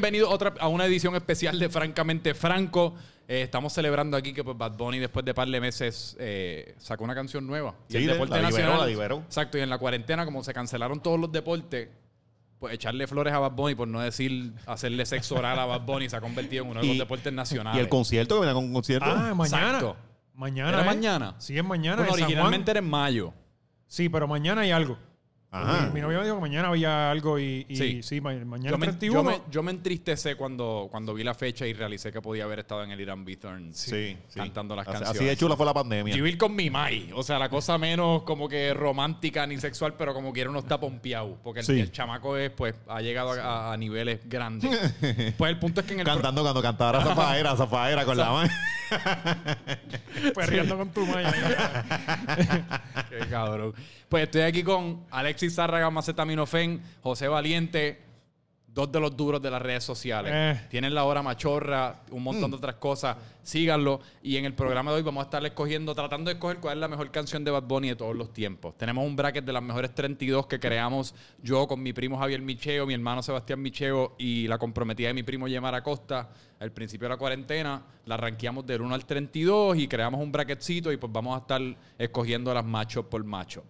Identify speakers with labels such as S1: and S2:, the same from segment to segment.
S1: venido otra, a una edición especial de Francamente Franco. Eh, estamos celebrando aquí que pues, Bad Bunny, después de par de meses, eh, sacó una canción nueva.
S2: Sí, la liberó, la liberó.
S1: Exacto, y en la cuarentena, como se cancelaron todos los deportes, pues echarle flores a Bad Bunny, por no decir hacerle sexo oral a Bad Bunny, se ha convertido en uno de los
S2: Y-
S1: deportes nacionales.
S2: Y el concierto, que viene con un concierto.
S3: Ah, mañana.
S1: Exacto.
S3: Mañana.
S1: ¿Era
S3: ¿eh?
S1: mañana?
S3: Sí, es mañana.
S1: Bueno,
S3: en San Juan.
S1: originalmente era en mayo.
S3: Sí, pero mañana hay algo.
S2: Ajá.
S3: Mi, mi novia me dijo que mañana había algo y, y-
S1: Sí.
S3: sí. ma- mañana
S1: Yo me,
S3: 31.
S1: yo, me, yo me entristecé cuando, cuando vi la fecha y realicé que podía haber estado en el Irán Bithorn
S2: Sí, sí.
S1: cantando las
S2: Así-
S1: canciones.
S2: Así de chula fue la pandemia.
S1: Yo iba a ir con mi mai. O sea, la cosa menos como que romántica ni sexual, pero como quiera uno está pompeado. Porque el,
S2: Sí.
S1: el chamaco es, pues, ha llegado a, a- a niveles grandes. pues el punto es que en el pro-
S2: Cantando cuando cantaba Zafaera, Zafaera con la mano.
S3: Perreando con tu malla.
S1: Qué cabrón. Pues estoy aquí con Alexis Zárraga, Macetaminofén, José Valiente, dos de los duros de las redes sociales.
S3: Eh.
S1: Tienen la hora machorra, un montón
S2: Mm.
S1: de otras cosas. Síganlo. Y en el programa de hoy vamos a estar escogiendo, tratando de escoger cuál es la mejor canción de Bad Bunny de todos los tiempos. Tenemos un bracket de las mejores 32 que creamos yo con mi primo Javier Micheo, mi hermano Sebastián Micheo y la comprometida de mi primo Yemar Acosta. Al principio de la cuarentena la ranqueamos del 1 al 32 y creamos un bracketcito y pues vamos a estar escogiendo las macho por macho.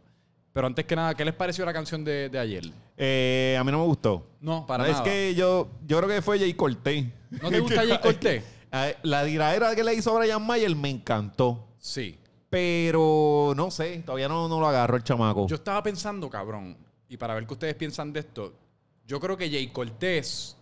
S1: Pero antes que nada, ¿qué les pareció la canción de, de ayer?
S2: Eh, a mí no me gustó.
S1: No, para
S2: es
S1: nada.
S2: que yo, yo creo que fue Jay Cortés.
S1: ¿No te gusta Jay Cortés?
S2: Eh, La tiradera que le hizo Brian Mayer me encantó.
S1: Sí.
S2: Pero no sé, todavía no, no lo agarro el chamaco.
S1: Yo estaba pensando, cabrón, y para ver qué ustedes piensan de esto, yo creo que Jay Cortés,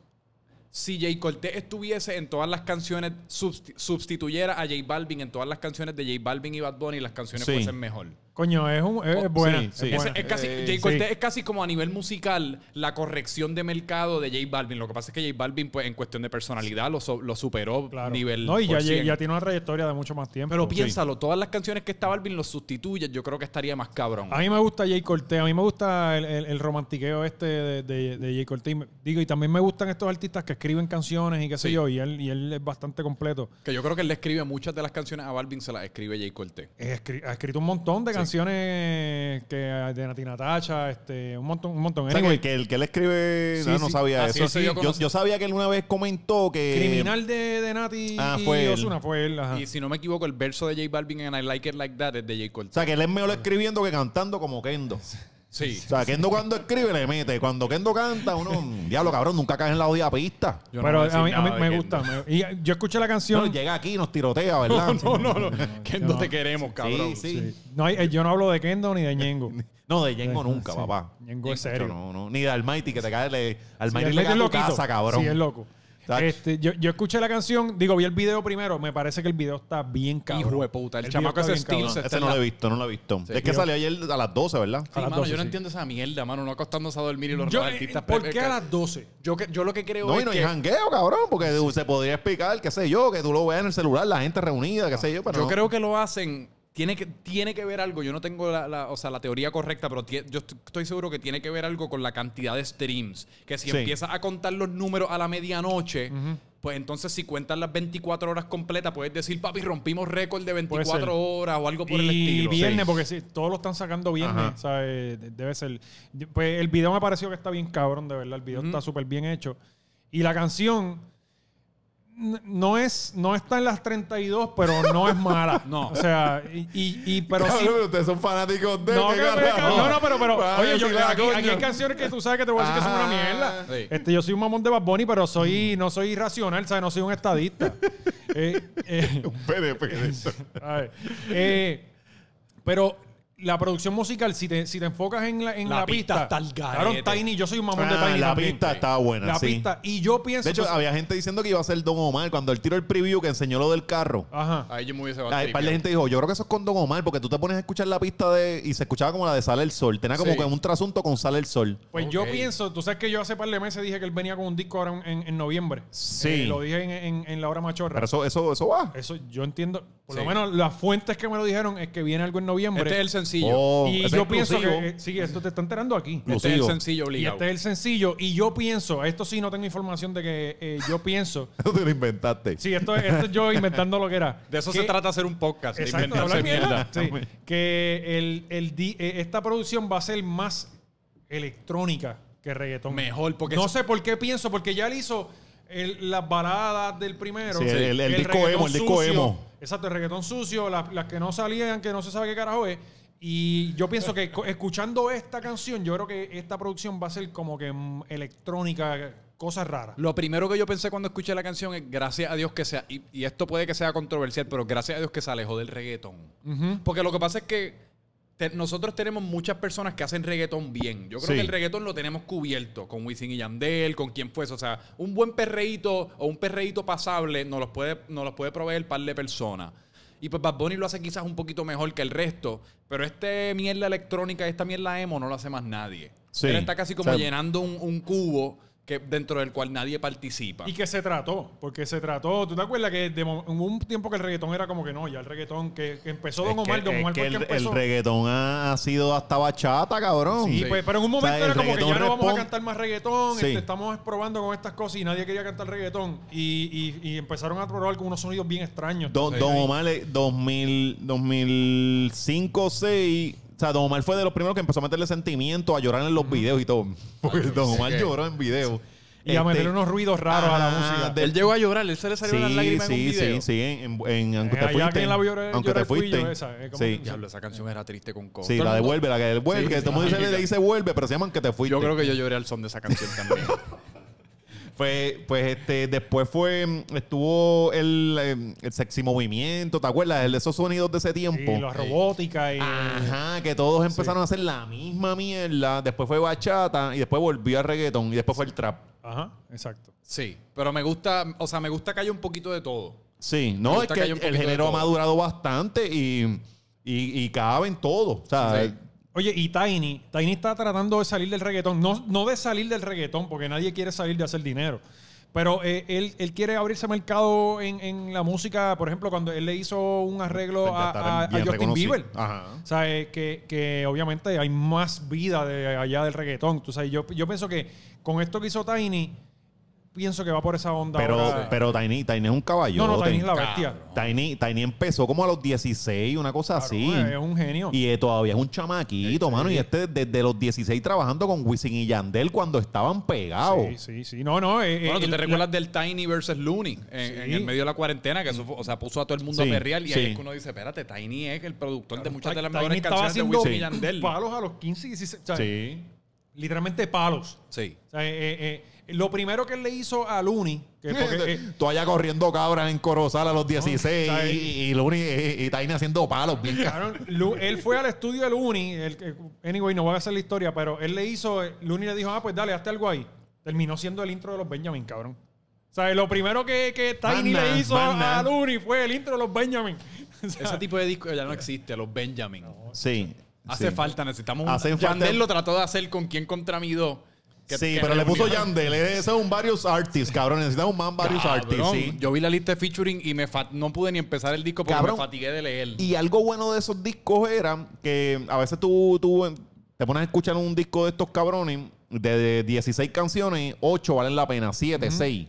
S1: si Jay Cortés estuviese en todas las canciones, substi- sustituyera a Jay Balvin en todas las canciones de Jay Balvin y Bad Bunny, las canciones
S2: Sí.
S1: fuesen mejor.
S3: Coño, es, un, es,
S2: Oh,
S3: es buena.
S2: sí, sí.
S3: Es, buena.
S1: Es casi,
S2: Eh,
S1: Jay
S3: sí.
S1: Cortés es casi como a nivel musical la corrección de mercado de Jay Balvin. Lo que pasa es que Jay Balvin, pues, en cuestión de personalidad, lo, so- lo superó
S3: Claro.
S1: nivel.
S3: no, y ya,
S1: por
S3: lle-
S1: 100.
S3: ya tiene una trayectoria de mucho más tiempo.
S1: Pero
S3: Sí.
S1: piénsalo, todas las canciones que está Balvin los sustituye, yo creo que estaría más cabrón.
S3: A mí me gusta Jay Cortés, a mí me gusta el, el- el romantiqueo este de, de, de Jay Cortés. Digo, y también me gustan estos artistas que escriben canciones y qué sé
S1: Sí.
S3: yo, y él, y él es bastante completo.
S1: Que yo creo que él le escribe muchas de las canciones a Balvin, se las escribe Jay Cortés.
S3: Escri- ha escrito un montón de canciones que, de Nati Natacha, este, un montón, un montón.
S2: O sea, que,
S3: Anyway,
S2: el- que el que él escribe,
S3: Sí,
S2: no, no
S3: sí.
S2: sabía
S1: Ah, sí,
S2: eso.
S1: eso yo
S2: yo,
S1: conocí.
S2: yo sabía que él una vez comentó que.
S3: criminal de, de Nati
S2: Ah, fue
S3: y
S2: él.
S3: Osuna fue él.
S2: Ah.
S3: ajá.
S1: Y si no me equivoco, el verso de J Balvin en I Like It Like That es de J.
S2: O
S1: Cortés.
S2: sea, que él es mejor escribiendo que cantando como Kendo.
S1: Sí.
S2: O sea, Kendo cuando escribe le mete. Cuando Kendo canta, uno, mm, diablo cabrón, nunca caes en la odia pista.
S1: Yo no
S3: Pero
S1: voy decir
S3: a mí, a
S1: nada
S3: mí
S1: de
S3: me
S1: Kendo.
S3: gusta. me- y yo escuché la
S2: No,
S3: canción.
S2: llega aquí y nos tirotea, ¿verdad?
S1: No, no, no. Kendo te queremos, cabrón.
S2: Sí, sí.
S3: No, hay- yo no hablo de Kendo ni de Ñengo.
S2: No, de Yengo nunca,
S3: Sí.
S2: papá.
S3: Ñengo es
S2: Yo
S3: serio.
S2: No, no. Ni de Almighty, que te cae. Le,
S3: Sí,
S2: Almighty
S3: el
S2: le cae
S3: Leti es
S2: a tu
S3: loquito.
S2: casa, cabrón.
S3: Sí, es loco.
S2: Tacho.
S3: Este, yo, yo escuché la canción, digo, vi el video primero. Me parece que el video está bien cabrón.
S1: Hijo de puta. El,
S3: El
S1: chamaco
S3: video
S1: ese
S3: está bien
S1: estilo se
S2: Ese no lo he visto, no lo he visto. es que
S3: Yo-
S2: salió ayer a las 12, ¿verdad?
S3: A las
S1: mano,
S3: 12,
S1: yo no
S3: sí.
S1: entiendo esa mierda, mano. No acostándose a dormir y los
S3: Yo,
S1: artistas...
S3: eh, ¿Por
S1: pe-
S3: qué
S1: que-
S3: a las 12?
S1: Yo, que- yo lo que creo
S2: No,
S1: es
S2: y no hay
S1: que...
S2: jangueo, cabrón, porque se podría explicar, qué sé yo, que tú lo veas en el celular, la gente reunida, qué sé yo, pero
S1: Yo
S2: no.
S1: creo que lo hacen. Tiene que, tiene que ver algo. Yo no tengo la, la- o sea, la teoría correcta, pero tie- yo estoy, estoy seguro que tiene que ver algo con la cantidad de streams. Que si
S2: Sí.
S1: empiezas a contar los números a la medianoche, pues entonces si cuentas las 24 horas completas, puedes decir, papi, rompimos récord de
S3: Puede ser.
S1: 24 horas o algo por el
S3: Y
S1: estilo.
S3: viernes,
S2: Sí.
S3: porque sí, todos lo están sacando viernes,
S2: Ajá.
S3: ¿sabes? De- Debe ser. Pues el video me pareció que está bien cabrón, de verdad. El video está súper bien hecho. Y la canción n- no es no está en las 32, pero no es mala.
S1: No.
S3: O sea, y, y- y- pero sí.
S2: Cabrón, ustedes son fanáticos de...
S3: No,
S2: qué
S3: que-
S2: carajo.
S3: no, no, pero, pero
S2: Para
S3: oye, yo,
S2: decirle,
S3: aquí, aquí hay
S2: coño. Ah.
S3: canciones que tú sabes que te voy a decir que son una mierda.
S1: Sí.
S3: Este, yo soy un mamón de Bad Bunny, pero soy, no soy racional, ¿sabes? No soy un estadista. Eh, eh,
S2: Espere, espere.
S3: a ver, eh, pero la producción musical, si te, si te enfocas en la, en
S1: La
S3: la,
S1: pista
S3: pista,
S1: está al garete.
S3: claro, Tiny, yo soy un mamón de
S2: Ah,
S3: Tiny.
S2: la
S3: también.
S2: pista está buena,
S3: La
S2: sí.
S3: pista. Y yo pienso.
S2: De hecho, ah,
S3: entonces-
S2: había gente diciendo que iba a ser Don Omar cuando él tiró el preview que enseñó lo del carro.
S3: ajá.
S1: Ahí yo me hubiese
S2: Hay
S3: Ah,
S2: un par de
S1: batripeado.
S2: gente dijo, yo creo que eso es con Don Omar, porque tú te pones a escuchar la pista de... Y se escuchaba como la de Sale el Sol. Tenía como
S1: Sí.
S2: que un trasunto con Sale el Sol.
S3: Pues yo
S1: Ok.
S3: pienso, tú sabes que yo hace par de meses dije que él venía con un disco ahora en, en- en noviembre.
S2: Sí.
S3: Eh, lo dije en, en- en la hora machorra.
S2: Pero eso, eso, eso va.
S3: Eso yo entiendo. Por
S1: Sí.
S3: lo menos las fuentes que me lo dijeron es que viene algo en noviembre.
S1: Este es el sencillo.
S2: Oh,
S3: y
S2: ese
S3: yo
S2: es
S3: pienso
S2: exclusivo.
S3: que. eh, sí, esto te está enterando aquí.
S1: este es el
S2: exclusivo.
S1: sencillo
S3: Y
S1: obligado.
S3: este es el sencillo. Y yo pienso, esto sí no tengo información de que eh, yo pienso.
S2: Eso te lo inventaste.
S3: Sí, esto, es- esto es yo inventando lo que era.
S1: De eso
S3: Que-
S1: se trata hacer un podcast. de
S3: Exacto, de
S1: inventarse
S3: hablar mierda.
S1: mierda.
S3: Sí, que el, el di- eh, esta producción va a ser más electrónica que reggaetón.
S1: Mejor, porque
S3: No
S1: es-
S3: sé por qué pienso, porque ya él hizo el- las baladas del primero.
S2: Sí, el- el disco
S3: reggaetón
S2: emo, el disco
S3: sucio.
S2: emo.
S3: Exacto, el reggaetón sucio, las, las que no salían, que no se sabe qué carajo es. Y yo pienso que co- escuchando esta canción, yo creo que esta producción va a ser como que mm, electrónica, cosas raras.
S1: Lo primero que yo pensé cuando escuché la canción es gracias a Dios que sea, y, y esto puede que sea controversial, pero gracias a Dios que se alejó del reggaetón. Porque lo que pasa es que te- nosotros tenemos muchas personas que hacen reggaetón bien. Yo creo
S2: Sí.
S1: que el reggaetón lo tenemos cubierto con Wisin y Yandel, con quien fuese. O sea, un buen perreíto o un perreíto pasable nos los puede, nos los puede proveer un par de personas. Y pues Bad Bunny lo hace quizás un poquito mejor que el resto, pero este mierda electrónica, esta mierda emo no lo hace más nadie.
S2: Sí.
S1: Él está casi como
S2: O sea,
S1: llenando un, un cubo que, dentro del cual nadie participa.
S3: Y que se trató, porque se trató. ¿Tú te acuerdas que de mo- hubo un tiempo que el reggaetón era como que no, ya el reggaetón que, que empezó Don
S2: Es que-
S3: Omar, Don
S2: es
S3: Omar
S2: que
S3: fue el
S2: el,
S3: que
S2: el
S3: empezó.
S2: reggaetón ha, ha sido hasta bachata, cabrón.
S3: Sí,
S1: Sí.
S3: pues, pero en un
S2: O sea,
S3: momento
S2: el
S3: era como que ya
S2: reggaetón
S3: no vamos a
S2: respon-
S3: cantar más reggaetón,
S2: Sí.
S3: este, estamos probando con estas cosas y nadie quería cantar reggaetón. Y, y- y empezaron a probar con unos sonidos bien extraños.
S2: Don,
S1: Sí.
S2: Don Omar, eh, 2000, 2005, 6. O sea, Don Omar fue de los primeros que empezó a meterle sentimiento, a llorar en los videos y todo. Porque Don Omar
S1: sí que-
S2: lloró en videos.
S3: y a meterle unos ruidos raros a la
S2: este, ah,
S3: música.
S2: de-
S1: él llegó a llorar, él se le salió
S2: Sí,
S1: una lágrima en un
S2: sí,
S1: video.
S2: sí, sí. En, en- en- aunque
S3: Eh,
S2: te
S3: allá
S2: fuiste.
S3: quien la vio llorar-
S2: aunque
S3: llorar
S2: te
S3: fui
S2: fuiste.
S3: yo, esa, eh, como-
S2: sí,
S1: Diablo, esa canción era triste con cojo.
S2: sí,
S1: Todo el
S2: la
S1: mundo-
S2: devuelve, la que devuelve.
S1: Sí,
S2: que
S1: sí,
S2: todo el mundo
S1: sí.
S2: le dice vuelve, pero se llaman que te fuiste.
S1: Yo creo que yo lloré al son de esa canción también.
S2: Fue, pues este, después fue, mm, estuvo el, eh, el sexy movimiento, ¿te acuerdas? El de esos sonidos de ese tiempo.
S3: Y la robótica y.
S2: Ajá, que todos empezaron a hacer la misma mierda. Después fue bachata y después volvió al reggaetón y después fue el trap.
S3: Ajá, exacto.
S1: sí, pero me gusta, o sea, me gusta que haya un poquito de todo.
S2: Sí,
S1: Me
S2: no, es
S1: gusta
S2: que
S1: que haya un
S2: el
S1: poquito de
S2: género ha
S1: todo.
S2: madurado bastante y, y, y cabe en todo. O sea,
S1: Sí.
S3: Oye, y Tiny, Tiny está tratando de salir del reggaetón. No, no de salir del reggaetón, porque nadie quiere salir de hacer dinero. Pero eh, él, él quiere abrirse mercado en, en la música. Por ejemplo, cuando él le hizo un arreglo
S2: Pues Ya
S3: a,
S2: está
S3: a- a
S2: bien
S3: Justin
S2: reconocido.
S3: Bieber.
S2: Ajá.
S3: O sea, eh, que, que obviamente hay más vida de allá del reggaetón. Tú sabes, yo, yo pienso que con esto que hizo Tiny, pienso que va por esa onda.
S2: pero,
S3: ahora.
S2: pero Tiny, Tiny es un caballo.
S3: no, no, Tiny es la bestia.
S1: Cabrón.
S2: Tiny, Tiny empezó como a los 16, una cosa así.
S3: Cabrón, Es un genio.
S2: Y eh, todavía es un chamaquito, mano. Y este desde los 16 trabajando con Wisin y Yandel cuando estaban pegados.
S3: Sí, sí, sí. No, no. eh,
S1: Bueno, tú
S3: eh,
S1: te
S3: él-
S1: recuerdas del Tiny versus Looney en,
S3: Sí.
S1: en el medio de la cuarentena, que eso fue- o sea, puso a todo el mundo
S2: Sí,
S1: a perrear y
S2: sí.
S1: ahí es que uno dice, espérate, Tiny es el productor de muchas de las
S3: Tiny
S1: mejores
S3: estaba
S1: canciones de
S3: haciendo
S1: Wisin y Yandel.
S3: palos a los 15 y 16. o sea,
S2: Sí.
S3: Literalmente palos.
S1: Sí.
S3: O sea, eh, eh, eh, lo primero que él le hizo a Luni, que porque, eh,
S2: Tú allá corriendo cabras en Corozal a los 16
S3: o sea,
S2: y, y, Luni- y- y Tiny haciendo palos. Bien ca-
S3: cabrón, Lu- él fue al estudio de Luni, el que- anyway, no voy a hacer la historia, pero él le hizo, eh, Luni le dijo, ah, pues dale, hazte algo ahí. Terminó siendo el intro de los Benjamin, cabrón. O sea, lo primero que, que Tiny
S2: Más nada,
S3: le hizo
S2: más
S3: a,
S2: nada.
S3: a Luni fue el intro de los Benjamin. O sea,
S1: Ese tipo de disco ya no existe, los Benjamin.
S2: Sí.
S1: Hace
S2: sí.
S1: falta, necesitamos un...
S2: Hacen falta-
S1: Yandel lo trató de hacer con quien contra mí dos. que-
S2: sí,
S1: que
S2: pero le puso
S1: reunió-
S2: Yandel. eh, Ese es un varios artists, cabrón. Necesitamos más varios
S1: Cabrón,
S2: artists. Sí.
S1: Yo vi la lista de featuring y me fa- no pude ni empezar el disco porque
S2: Cabrón.
S1: me fatigué de leer.
S2: Y algo bueno de esos discos era que a veces tú, tú eh, te pones a escuchar un disco de estos cabrones de, de 16 canciones, 8 valen la pena, 7, 6.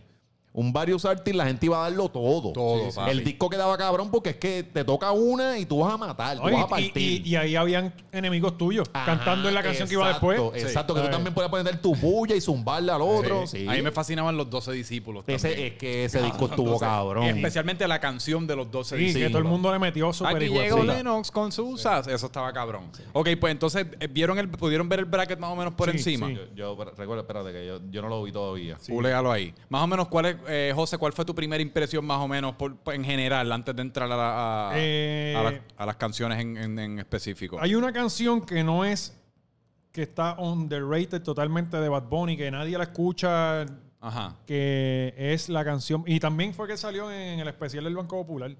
S2: Un varios artists, la gente iba a darlo todo.
S1: Todo, papi.
S2: El disco quedaba cabrón porque es que te toca una y tú vas a matar, tú
S3: no, y-
S2: vas a
S3: y,
S2: partir.
S3: y- y ahí habían enemigos tuyos
S2: Ajá,
S3: cantando en la canción que iba
S2: exacto,
S3: después.
S2: Exacto,
S3: Sí.
S2: que tú
S3: Ay.
S2: también puedes poner tu bulla y zumbarle al otro. Sí.
S1: A mí me fascinaban los 12 discípulos.
S2: Ese,
S1: también.
S2: Ah, es que ese disco estuvo
S1: Entonces,
S2: cabrón.
S1: y Especialmente la canción de los 12
S3: Sí, que
S1: discípulos.
S3: todo el mundo le metió súper
S1: Aquí
S3: igual.
S1: llegó
S3: Sí.
S1: Lennox con sus usas. Eso estaba cabrón. Ok, pues entonces, eh, ¿vieron el, ¿pudieron ver el bracket más o menos por
S3: Sí,
S1: encima?
S3: sí.
S1: Sí.
S2: Yo, yo- recuerda, espérate, que yo, yo no lo vi todavía.
S1: ahí. Más o menos, ¿cuál es, eh, José, cuál fue tu primera impresión más o menos por- en general antes de entrar a, la- a-
S3: Eh.
S1: a la- a las canciones en, en- en específico?
S3: Hay una canción que no es que está underrated totalmente de Bad Bunny, que nadie la escucha,
S1: Ajá.
S3: que es la canción. Y también fue que salió en el especial del Banco Popular.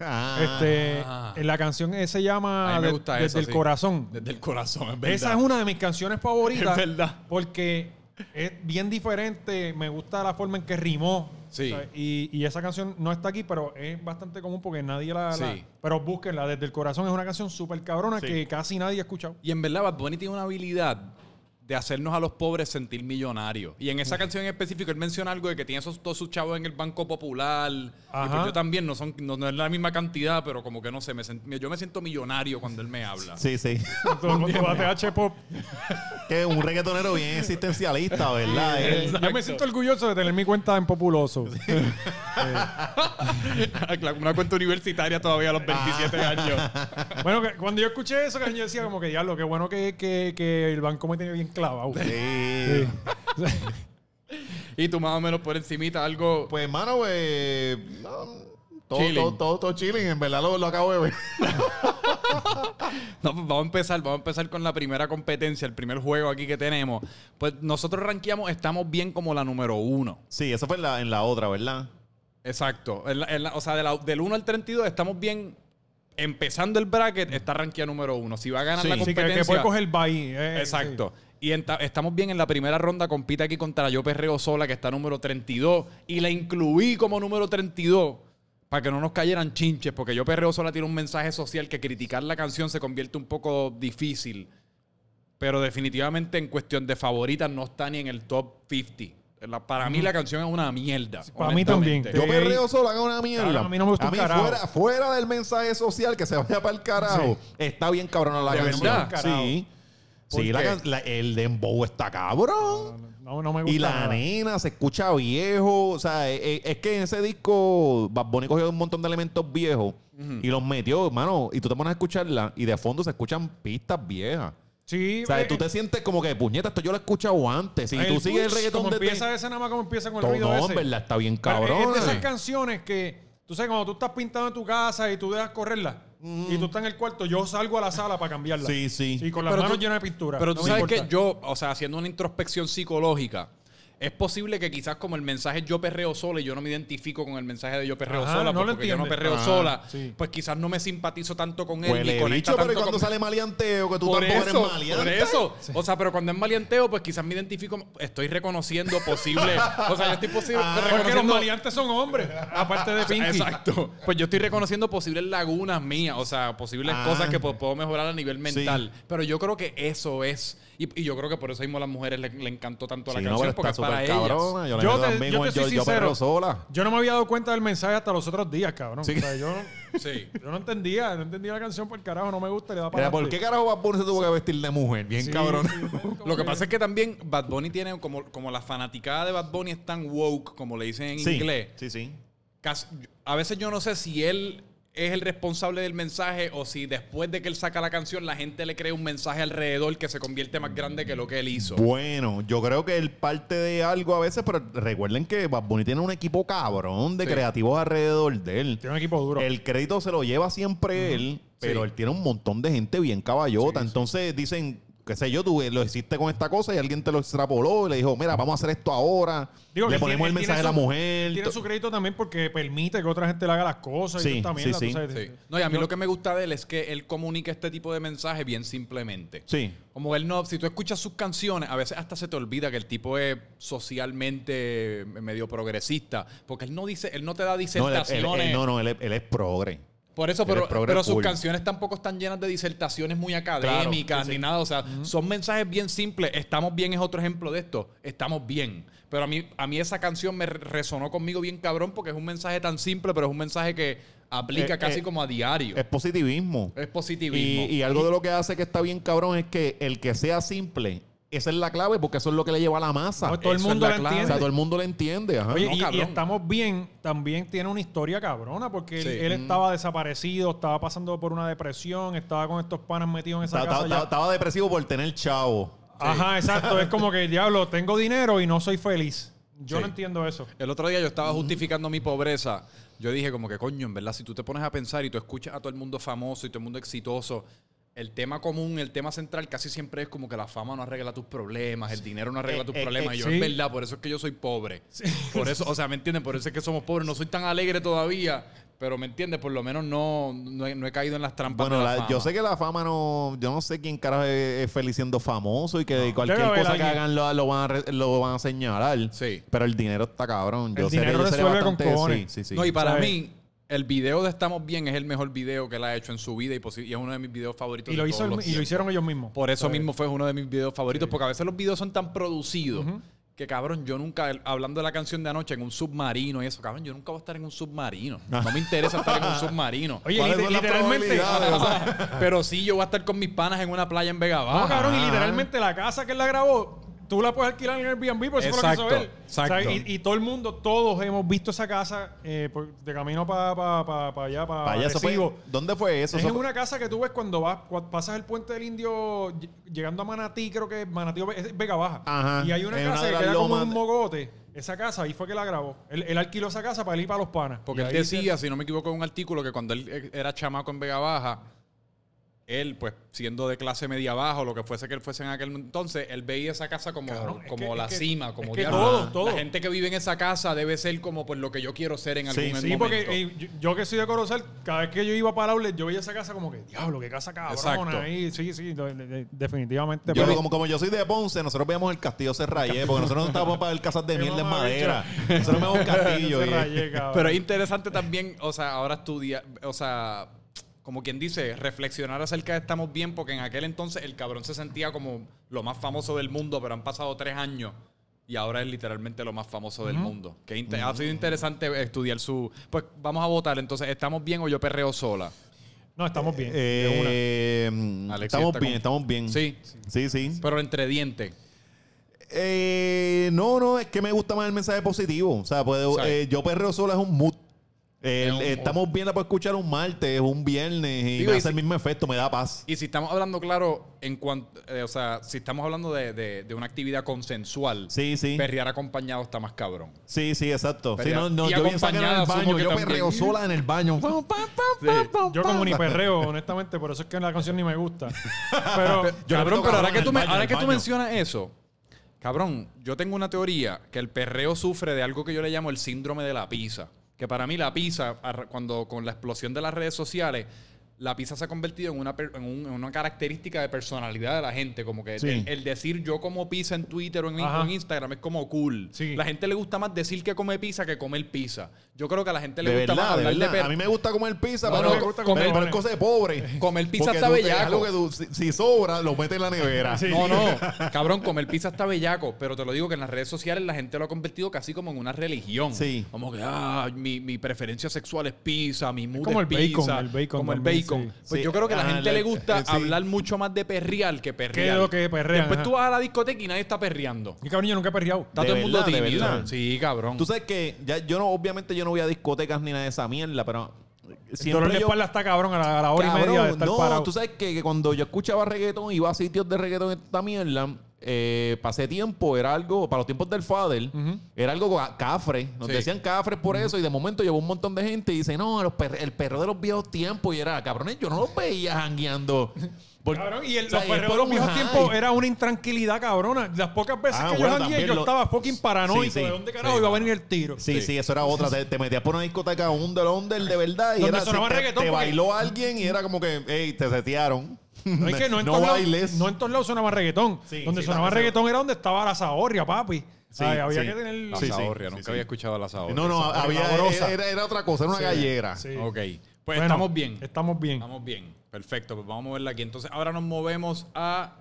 S2: Ah.
S3: Este, en la canción eh, se llama
S1: Ah. A mí me
S3: De-
S1: gusta
S3: Desde
S1: esa,
S3: el
S1: sí.
S3: corazón.
S1: Desde el corazón, es verdad.
S3: Esa es una de mis canciones favoritas.
S1: Es verdad.
S3: Porque es bien diferente. Me gusta la forma en que rimó.
S1: Sí.
S3: O sea, Y, y esa canción no está aquí, pero es bastante común porque nadie la. la-
S1: Sí.
S3: pero búsquenla desde el corazón. Es una canción súper cabrona
S2: Sí.
S3: que casi nadie ha escuchado.
S1: Y en verdad, Bad Bunny tiene una habilidad de hacernos a los pobres sentir millonarios. Y en esa canción en específico, él menciona algo de que tiene esos, todos sus chavos en el Banco Popular. Y pues
S3: Ajá.
S1: yo también, no, son, no, no es la misma cantidad, pero como que no sé, me sent- yo me siento millonario cuando él me habla.
S2: Sí, sí.
S3: Todo el mundo va a TH Pop.
S2: que un reggaetonero bien existencialista, ¿verdad? Él-
S3: Eh, Yo me siento orgulloso de tener mi cuenta en Populoso.
S1: Claro, Una cuenta universitaria todavía a los 27
S3: Ah.
S1: años.
S3: Bueno, que cuando yo escuché eso, que yo decía como que diablo, qué bueno que, que, que el banco me tiene bien clavado.
S2: Sí.
S1: Y tú más o menos por encimita algo...
S2: Pues, hermano, pues. no, todo,
S1: Chilling.
S2: todo, todo, todo chilling. En verdad lo, lo acabo de ver.
S1: No, pues vamos a empezar, vamos a empezar con la primera competencia, el primer juego aquí que tenemos. Pues nosotros rankeamos, estamos bien como la número uno.
S2: Sí, eso fue en la, en la otra, ¿verdad?
S1: Exacto. En la- en la- o sea, de la- del 1 al 32 estamos bien. Empezando el bracket, está rankeada número uno. Si va a ganar
S3: Sí,
S1: la
S3: sí,
S1: competencia...
S3: que, que puede coger el baile. eh,
S1: Exacto. Y enta- estamos bien en la primera ronda, compite aquí contra Yo Perreo Sola, que está número 32. Y la incluí como número 32 para que no nos cayeran chinches, porque Yo Perreo Sola tiene un mensaje social que criticar la canción se convierte un poco difícil. Pero definitivamente en cuestión de favoritas no está ni en el top 50. La- para mí la canción es una mierda.
S3: para mí
S1: honestamente.
S3: también.
S2: Yo
S3: Sí.
S2: perreo solo, haga una mierda.
S3: Claro, a mí no me gusta
S2: A
S3: un
S2: mí,
S3: carajo.
S2: fuera, fuera del mensaje social que se vaya para el carajo, está bien cabrona la
S1: ¿De
S2: canción.
S1: verdad?
S2: Sí.
S1: ¿Por
S2: Sí, la
S1: qué?
S2: can- la- el dembow está cabrón.
S3: sí. No, no me gusta.
S2: Y la
S3: nada.
S2: nena se escucha viejo. O sea, e- e- es, que en ese disco Bad Bunny cogió un montón de elementos viejos y los metió, hermano. Y tú te pones a escucharla y de fondo se escuchan pistas viejas.
S3: Sí,
S2: O sea,
S3: eh,
S2: tú te sientes como que, puñeta, esto yo lo he escuchado antes. Y tú
S3: el
S2: sigues el
S3: push,
S2: reggaetón
S3: Como
S2: de
S3: empieza ese nada más como empieza con el
S2: Todo,
S3: ruido
S2: no,
S3: ese.
S2: en verdad, está bien
S3: Pero es-
S2: cabrón.
S3: Es de
S2: eh.
S3: esas canciones que, tú sabes, cuando tú estás pintando en tu casa y tú dejas correrla y tú estás en el cuarto, yo salgo a la sala para cambiarla.
S2: Mm. Sí, sí.
S3: Y con las
S1: Pero
S3: manos
S1: tú-
S3: llenas de pintura.
S1: Pero
S3: No
S1: tú
S3: me
S1: sabes
S3: importa.
S1: que yo, o sea, haciendo una introspección psicológica, es posible que quizás como el mensaje yo perreo sola y yo no me identifico con el mensaje de yo perreo
S3: Ajá,
S1: sola,
S3: Ah, no
S1: pues,
S3: lo
S1: porque yo no
S3: entiendes.
S1: perreo
S2: Ah,
S1: sola,
S3: sí.
S1: pues quizás no me simpatizo tanto con él ni
S2: Huele
S1: conecta
S2: bicho, pero ¿y
S1: tanto
S2: cuando
S1: con-
S2: sale maleanteo? Que tú
S1: por
S2: tampoco
S1: eso,
S2: eres
S1: por
S2: maleante.
S1: eso. O sea, pero cuando es maleanteo, pues quizás me identifico, estoy reconociendo posible, o sea, yo estoy posible
S2: Ah.
S3: Porque los
S1: reconociendo-
S3: maleantes son hombres, aparte de Pinky.
S1: Exacto. Pues yo estoy reconociendo posibles lagunas mías, o sea, posibles
S2: Ah.
S1: cosas que pues, puedo mejorar a nivel mental. Pero yo creo que eso es. Y, y yo creo que por eso mismo a las mujeres le, le encantó tanto
S2: Sí,
S1: la
S2: no,
S1: canción,
S2: pero
S1: porque
S2: está
S1: es para
S2: súper
S1: ellas.
S2: cabrona. Yo, la
S3: Yo
S2: meto
S3: te-
S2: también
S3: yo
S2: con
S3: te soy
S2: Yo perreo
S3: sincero.
S2: sola.
S3: Yo no me había dado cuenta del mensaje hasta los otros días, cabrón.
S2: Sí.
S3: O sea, yo no,
S1: Sí.
S3: yo no entendía, no entendía la canción por carajo, no me gusta, le da para
S2: Mira, ¿por qué
S3: adelante.
S2: carajo Bad Bunny se tuvo que vestir de mujer? Bien
S3: Sí,
S2: cabrón.
S3: sí, como
S1: Lo que pasa es que también Bad Bunny tiene como, como la fanaticada de Bad Bunny es tan woke, como le dicen en inglés.
S2: Sí, sí.
S1: Cas- A veces yo no sé si él es el responsable del mensaje o si después de que él saca la canción la gente le crea un mensaje alrededor que se convierte más grande que lo que él hizo.
S2: Bueno, yo creo que él parte de algo a veces, pero recuerden que Bad Bunny tiene un equipo cabrón de
S1: Sí.
S2: creativos alrededor de él.
S3: Tiene un equipo duro.
S2: El crédito se lo lleva siempre él, pero
S1: Sí.
S2: él tiene un montón de gente bien caballota. Entonces dicen, qué sé yo, tú eh, lo hiciste con esta cosa y alguien te lo extrapoló y le dijo, mira, vamos a hacer esto ahora.
S3: Digo que
S2: le
S3: él
S2: ponemos
S3: tiene-
S2: el
S3: él tiene
S2: mensaje a la
S3: su-
S2: mujer.
S3: Tiene su crédito también porque permite que otra gente le haga las cosas
S2: Sí,
S3: y tú también.
S2: sí,
S3: la-
S2: sí.
S3: tú sabes, pues,
S1: Sí. No, y a mí lo que me gusta de él es que él comunica este tipo de mensaje bien simplemente.
S2: Sí.
S1: Como él no, si tú escuchas sus canciones, a veces hasta se te olvida que el tipo es socialmente medio progresista, porque él no dice, él no te da
S2: No, él- él- él-
S1: disertaciones.
S2: no, no, él, es- él es progre.
S1: Por eso,
S2: él
S1: pero,
S2: es progre
S1: pero sus
S2: full.
S1: canciones tampoco están llenas de disertaciones muy académicas
S2: Claro, sí,
S1: ni
S2: sí.
S1: nada. O sea, son mensajes bien simples. Estamos bien es otro ejemplo de esto. Estamos bien. Pero a mí, a mí esa canción me re- resonó conmigo bien cabrón porque es un mensaje tan simple, pero es un mensaje que aplica
S2: Eh,
S1: casi
S2: eh,
S1: como a diario.
S2: Es
S1: Es,
S2: positivismo.
S1: positivismo.
S2: Y, y algo de lo que hace que está bien cabrón es que el que sea simple, esa es la clave porque eso es lo que le lleva a la masa.
S3: No, todo el
S2: Ah, Eso es
S3: mundo
S2: la clave.
S3: lo
S2: O sea,
S3: entiende.
S2: todo el mundo le entiende. ajá.
S3: Oye,
S1: no,
S3: y- y,
S1: cabrón.
S3: estamos bien, también tiene una historia cabrona, porque él-
S1: Sí.
S2: Mm.
S3: él, estaba desaparecido, estaba pasando por una depresión, estaba con estos panas metidos en esa
S2: Estaba-
S3: casa.
S2: estaba-
S3: ya.
S2: estaba depresivo por tener chavo.
S3: Ajá, exacto. Es como que, diablo, tengo dinero y no soy feliz. Yo
S1: Sí.
S3: no entiendo eso.
S1: El otro día yo estaba justificando mi pobreza. Yo dije como que, coño, en verdad, si tú te pones a pensar y tú escuchas a todo el mundo famoso y todo el mundo exitoso, el tema común, el tema central casi siempre es como que la fama no arregla tus problemas, el dinero no arregla
S2: Eh,
S1: tus
S2: eh,
S1: problemas.
S2: eh,
S1: y yo,
S3: sí.
S1: en verdad, por eso es que yo soy pobre. Por eso, o sea, ¿me entienden? Por eso es que somos pobres. No soy tan alegre todavía, pero ¿me entiendes? Por lo menos no, no, he, no he caído en las trampas
S2: Bueno,
S1: de la,
S2: la-
S1: fama.
S2: yo sé que la fama no. Yo no sé quién carajo es, es feliz siendo famoso y que cualquier
S3: Debe haber
S2: cosa que
S3: alguien.
S2: hagan lo, lo van a, re- lo van a señalar.
S1: Sí.
S2: Pero el dinero está cabrón. Yo
S3: El
S2: sé que
S3: dinero
S2: yo seré
S3: resuelve con
S2: bastante-
S3: cojones.
S2: Sí, sí, sí.
S1: No, y para
S3: ¿Sabes?
S1: mí, el video de Estamos Bien es el mejor video que él ha hecho en su vida y, posi- y es uno de mis videos favoritos.
S3: Y
S1: de
S3: lo, hizo
S1: todos
S3: el-
S1: los
S3: y lo
S1: tiempos.
S3: hicieron ellos mismos.
S1: Por eso
S3: ¿Sabes?
S1: mismo fue uno de mis videos favoritos, porque a veces los videos son tan producidos que, cabrón, yo nunca, el- hablando de la canción de anoche, en un submarino y eso, cabrón, yo nunca voy a estar en un submarino. No me interesa estar en un submarino.
S3: Ah. Oye,
S2: ¿Cuáles
S3: liter-
S2: son las
S3: literalmente. Ah,
S2: probabilidades?
S3: No,
S1: Pero sí, yo voy a estar con mis panas en una playa en Vega Baja.
S3: cabrón, y literalmente la casa que él la grabó, tú la puedes alquilar en Airbnb, por eso fue lo que hizo
S1: Exacto,
S3: él.
S1: exacto.
S3: ¿Sabes? Y, y todo el mundo, todos hemos visto esa casa eh, por- de camino para allá, para
S2: Vaya, eso fue- ¿Dónde fue eso?
S3: Es
S2: Eso
S3: en
S2: fue-
S3: una casa que tú ves cuando vas, cua- pasas el puente del Indio ll- llegando a Manatí, creo que es Manatí o Ve- es Vega Baja.
S2: Ajá.
S3: Y hay una
S2: En una
S3: casa
S2: de
S3: que
S2: las
S3: queda como
S2: lomas
S3: un
S2: de-
S3: mogote. Esa casa, ahí fue que la grabó. Él, él alquiló esa casa para ir para los panas.
S1: Porque
S3: Y
S1: él
S3: ahí se-
S1: decía, si no me equivoco, en un artículo que cuando él eh, era chamaco en Vega Baja, él, pues, siendo de clase media baja o lo que fuese que él fuese en aquel entonces, él veía esa casa como,
S3: Cabrón, es
S1: como
S3: que-
S1: la
S3: es que-
S1: cima,
S3: es
S1: como
S3: que
S1: diablo,
S3: todo,
S1: la
S3: todo.
S1: gente que vive en esa casa debe ser como pues lo que yo quiero ser en
S2: Sí,
S1: algún
S2: sí,
S3: Sí,
S1: momento.
S3: porque eh, yo, yo que soy de Corozal, cada vez que yo iba para Aulet, yo veía esa casa como que, diablo, qué casa
S1: Exacto.
S3: cabrona. Ahí, sí, sí, de- de- de- definitivamente.
S2: Yo,
S3: pero-
S2: como, como yo soy de Ponce, nosotros veíamos el castillo Serrayé, porque nosotros no estábamos para ver casas de
S3: Qué
S2: mierda en
S3: mamá,
S2: madera. Nosotros veíamos un castillo. eh.
S3: Se
S2: y-
S3: rayé, cabrón.
S1: Pero es interesante también, o sea, ahora estudiar, o sea, como quien dice, reflexionar acerca de Estamos Bien, porque en aquel entonces el cabrón se sentía como lo más famoso del mundo, pero han pasado tres años y ahora es literalmente lo más famoso del mundo. Que inte- ha sido interesante estudiar su... Pues vamos a votar, entonces, ¿estamos bien o yo perreo sola?
S3: No, estamos bien. de una.
S2: Eh, mm,
S1: Alexis
S2: estamos
S1: está
S2: bien,
S1: con-
S2: estamos bien.
S1: Sí.
S2: Sí, sí.
S1: Pero entre dientes.
S2: Eh, no, no, es que me gusta más el mensaje positivo. O sea, puedo,
S1: ¿Sabes?
S2: eh, yo perreo solo es un mood. Eh,
S1: Es un
S2: eh,
S1: mood.
S2: estamos bien, la puedo escuchar un martes, un viernes y
S1: Digo,
S2: me
S1: y
S2: hace
S1: si-
S2: el mismo efecto, me da paz.
S1: Y si estamos hablando, claro, en cuanto... eh, o sea, si estamos hablando de, de- de una actividad consensual,
S2: Sí, sí.
S1: perrear acompañado está más cabrón.
S2: Sí, sí, exacto. Sí,
S1: Pero-
S2: no, no,
S1: y
S2: yo bien saca en el
S1: acompañada,
S2: baño,
S1: supongo que
S2: yo
S1: también.
S2: perreo sola en el baño.
S3: Yo como ni perreo, honestamente, por eso es que la canción ni me gusta.
S1: cabrón,
S2: Yo
S3: Pero
S2: le meto
S1: pero
S2: cabrón
S1: ahora que,
S2: en
S1: tú,
S2: el
S1: me-
S2: baño,
S1: ahora
S2: en el
S1: que tú
S2: baño.
S1: mencionas eso, cabrón, yo tengo una teoría que el perreo sufre de algo que yo le llamo el síndrome de la pizza. Que para mí la pizza, ar- cuando con la explosión de las redes sociales, la pizza se ha convertido en una, per- en un- en una característica de personalidad de la gente. Como que
S2: Sí.
S1: el, el decir yo como pizza en Twitter o en,
S3: Ajá.
S1: en Instagram es como cool.
S3: Sí.
S1: La gente le gusta más decir que come pizza que comer pizza. Yo creo que a la gente le
S2: De
S1: gusta más
S2: verdad, de
S1: hablar de,
S2: verdad.
S1: per-
S2: A mí me gusta comer pizza,
S1: No,
S2: pero,
S1: no, me gusta comer-
S2: pero- pero es cosa de pobre.
S1: Comer pizza
S2: Porque
S1: está
S2: tú te- es
S1: bellaco.
S2: algo que tú- si, si sobra, lo metes en la nevera.
S1: No, no, cabrón, comer pizza está bellaco, pero te lo digo que en las redes sociales la gente lo ha convertido casi como en una religión.
S2: Sí.
S1: Como que, ah, mi, mi preferencia sexual es pizza, mi mood
S3: como
S1: es
S3: el bacon,
S1: pizza,
S3: el bacon
S1: Como el
S3: también,
S1: bacon.
S3: sí.
S1: Pues
S2: Sí,
S1: yo creo que a la
S2: ajá,
S1: gente
S2: la-
S1: le gusta
S2: eh, sí.
S1: hablar mucho más de perreal que perrear.
S3: lo que perrean,
S1: Después
S3: ajá.
S1: tú vas a la discoteca y nadie está perreando.
S3: Y cabrón, yo nunca he perreado.
S1: Está
S2: De
S1: todo el mundo
S2: verdad, de
S1: tímido.
S2: verdad.
S1: Sí, cabrón.
S2: Tú sabes que ya yo no, obviamente yo no voy a discotecas ni nada de esa mierda, pero
S3: El dolor de
S2: yo-
S3: espalda está cabrón a la, a la hora y
S2: Cabrón,
S3: media de estar
S2: no,
S3: parado.
S2: tú sabes que, que cuando yo escuchaba reggaetón, iba a sitios de reggaetón en esta mierda, eh, pasé tiempo, era algo, para los tiempos del Fader, era algo ca- cafre. Nos
S1: Sí.
S2: decían cafres por eso, y de momento llegó un montón de gente y dice, no, los perre- el perro de los viejos tiempos, y era, cabrones, yo no los veía jangueando. Porque-
S3: Cabrón, y el,
S2: o sea,
S3: los
S2: es
S3: perreos de
S2: por
S3: los
S2: un
S3: viejos
S2: high.
S3: tiempos era una intranquilidad cabrona. Las pocas veces
S2: Ah,
S3: que
S2: bueno,
S3: yo jangué,
S2: también
S3: yo
S2: lo-
S3: estaba fucking paranoico.
S2: Sí, sí.
S3: ¿De dónde carajo
S2: Sí,
S3: iba a venir el tiro?
S2: Sí, sí, eso era otra. Te, te metías por una discoteca, un del under de verdad, y
S3: Donde
S2: era, así,
S3: sonaba
S2: te,
S3: reggaetón,
S2: te
S3: porque-
S2: bailó alguien y era como que, hey, te setearon.
S3: No, es que no en, todos lados,
S2: bailes.
S3: no en todos lados sonaba reggaetón.
S2: Sí,
S3: donde
S2: sí,
S3: sonaba
S2: también
S3: reggaetón era donde estaba la zahorria, papi.
S2: Sí,
S3: Ay, había
S2: sí.
S3: que tener...
S1: la
S2: Sí, sí,
S1: zahorria,
S2: sí,
S1: nunca
S2: sí.
S1: había escuchado la zahorria.
S2: No, no, había,
S3: sabrosa.
S2: era, era otra cosa, era una
S3: Sí,
S2: gallera.
S3: sí.
S1: Ok. Pues
S3: Bueno,
S1: estamos bien.
S3: Estamos bien.
S1: Estamos bien. Perfecto, pues vamos a moverla aquí. Entonces, ahora nos movemos a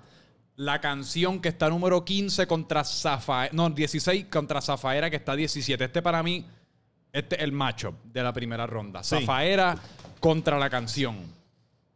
S1: la canción que está número 15 contra Zafaera. No, 16 contra Zafaera, que está 17. Este para mí, este es el macho de la primera ronda.
S2: Sí.
S1: Zafaera contra la canción.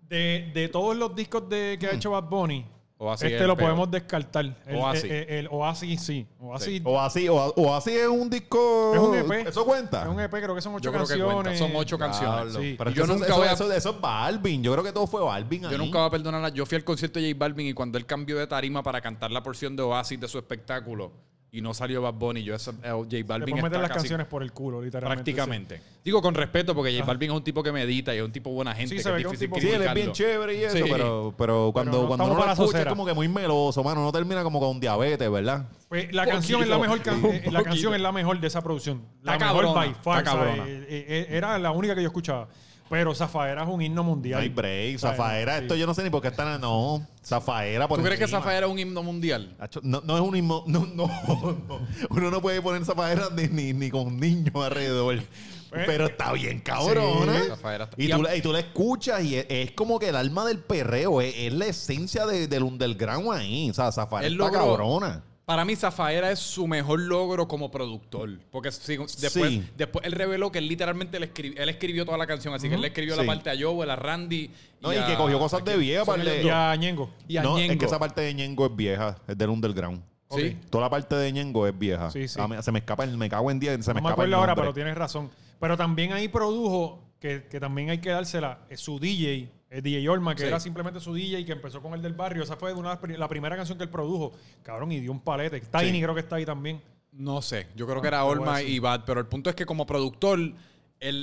S3: De, de todos los discos de, que ha hecho Bad Bunny,
S1: Oasis es
S3: este
S1: el
S3: lo
S1: peor.
S3: podemos descartar. El,
S1: Oasis.
S3: El, el- el Oasis, sí. Oasis
S2: O así, o, o así es un disco.
S3: Es un
S1: E
S3: EP.
S2: Eso cuenta.
S3: es un EP, creo que son ocho
S1: Yo creo que
S3: canciones.
S1: cuenta. Son ocho E canciones.
S2: Diablo.
S3: Sí.
S2: Pero
S1: Y
S2: es
S1: yo
S2: que eso,
S1: nunca
S2: eso-
S1: voy a-
S2: eso- eso es Balvin. Yo creo que todo fue Balvin.
S1: Yo
S2: ahí.
S1: nunca voy a perdonarla. Yo fui al concierto de J Balvin y cuando él cambió de tarima para cantar la porción de Oasis de su espectáculo y no salió Bad Bunny, yo esa, eh, J
S3: Le
S1: Balvin
S3: puedes meter
S1: está
S3: las
S1: casi-
S3: canciones por el culo, literalmente.
S1: Prácticamente. Digo con respeto porque J Balvin es un tipo que medita y es un tipo buena gente.
S3: Sí,
S1: que
S3: se
S1: es
S3: ve que es un
S1: difícil
S3: tipo-
S2: Sí, él es bien
S1: criticarlo.
S2: chévere y eso,
S1: Sí.
S2: pero, pero cuando,
S3: no
S2: cuando
S3: estamos
S2: uno
S3: para
S2: lo
S3: la
S2: escucha es
S3: socera.
S2: como que muy meloso, mano. No termina como con un diabete, ¿verdad?
S3: Pues la canción
S1: poquito,
S3: es la mejor can-
S1: un
S3: eh, la
S1: poquito.
S3: canción es la mejor de esa producción. La
S1: Está
S3: mejor
S1: cabrona,
S3: by far.
S1: está
S3: o sea,
S1: cabrona.
S3: eh, eh, era la única que yo escuchaba. Pero Zafaera es un himno
S2: No
S3: mundial.
S2: hay break.
S3: O sea,
S2: Zafaera,
S3: sí.
S2: esto yo no sé ni por qué están. No, Zafaera. Por
S1: ¿Tú crees que
S2: encima.
S1: Zafaera es un himno mundial?
S2: Hacho, No, no es un himno. No, no, no. Uno no puede poner Zafaera ni, ni, ni con niños alrededor. Pero está bien, cabrona.
S1: Sí, Zafaera está-
S2: Y tú, la- y tú la escuchas y es, es como que el alma del perreo. Es, es la esencia de- del underground ahí. O sea, Zafaera
S1: Él
S2: está
S1: logró-
S2: cabrona.
S1: Para mí, Zafaera es su mejor logro como productor. Porque si- después,
S2: Sí.
S1: después él reveló que él literalmente le escribi- él escribió toda la canción. Así que él le escribió
S2: Sí.
S1: la parte a Joel, a Randy.
S2: No, y
S1: a-
S2: que cogió cosas
S1: a-
S2: de vieja
S1: son
S2: para
S1: ellos
S2: le-
S3: Y
S1: dos.
S3: a Ñengo.
S1: Y a
S2: no, es
S1: Ñengo.
S2: que esa parte de Ñengo es vieja. Es del underground.
S1: Sí.
S3: Ok.
S2: Toda la parte de Ñengo es vieja.
S3: Sí, sí.
S2: Ah, me- se me escapa, el- me cago en día. Se me
S3: No me
S2: escapa el
S3: acuerdo ahora,
S2: nombre.
S3: pero tienes razón. Pero también ahí produjo, que, que también hay que dársela, es su DJ, el DJ Olma, que
S1: Sí.
S3: era simplemente su DJ que empezó con el del barrio. Esa fue una, de las pri- la primera canción que él produjo. Cabrón, y dio un palete. Tiny
S2: Sí.
S3: creo que está ahí también.
S1: No sé, yo creo que
S3: Ah, te
S1: era
S3: voy a
S1: Olma
S3: decir.
S1: y Bad, pero el punto es que como productor, el,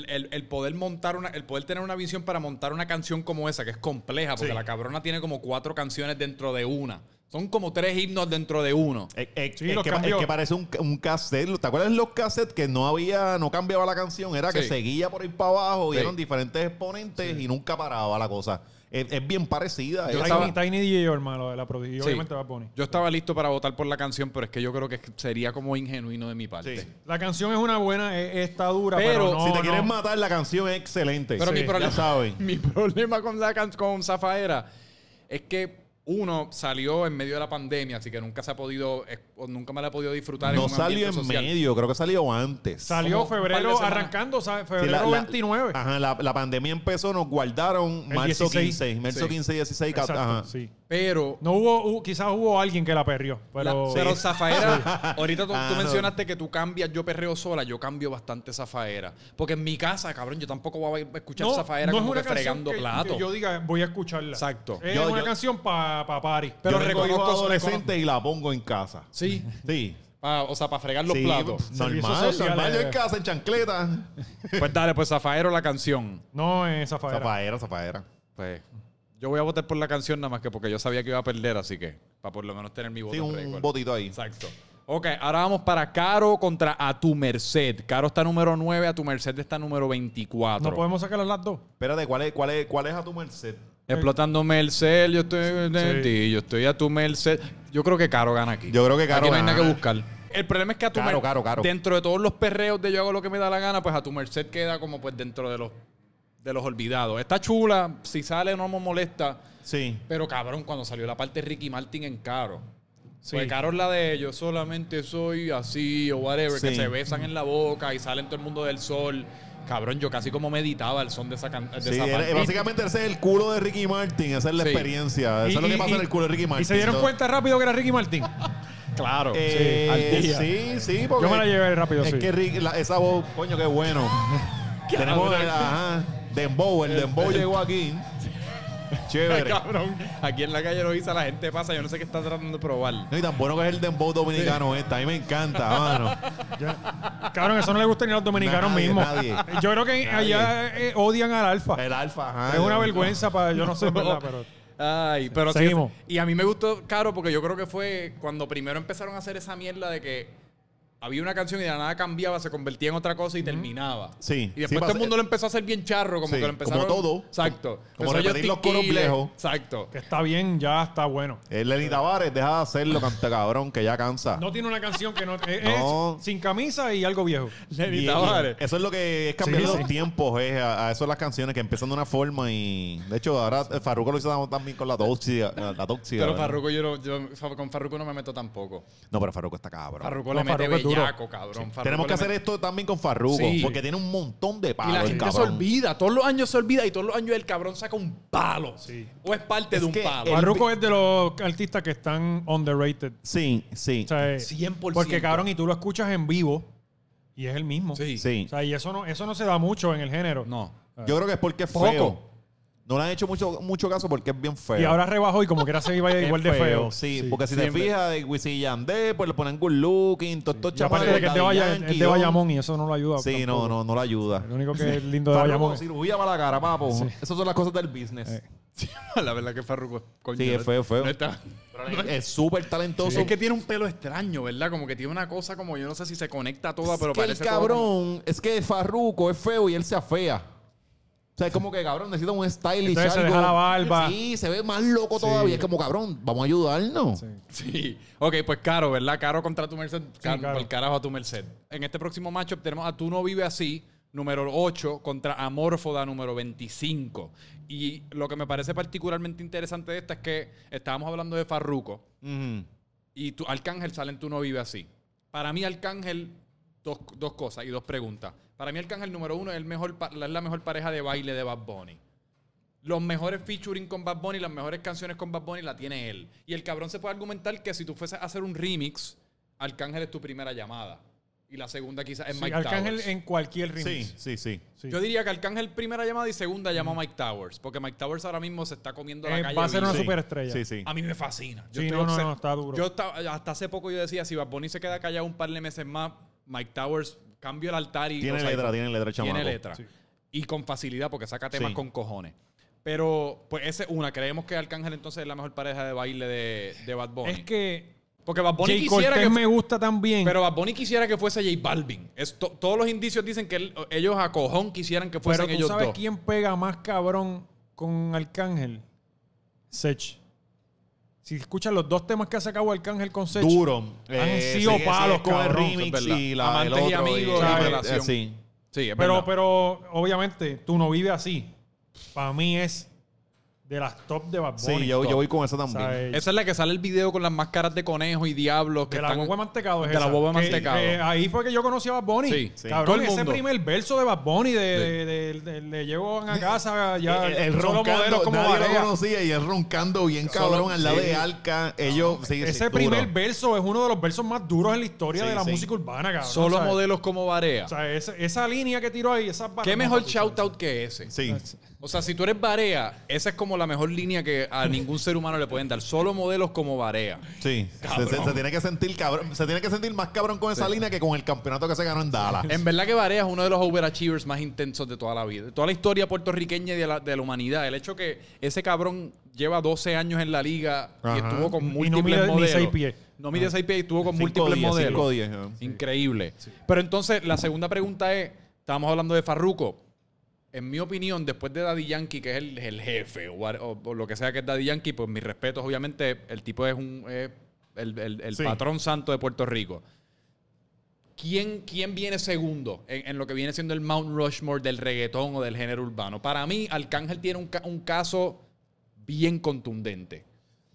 S1: el- el poder montar una, el poder tener una visión para montar una canción como esa, que es compleja, porque
S3: Sí.
S1: la cabrona tiene como cuatro canciones dentro de una. Son como tres himnos dentro de uno.
S2: Eh, eh,
S3: Sí,
S2: es,
S3: los
S2: que, pa- es
S3: cambió.
S2: que parece un, un cassette. ¿Te acuerdas los cassettes que no había, no cambiaba la canción? Era que
S1: Sí.
S2: seguía por ahí para abajo y
S1: Sí.
S2: eran diferentes exponentes y nunca paraba la cosa. Es, es bien parecida.
S1: Yo
S2: es-
S1: estaba-
S3: Tiny, Tiny DJ Olma, lo de la produjo. Y obviamente Bad Bunny.
S1: Yo estaba listo para votar por la canción, pero es que yo creo que sería como ingenuino de mi parte.
S2: Sí.
S3: La canción es una buena, e- está dura, pero,
S1: Pero
S3: no,
S2: si te
S3: no.
S2: quieres matar, la canción es excelente.
S1: Pero
S2: Sí.
S1: mi
S2: ya
S1: problema,
S2: saben.
S1: mi problema con la can- con Zafaera es que uno salió en medio de la pandemia, así que nunca se ha podido, es- o nunca me la he podido disfrutar. en
S2: No
S1: un
S2: salió
S1: ambiente
S2: en
S1: social.
S2: medio, creo que salió antes.
S3: Salió
S1: Como un par de
S3: febrero,
S1: semanas.
S3: arrancando, ¿sabes?
S2: Sí,
S3: febrero
S2: la- la-
S3: 29.
S2: Ajá, la, la pandemia empezó, nos guardaron
S3: El
S2: marzo
S3: 16.
S2: 15. Marzo
S1: Sí.
S2: 15, 16,
S3: Exacto,
S2: ajá.
S3: sí.
S1: Pero
S3: No hubo, hubo- quizás hubo alguien que la perrió, pero...
S1: La- pero
S3: Sí.
S1: Zafaera, ahorita tú, tú
S2: Ah, no.
S1: mencionaste que tú cambias, yo perreo sola, yo cambio bastante Zafaera. Porque en mi casa, cabrón, yo tampoco voy a escuchar Zafaera como que
S3: canción
S1: fregando
S3: que-
S1: plato.
S3: que yo diga, voy a escucharla.
S1: Exacto.
S3: Es
S2: Yo-
S3: una
S2: yo-
S3: canción para pa party.
S1: Pero
S2: Yo tengo hijos
S1: reconozco-
S2: adolescentes y la pongo en casa.
S1: sí,
S2: Sí.
S1: pa- o sea, para fregar los
S2: Sí,
S1: platos.
S3: pues, Servicios
S2: Normal,
S3: sociales.
S2: normal. Yo en casa, en chancleta.
S1: Pues dale, pues Zafaero la canción.
S3: no es Zafaera.
S2: Zafaera, zafaera.
S1: Pues yo voy a votar por la canción nada más que porque yo sabía que iba a perder, así que para por lo menos tener mi voto
S2: Sí,
S1: en
S2: un
S1: récord.
S2: botito ahí.
S1: Exacto. Ok, ahora vamos para Caro contra A Tu Merced. Caro está número 9, A Tu Merced está número 24.
S3: No podemos sacarlas las dos.
S2: Espérate, ¿cuál es, cuál, es, ¿cuál es a tu merced?
S1: Explotando Merced, yo estoy en ti, yo estoy a tu Merced. Yo creo que Caro gana aquí.
S2: Yo creo que Caro
S1: Aquí no hay
S2: gana.
S1: nada que buscar. El problema es que a tu
S2: Caro,
S1: Mer-
S2: Caro, Caro.
S1: dentro de todos los perreos de yo hago lo que me da la gana, pues a tu Merced queda como pues dentro de los de los olvidados. Está chula, si sale no me molesta,
S2: Sí.
S1: pero cabrón, cuando salió la parte de Ricky Martin en Caro.
S3: Sí.
S1: Pues Caro es la de ellos, solamente soy así o whatever,
S2: Sí.
S1: que se besan en la boca y salen todo el mundo del sol. Cabrón, yo casi como meditaba el son de esa, can- de
S2: Sí,
S1: esa
S2: era-
S1: parte.
S2: básicamente ese es el culo de Ricky Martin, esa es la
S1: Sí.
S2: experiencia, eso es lo que pasa en el culo de Ricky Martin.
S3: Y se dieron
S2: ¿no?
S3: cuenta rápido que era Ricky Martín.
S1: Claro.
S2: Eh,
S3: Sí, al día.
S2: sí, sí, porque
S3: Yo me la llevé rápido,
S2: Es
S3: sí.
S2: que Ricky- la- esa voz, coño, qué bueno. Tenemos el, ajá, Dembow, el
S3: Este.
S2: Dembow llegó aquí. Chévere.
S1: Cabrón, aquí en la calle Loiza la gente pasa, yo no sé qué está tratando de probar.
S2: No, y tan bueno que es el Dembow dominicano este, a mí me encanta, mano.
S3: Cabrón, eso no le gusta ni a los dominicanos
S2: Nadie,
S3: mismos.
S2: nadie.
S3: Yo creo que allá eh, odian al alfa.
S2: El alfa, ajá.
S3: es una vergüenza para... Yo no sé, en ¿verdad? Pero...
S1: Ay, pero sí,
S3: Seguimos.
S1: y a mí me gustó, Caro, porque yo creo que fue cuando primero empezaron a hacer esa mierda de que había una canción y de la nada cambiaba, se convertía en otra cosa y terminaba.
S2: Sí,
S1: Y
S2: sí
S1: después todo
S2: pasa-
S1: el mundo lo empezó a hacer bien charro, como
S2: Sí,
S1: que lo
S2: como
S1: empezaron.
S2: todo.
S1: Exacto.
S2: Como
S1: Empezó
S2: repetir los
S1: Justin
S2: coros
S1: Quiles.
S2: viejos.
S1: Exacto.
S3: Que está bien, ya está bueno.
S2: El Lenita Tavares, deja de hacerlo, canta cabrón, que ya cansa.
S3: No tiene una canción que no... Es,
S2: No.
S3: es sin camisa y algo viejo.
S1: Lenny
S2: Y- y
S1: Tavares.
S2: Eso es lo que es cambiar
S3: Sí,
S2: los
S3: sí.
S2: tiempos, es a, a eso las canciones que empiezan de una forma y de hecho ahora eh, Farruko lo hizo tam- también con la tóxica, la, la tóxica.
S1: Pero
S2: ¿verdad?
S1: Farruko yo, no- yo fa- con Farruko no me meto tampoco.
S2: No, pero Farruko está cabrón.
S1: Farruko
S3: No,
S1: le mete
S3: Farruko es duro.
S1: bellaco, cabrón. Farruko
S2: Tenemos que
S1: le
S2: hacer
S1: mete-
S2: esto también con Farruko,
S1: Sí.
S2: porque tiene un montón de
S1: Y
S2: palos.
S1: la
S2: el
S1: gente se
S2: cabrón.
S1: olvida, todos los años se olvida y todos los años el cabrón saca un palo.
S3: Sí.
S1: O es parte
S2: Es
S1: de un
S2: que
S1: palo.
S2: el-
S3: Farruko es de los artistas que están underrated.
S2: Sí, sí,
S3: O sea, eh,
S1: 100%.
S3: Porque cabrón, y tú lo escuchas en vivo y es el mismo.
S1: Sí.
S2: sí.
S3: O sea, y eso no, eso no se da mucho en el género.
S1: No.
S2: Yo creo que es porque es
S1: Poco.
S2: feo. No le han hecho mucho, mucho caso porque es bien feo.
S3: Y ahora rebajó y como quiera se iba igual de feo.
S2: Sí, porque si
S1: siempre.
S2: te fijas, de Wisin y Yandé, pues le ponen good looking, todos estos
S3: Y aparte de que es de,
S2: Daddy
S3: Vaya-
S2: Yankee,
S3: es de
S2: Don.
S3: Bayamón y eso no lo ayuda.
S2: Sí, no,
S3: tampoco.
S2: no, no le ayuda.
S3: El único que es lindo de
S2: Farruko,
S3: Bayamón.
S2: cirugía para la cara, papo. Esas son las cosas del business.
S3: Eh.
S1: Sí, la verdad que Farruko es coño,
S2: Sí, es feo, feo.
S1: no está-
S2: Es súper talentoso.
S1: Es que tiene un pelo extraño, ¿verdad? Como que tiene una cosa como yo no sé si se conecta toda,
S2: Es
S1: pero
S2: que
S1: parece
S2: el
S1: todo
S2: cabrón es que Farruko es feo y él se afea. O sea, es como que cabrón necesita un stylish.
S3: Entonces se
S2: algo.
S3: deja la barba.
S2: Sí, se ve más loco todavía. Es como cabrón, vamos a ayudarnos.
S3: Sí.
S1: como- Sí. Ok, pues Caro, ¿verdad? Caro contra tu merced. Caro,
S3: Caro.
S1: Por carajo a tu merced. En este próximo matchup tenemos a Tú no vive así, número 8, contra Amorfoda, número 25. Y lo que me parece particularmente interesante de esta es que estábamos hablando de Farruko.
S2: Ujú.
S1: Y tu, Arcángel sale en Tú no vive así. Para mí, Arcángel, dos, dos cosas y dos preguntas. Para mí, Arcángel número uno es, el mejor, pa- la- es la mejor pareja de baile de Bad Bunny. Los mejores featuring con Bad Bunny, las mejores canciones con Bad Bunny la tiene él. Y el cabrón se puede argumentar que si tú fueses a hacer un remix, Arcángel es tu primera llamada. Y la segunda quizás es
S3: Sí,
S1: Mike
S3: Arcángel
S1: Towers.
S3: en cualquier remix.
S2: Sí, sí, sí.
S3: Sí.
S1: Yo diría que Arcángel primera llamada y segunda llama a Mike Towers. Porque Mike Towers ahora mismo se está comiendo la
S3: Eh,
S1: calle.
S3: va a ser
S1: viva.
S3: una
S2: Sí,
S3: superestrella.
S2: Sí, sí.
S1: A mí me fascina.
S3: Sí,
S1: estoy
S3: no, no,
S1: obses-
S3: no, está duro.
S1: Yo estaba- hasta hace poco yo decía, si Bad Bunny se queda callado un par de meses más, Mike Towers cambio el altar y...
S2: Tiene
S1: o sea,
S2: letra, tiene letra,
S1: Tiene
S2: chamaco.
S1: letra.
S3: Sí.
S1: Y con facilidad, porque saca temas
S2: Sí.
S1: con cojones. Pero, pues esa es una. Creemos que Arcángel entonces es la mejor pareja de baile de, de Bad Bunny.
S3: Es que
S1: porque Bad Bunny
S3: Jay
S1: quisiera
S3: Cortez
S1: que...
S3: me gusta también.
S1: Pero Bad Bunny quisiera que fuese J Balvin. Es to- todos los indicios dicen que él- ellos a cojón quisieran que fuesen
S3: Pero tú
S1: ellos
S3: sabes
S1: dos.
S3: quién pega más cabrón con Arcángel. Sech. Si escuchas los dos temas que ha sacado Arcángel con Sech.
S2: Duro. Eh,
S3: Han sido palos,
S2: con el
S3: cabrón,
S2: remix
S1: eso es verdad.
S2: y la,
S1: Amantes
S2: el
S1: y
S2: otro,
S1: amigos,
S3: la
S2: eh,
S1: relación.
S2: sí.
S1: Sí, es
S3: Pero,
S1: verdad.
S3: pero obviamente tú no vives así. Para mí es de las top de Bad Bunny.
S2: Sí, yo, yo
S3: Top.
S2: voy con esa
S3: O
S2: también.
S3: sea, eh,
S1: Esa es la que sale el video con las máscaras de conejo y diablos que
S3: de la
S1: están...
S3: boba de mantecado es
S1: de la
S3: esa.
S1: boba de
S3: Que-
S1: mantecado.
S3: que ahí fue que yo conocí a Bad Bunny.
S1: Sí, sí. Todo
S3: Cabrón,
S1: el
S3: ese
S1: mundo.
S3: primer verso de Bad Bunny de, de, de- de- le llevan a casa ya
S2: el, el
S3: Eh, solo modelos
S2: roncando,
S3: como
S2: nadie lo
S3: Varela.
S2: conocía y él roncando bien cabrón al lado
S3: sí.
S2: de Alca. Ellos, sí, sí,
S3: Ese
S2: duro.
S3: primer verso es uno de los versos más duros en la historia
S2: Sí,
S3: de la
S2: sí.
S3: música urbana, cabrón.
S1: Solo
S3: O sea,
S1: modelos como Barea.
S3: O sea, esa, esa línea que tiró ahí, esas
S1: ¿Qué
S3: barras-
S1: mejor
S3: no,
S1: shout out que ese?
S2: Sí.
S3: Ah,
S1: O sea, si tú eres Barea, esa es como la mejor línea que a ningún ser humano le pueden dar. Solo modelos como Barea.
S2: Sí, se, se- se tiene que sentir cabrón, se tiene que sentir más cabrón con esa línea que con el campeonato que se ganó en Dallas.
S1: En verdad que Barea es uno de los overachievers más intensos de toda la vida. De Toda la historia puertorriqueña y de la, de la humanidad. El hecho que ese cabrón lleva 12 años en la liga y
S2: Ajá.
S1: estuvo con
S3: Y no
S1: múltiples
S3: mide ni
S1: modelos.
S3: seis pies. Ah.
S1: No mide 6 pies y estuvo con
S2: Cinco
S1: múltiples
S2: días,
S1: modelos.
S2: cinco días, ¿no?
S1: Increíble. Pero entonces, la segunda pregunta es: estábamos hablando de Farruko. En mi opinión, después de Daddy Yankee, que es el, el jefe, o, o- o lo que sea que es Daddy Yankee, pues mis respetos, obviamente, el tipo es un es el, el- el
S2: Sí.
S1: patrón santo de Puerto Rico. ¿Quién, quién viene segundo en, en lo que viene siendo el Mount Rushmore del reggaetón o del género urbano? Para mí, Arcángel tiene un, ca- un caso bien contundente.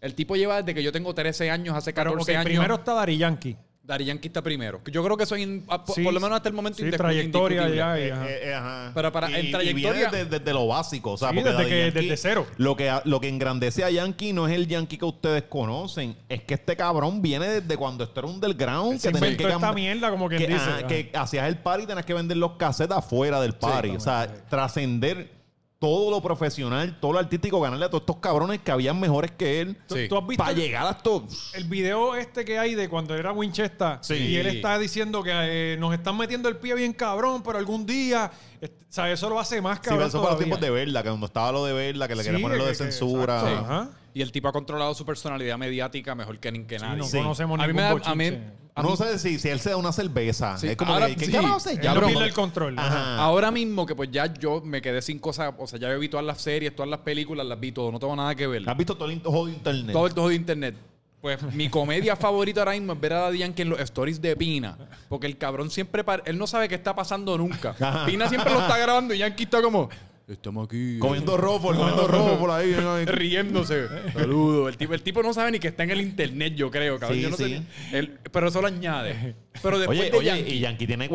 S1: El tipo lleva desde que yo tengo 13 años, hace
S3: Pero
S1: 14
S3: porque
S1: años.
S3: primero está Dari Yankee.
S1: Dari Yankee está primero. Yo creo que eso es, in- a- por,
S3: Sí,
S1: por lo menos hasta el momento,
S3: sí,
S1: indiscu-
S3: trayectoria
S1: indiscutible.
S3: ya.
S2: Eh,
S3: ajá.
S2: eh, ajá.
S1: Pero para- en
S2: y,
S1: trayectoria-
S2: y viene desde, desde lo básico, o sea,
S3: Sí,
S2: porque
S3: desde
S2: Daddy
S3: que-
S2: Yankee-
S3: desde cero.
S2: Lo que, lo que engrandece a Yankee no es el Yankee que ustedes conocen, es que este cabrón viene desde cuando esto era underground, que
S3: Se
S2: tenían que
S3: inventó esta
S2: cambiar-
S3: mierda, como quien
S2: que,
S3: dice. ah.
S2: ajá,
S3: ajá.
S2: que hacías el party y tenías que vender los cassettes afuera del party. o sea, trascender todo lo profesional, todo lo artístico, ganarle a todos estos cabrones que habían mejores que él
S1: Sí.
S3: ¿Tú has visto
S2: para
S3: el-
S2: llegar a estos.
S3: El video este que hay de cuando era Winchester
S2: Sí.
S3: y él está diciendo que eh, nos están metiendo el pie bien cabrón, pero algún día, este, o sea, eso lo hace más
S2: Sí, pero
S3: cabrón.
S2: eso fue los
S3: todavía.
S2: tiempos de Verla, que cuando estaba lo de Verla, que le
S3: Sí,
S2: querían poner lo de
S3: que- que-
S2: censura.
S3: exacto.
S2: Ajá.
S3: Ajá.
S1: Y el tipo ha controlado su personalidad mediática mejor que, ni- que
S3: Sí,
S1: nadie.
S3: no
S2: Sí.
S3: conocemos
S1: A mí me
S3: ningún
S1: da- a
S3: bochinche.
S1: mí- A
S2: No sé si, si él se da una cerveza.
S1: Sí,
S2: es como
S1: ahora
S2: que, ¿qué
S1: sí.
S2: carajo se
S1: Él
S3: Él
S2: llama?
S3: no
S1: Cabrón.
S3: pierde el control.
S2: Ajá.
S1: Ahora mismo que pues ya yo me quedé sin cosas, o sea, ya yo vi todas las series, todas las películas, las vi todo, no tengo nada que ver.
S2: ¿Has visto todo el in- juego de internet?
S1: Todo el todo de internet. Pues mi comedia favorita ahora mismo es ver a Daddy Yankee en los stories de Pina. Porque el cabrón siempre, par- él no sabe qué está pasando nunca. Pina siempre lo está grabando y Yankee está como, estamos aquí.
S2: Comiendo rojo, comiendo rojo por ahí. ¿no?
S1: riéndose. Saludo. El tipo, el tipo no sabe ni que está en el internet, yo creo, cabrón.
S2: Sí,
S1: Yo no sé
S2: sí.
S1: ni- el- pero eso lo añade. Pero después
S2: Oye,
S1: de
S2: oye,
S1: Yankee-
S2: y Yankee tiene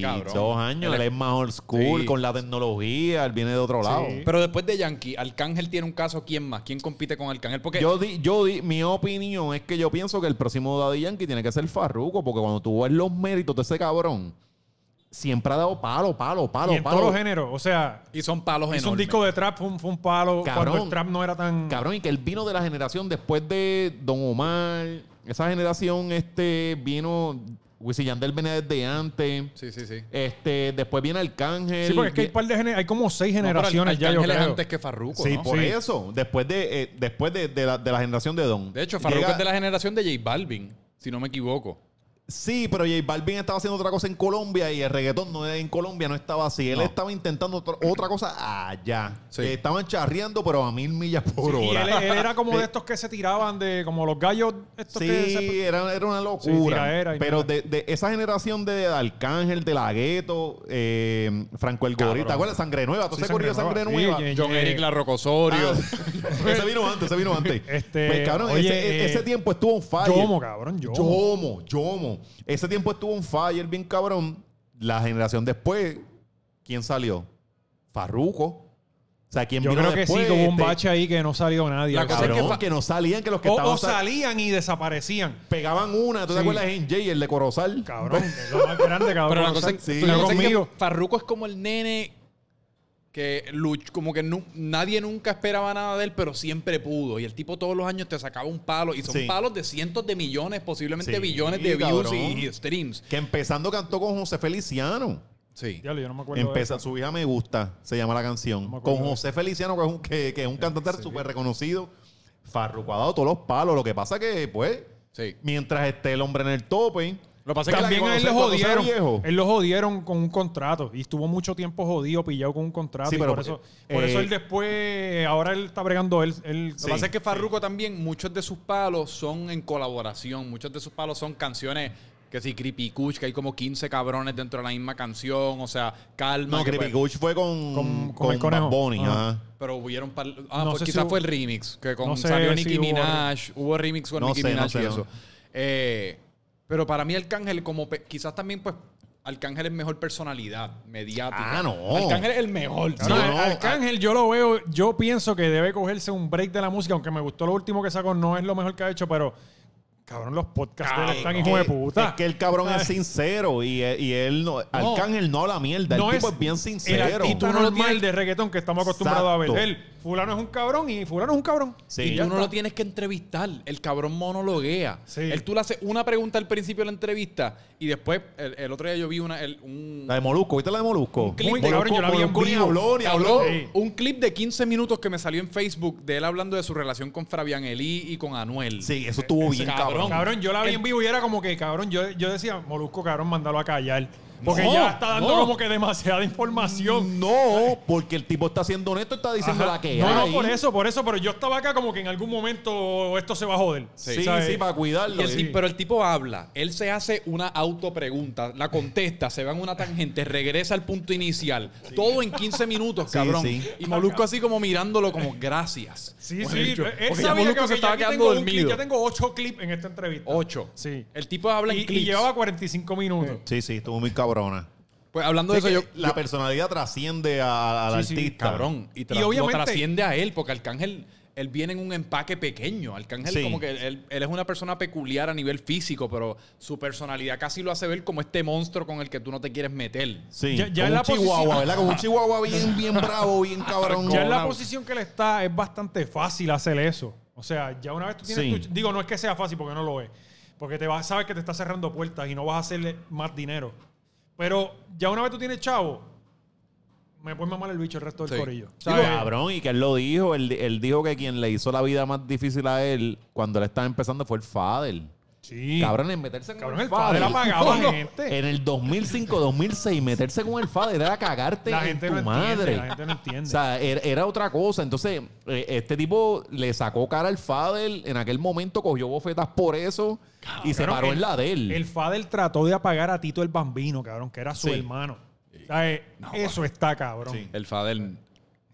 S2: 42
S1: cabrón.
S2: años,
S1: Él
S2: él
S1: es-
S2: es más old school,
S1: Sí.
S2: con la tecnología, él viene de otro lado.
S1: Pero después de Yankee, Arcángel tiene un caso. ¿Quién más? ¿Quién compite con Arcángel? Porque
S2: Yo di, yo di, mi opinión es que yo pienso que el próximo Daddy Yankee tiene que ser Farruko, porque cuando tú ves los méritos de ese cabrón, siempre ha dado palo, palo,
S3: y
S2: palo,
S3: en
S2: palo.
S3: todos los géneros. O sea,
S1: y son palos
S3: hizo
S1: enormes.
S3: un disco de trap, fue un, fue un palo. Cuando
S2: Cabrón.
S3: el trap no era tan.
S2: Cabrón, y que él vino de la generación después de Don Omar. Esa generación este vino Wisin y Yandel viene desde antes.
S1: Sí, sí, sí.
S2: Este, después viene Arcángel.
S3: Sí, porque es que hay, par de gene- hay como seis generaciones ya, yo
S1: Arcángel es
S3: creo.
S1: antes que Farruko,
S2: Sí,
S1: ¿no?
S2: por
S3: Sí.
S2: eso. Después de, eh, después de, de la, de la generación de Don.
S1: De hecho, Farruko
S2: Llega-
S1: es de la generación de J Balvin, si no me equivoco.
S2: Sí, pero J Balvin estaba haciendo otra cosa en Colombia y el reggaetón no era en Colombia, no estaba así. Él
S1: No.
S2: estaba intentando otra- otra cosa allá.
S1: Sí.
S2: Que estaban charreando, pero a mil millas por
S3: Y
S2: hora.
S3: él, él era como de estos que se tiraban de como los gallos estos que
S2: Sí,
S3: se-
S2: era, era una
S3: Sí,
S2: locura.
S3: tiraera y
S2: pero
S3: nada.
S2: de, de esa generación de Arcángel, de la Gueto, eh, Franco el Gorila, ¿te acuerdas? Sangre Nueva, tú
S3: Sí,
S2: se corrió Sangre
S3: Sangre
S2: Nueva.
S3: Nueva. Sí, Eh,
S1: John
S3: eh,
S1: Eric Larrocosorio.
S2: Ah, ese vino antes, ese vino antes.
S3: Este,
S2: Pues, cabrón,
S3: oye,
S2: ese,
S3: eh,
S2: ese tiempo estuvo un fire.
S3: Yomo, cabrón, yomo.
S2: Yomo, Yomo. Ese tiempo estuvo un fire bien cabrón. La generación después, ¿quién salió? Farruco. O sea, ¿quién
S3: Yo
S2: vino
S3: creo que
S2: después?
S3: sí, que hubo un
S2: Este,
S3: bache ahí que no salió nadie.
S1: La cosa es
S3: cabrón.
S2: Cabrón,
S1: que
S2: que,
S1: fa-
S2: no salían, que los que
S3: o,
S2: estaban
S3: o salían y desaparecían.
S2: pegaban una. ¿Tú te
S3: Sí.
S2: acuerdas de NJ, el de Corozal?
S3: Cabrón, es lo más grande, cabrón.
S1: Pero la
S3: O
S1: cosa
S3: sea,
S1: es,
S2: sí.
S1: pero la
S3: Pero
S1: cosa es
S3: conmigo.
S1: que Farruko es como el nene que luch- como que nu- nadie nunca esperaba nada de él, pero siempre pudo. Y el tipo todos los años te sacaba un palo. Y son
S2: Sí.
S1: palos de cientos de millones, posiblemente
S2: Sí,
S1: billones de views
S2: cabrón.
S1: y, y streams.
S2: Que empezando cantó con José Feliciano.
S1: Sí.
S3: Diablo, yo no me acuerdo. de
S2: Empieza, su hija me gusta, se llama la canción.
S3: No me acuerdo
S2: con
S3: de
S2: José Feliciano, que es un, que, que es un cantante súper reconocido. Farruko ha dado todos los palos. Lo que pasa que, pues,
S1: Sí.
S2: mientras esté el hombre en el tope.
S1: Lo que pasa es que
S3: También
S2: cuando
S3: a él
S2: se-
S3: lo
S2: cuando sea
S3: jodieron.
S2: viejo.
S3: Él lo jodieron con un contrato. Y estuvo mucho tiempo jodido, pillado con un contrato.
S2: Sí,
S3: y
S2: pero
S3: por eso,
S2: porque-
S3: por eso
S2: eh,
S3: él después. Ahora él está bregando él. él
S1: Lo que pasa es que Farruko también, muchos de sus palos son en colaboración. Muchos de sus palos son canciones que si Creepy Kush, que hay como 15 cabrones dentro de la misma canción. O sea, calma.
S2: No,
S1: que
S2: Creepy
S1: pues-
S2: Coach fue con,
S3: Con-
S2: con,
S3: con el conejo.
S2: Bad Bunny,
S3: Ajá.
S2: ajá.
S1: Pero hubieron par- Ah,
S3: No
S1: pues
S3: sé
S1: quizás
S3: si hubo-
S1: fue el remix, que con
S3: no sé
S1: salió
S3: si
S1: Nicki
S3: hubo
S1: Minaj, hubo remix con
S2: No
S1: Nicki
S2: sé, no
S1: Minaj
S2: sé,
S1: y
S2: no.
S1: eso. Eh, pero para mí Arcángel, como pe- quizás también, pues, Arcángel es mejor personalidad mediática.
S2: Ah, no.
S1: Arcángel es el mejor.
S3: No,
S2: Sí,
S1: ¿sabes?
S2: no,
S3: Arcángel, yo lo veo. Yo pienso que debe cogerse un break de la música. Aunque me gustó lo último que sacó, no es lo mejor que ha hecho, pero. Cabrón, los podcasts de él están hijo de
S2: Que-
S3: puta.
S2: Es que el cabrón
S3: Ay.
S2: es sincero y, y él no. Arcángel no habla mierda.
S3: No
S2: el tipo
S3: es-
S2: es bien
S3: el
S2: sincero.
S3: artista
S1: Tú no lo
S3: normal
S1: tienes-
S3: de reggaetón que estamos acostumbrados a ver.
S2: Exacto.
S3: Él, fulano es un cabrón y fulano es un cabrón.
S2: Sí.
S1: y
S3: ya
S1: tú no
S3: está.
S1: lo tienes que entrevistar. El cabrón monologuea.
S3: Sí.
S1: Él, tú le haces una pregunta al principio de la entrevista y después, el, el otro día yo vi una, el- un,
S2: La de Molusco, ¿viste la de Molusco?
S1: clip.
S2: Molusco-
S3: Cabrón, yo la vi en
S2: Molusco ni
S3: vivo.
S2: habló, ni habló.
S1: Habló
S3: Sí.
S1: un clip de 15 minutos que me salió en Facebook de él hablando de su relación con Fabián Elí y con Anuel.
S2: Sí, eso estuvo bien,
S1: cabrón.
S2: cabrón.
S3: Cabrón, yo la vi
S1: El-
S3: en vivo y era como que, cabrón, yo, yo decía, Molusco, cabrón, mándalo a callar. Porque
S1: No,
S3: ya está dando
S1: no. Mm,
S3: como que demasiada información.
S2: No, porque el tipo está siendo honesto, está diciendo
S3: Ajá.
S2: la que
S3: no,
S2: hay.
S3: no, por eso, por eso, pero yo estaba acá como que en algún momento esto se va a joder.
S2: Sí,
S3: ¿sabes?
S2: sí, para
S1: Y
S2: cuidarlo.
S1: el ti- pero el tipo habla, él se hace una autopregunta, la contesta, se va en una tangente, regresa al punto inicial. Todo en 15 minutos,
S2: Sí,
S1: cabrón.
S2: sí.
S1: Y Molusco así como mirándolo como gracias.
S3: Sí,
S1: Bueno,
S3: sí,
S1: dicho,
S3: él
S1: porque ya
S3: sabía que
S1: Molusco
S3: ok,
S1: se
S3: ya
S1: estaba
S3: aquí
S1: quedando
S3: tengo un clip,
S1: dormido.
S3: ya tengo ocho clips en esta entrevista.
S1: Ocho.
S3: Sí.
S1: El tipo habla en
S3: Y, y
S1: clips.
S3: llevaba 45 minutos.
S2: Sí, sí, estuvo muy cabrona.
S1: Pues hablando de
S2: Sí,
S1: eso,
S2: que
S1: yo,
S2: la personalidad trasciende a- al
S3: Sí, sí,
S2: artista.
S1: Cabrón. Y, tra-
S3: Y
S1: lo
S3: obviamente-
S1: trasciende a él, porque Arcángel, él viene en un empaque pequeño. Arcángel,
S2: Sí.
S1: como que él, él es una persona peculiar a nivel físico, pero su personalidad casi lo hace ver como este monstruo con el que tú no te quieres meter.
S2: Sí,
S3: Ya- ya
S2: con
S3: en la
S2: un chihuahua,
S3: posición-
S2: ¿verdad? Con un chihuahua bien, bien bravo, bien cabrón.
S3: Ya en la
S2: Con-
S3: posición que él está es bastante fácil hacer eso. O sea, ya una vez tú tienes
S2: Sí.
S3: tu- Digo, no es que sea fácil porque no lo es. Porque te vas, sabes que te está cerrando puertas y no vas a hacerle más dinero. Pero ya una vez tú tienes chavo, me puedes mamar el bicho el resto del
S1: Sí.
S3: corillo.
S2: Sí,
S3: ¿Sabes?
S2: cabrón, y que él lo dijo. Él, él dijo que quien le hizo la vida más difícil a él cuando él estaba empezando fue el Fader.
S3: Sí.
S2: Cabrón, en meterse con
S3: Cabrón,
S2: el,
S3: el padre
S2: Fader.
S3: apagaba
S1: No, no.
S3: gente.
S2: En el 2005, 2006, meterse con el Fader era cagarte
S3: La
S2: en
S3: gente,
S2: tu
S3: no
S2: madre.
S3: entiende, la gente no
S2: O
S3: entiende.
S2: sea, era, era otra cosa. Entonces, eh, este tipo le sacó cara al Fadel. En aquel momento cogió bofetas por eso y se
S3: Cabrón,
S2: paró
S3: el-
S2: en la de él.
S3: El Fadel trató de apagar a Tito el Bambino, cabrón, que era su
S2: Sí.
S3: hermano. ¿Sabes? eso está, cabrón.
S2: Sí.
S1: El Fader.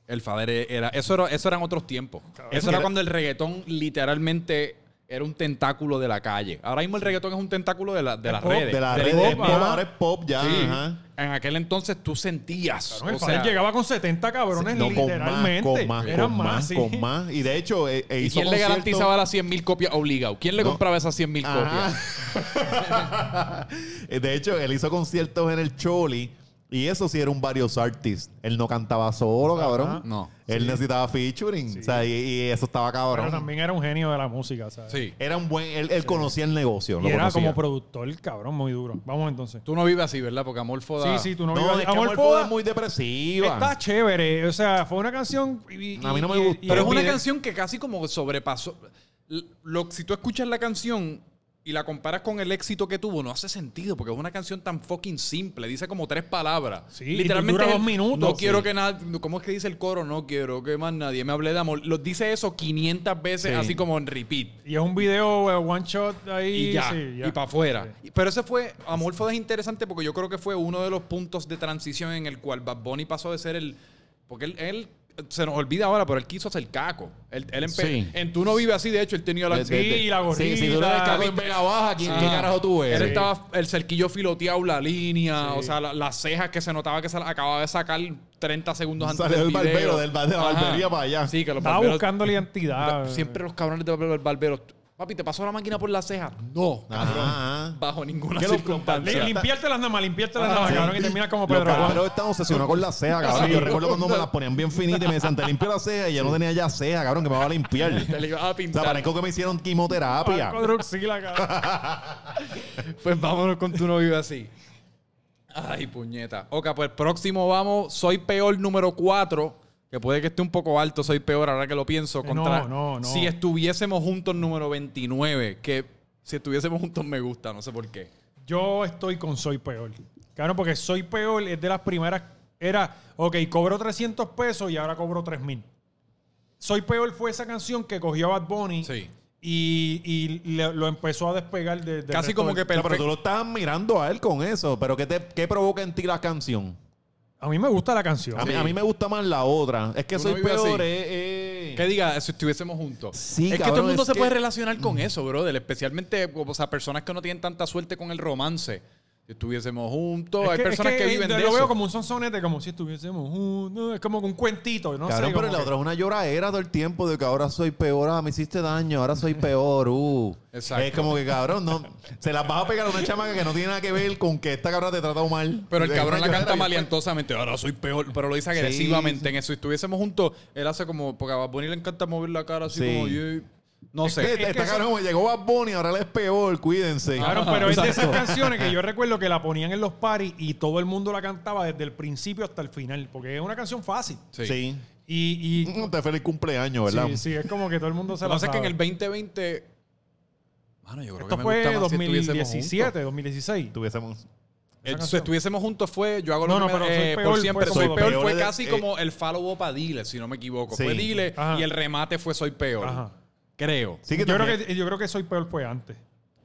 S1: El Fader era. Eso, era, eso eran otros tiempos. Eso era cuando el reggaetón literalmente era un tentáculo de la calle. Ahora mismo el reggaetón es un tentáculo de, la- de
S3: El
S1: las
S3: pop,
S1: redes.
S2: de la
S1: del
S2: red
S1: hip
S2: de
S1: hop.
S2: pop,
S3: ajá.
S2: ahora es pop ya.
S1: Sí.
S2: ajá.
S1: En aquel entonces tú sentías.
S3: Cabrón, el
S1: o sea,
S3: Fadel llegaba con 70 cabrones
S2: No, con más,
S3: literalmente.
S2: con más,
S3: Eran
S2: con
S3: más,
S2: más,
S3: sí.
S2: con más. Y de hecho, eh, eh,
S1: ¿Y
S2: hizo
S1: quién le
S2: concierto-
S1: garantizaba las 100 mil copias obligado? ¿Quién le
S2: No.
S1: compraba esas 100 mil
S2: Ajá.
S1: copias?
S2: de hecho, él hizo conciertos en el Choli. Y eso sí era un varios artists. Él no cantaba solo, cabrón.
S1: No.
S2: Él necesitaba featuring. O sea, y, y eso estaba
S3: Pero
S2: cabrón.
S3: también era un genio de la música, ¿sabes?
S1: Sí.
S2: Era un buen. Él, él conocía el negocio.
S3: Y
S2: lo
S3: era
S2: conocía.
S3: como productor, cabrón, muy duro. Vamos entonces.
S1: Tú no vives así, ¿verdad? Porque Amorfo da...
S3: Sí, sí, tú no,
S2: No,
S3: vives-
S2: es que
S3: Amor
S2: Amor
S3: Foda
S2: Foda es muy depresiva.
S3: Está chévere. O sea, fue una canción. y- y-
S2: A mí no me
S3: y- y-
S2: gustó.
S1: Pero
S3: y-
S1: es una
S3: y-
S1: canción que casi como sobrepasó. L- Lo, si tú escuchas la canción y la comparas con el éxito que tuvo, no hace sentido porque es una canción tan fucking simple. Dice como tres palabras.
S3: Sí, y dura
S1: es el,
S3: dos minutos.
S1: No
S3: Sí.
S1: quiero que nada. ¿Cómo es que dice el coro? No quiero que más nadie me hable de amor. Los dice eso 500 veces,
S2: Sí.
S1: así como en repeat.
S3: Y es un video eh, one shot ahí.
S1: Y ya,
S3: sí, ya.
S1: y para afuera. Pero ese fue, Amorfo es interesante porque yo creo que fue uno de los puntos de transición en el cual Bad Bunny pasó de ser el. Porque él, él- se nos olvida ahora, pero él quiso ser caco. Él, él empe-
S2: Sí.
S1: En Tú no vives así, de hecho, él tenía la.
S2: De- de- de-
S3: Sí, la
S2: Sí, si tú le
S3: gorrita.
S2: das caco en Vega Baja, ¿quién, ¿qué
S1: Ah.
S2: carajo tú
S1: Él
S2: eres?
S1: estaba el cerquillo filoteado, la línea,
S3: Sí.
S1: o sea, la- las cejas que se notaba que se las acababa de sacar 30 segundos antes
S2: Salió
S1: del
S2: el barbero
S1: video.
S2: del bar- de la
S1: Ajá.
S2: barbería para allá.
S1: Sí, que los
S3: Estaba
S1: barberos-
S3: buscando la identidad.
S1: Siempre los cabrones del barbero. Papi, ¿te pasó la máquina por la ceja? No,
S2: Ajá.
S1: bajo ninguna
S2: Que los
S1: circunstancia.
S3: Li- Limpiarte las nada limpiarte las nada
S2: Ah, Sí.
S3: cabrón, y terminas como
S2: Los
S3: Pedro
S2: cabros
S3: Juan.
S2: están obsesionados con las cejas, cabrón. Yo recuerdo cuando me las ponían bien finitas y me decían, te limpio la ceja y yo no tenía ya ceja, cabrón, que me va a limpiar.
S1: Te la
S2: o
S1: iba a
S2: sea,
S1: pintar.
S2: parezco que me hicieron quimioterapia.
S3: Paco Druxila, cabrón.
S1: Pues vámonos con tu novio así. Ay, puñeta. Ok, pues próximo vamos. Soy peor número 4. Que puede que esté un poco alto, soy peor ahora que lo pienso.
S3: No,
S1: Contra
S3: no, no.
S1: Si estuviésemos juntos número 29. Que si estuviésemos juntos me gusta, no sé por qué.
S3: Yo estoy con Soy Peor. Claro, porque Soy Peor es de las primeras. Era, ok, cobro 300 pesos y ahora cobro 3000. Soy Peor fue esa canción que cogió a Bad Bunny
S1: Sí.
S3: y, y le- lo empezó a despegar de. del
S1: Casi
S3: resto
S1: como
S3: del-
S1: que
S2: No, pero tú
S1: perfecto.
S2: lo estabas mirando a él con eso. Pero ¿qué, te, qué provoca en ti la canción?
S3: A mí me gusta la canción.
S2: A mí,
S1: Sí.
S2: a mí me gusta más la otra. Es que
S1: Uno
S2: soy
S1: vive
S2: peor.
S1: así.
S2: eh, eh.
S1: Que diga, si estuviésemos juntos.
S2: Sí,
S1: es que
S2: cabrón,
S1: todo el mundo
S2: es
S1: se
S2: que-
S1: puede relacionar con eso, brother. Especialmente, o sea, personas que no tienen tanta suerte con el romance. Si estuviésemos juntos,
S3: Es
S1: hay
S3: es
S1: personas que,
S3: eh,
S1: viven de
S3: Lo
S1: eso.
S3: veo como un sonsonete, como si estuviésemos juntos. Es como un cuentito, no
S2: Cabrón, pero
S3: sé. como
S2: la
S3: que-
S2: otra es una lloradera todo el tiempo de que ahora soy peor, ah, me hiciste daño, ahora soy peor, uh.
S1: Exacto.
S2: Es como que cabrón, no, se las vas a pegar a una chamaca que no tiene nada que ver con que esta cabrón te trató mal.
S1: Pero el
S2: Es
S1: cabrón
S2: una
S1: la canta
S2: lloradera,
S1: maleantosamente. Ahora soy peor. Pero lo dice
S2: Sí,
S1: agresivamente
S2: sí.
S1: en eso. Si estuviésemos juntos, él hace como. Porque a Bad Bunny le encanta mover la cara así
S2: Sí.
S1: como. "Yeah". No
S2: yo-
S1: sé.
S2: Esta,
S3: es que
S2: esta
S3: eso-
S2: cabrón llegó a Bunny, ahora él es peor, cuídense.
S3: Claro,
S1: Ajá,
S3: pero es de esas
S2: exacto.
S3: canciones que yo recuerdo que la ponían en los paris y todo el mundo la cantaba desde el principio hasta el final, porque es una canción fácil.
S1: Sí.
S2: Sí.
S3: Y, y-
S2: Mm, Te feliz cumpleaños, ¿verdad?
S3: sí, sí, es como que todo el mundo se
S1: Lo que
S3: la
S1: pasa es que en
S3: sabe.
S1: el 2020. Mano, yo creo
S3: Esto
S1: que me
S3: fue
S1: gusta más si estuviésemos
S3: 2017, 2016.
S2: Tuviésemos.
S1: juntos. Eh,
S3: esa
S1: si
S3: canción.
S1: estuviésemos juntos fue. Yo hago
S3: No,
S1: lo
S3: no,
S1: que
S3: pero
S1: me-
S3: Soy
S1: eh,
S3: Peor
S1: por
S3: fue
S1: siempre.
S3: como
S1: Soy
S3: dos.
S1: peor fue
S2: Peores de-
S1: casi
S2: eh.
S1: como el follow-up a Dile, si no me equivoco. Fue
S2: Sí.
S1: Dile
S3: Ajá.
S1: y el remate fue Soy Peor.
S3: Ajá.
S1: Creo.
S2: Sí
S3: yo,
S2: que también-
S3: creo que, yo creo que Soy Peor fue antes,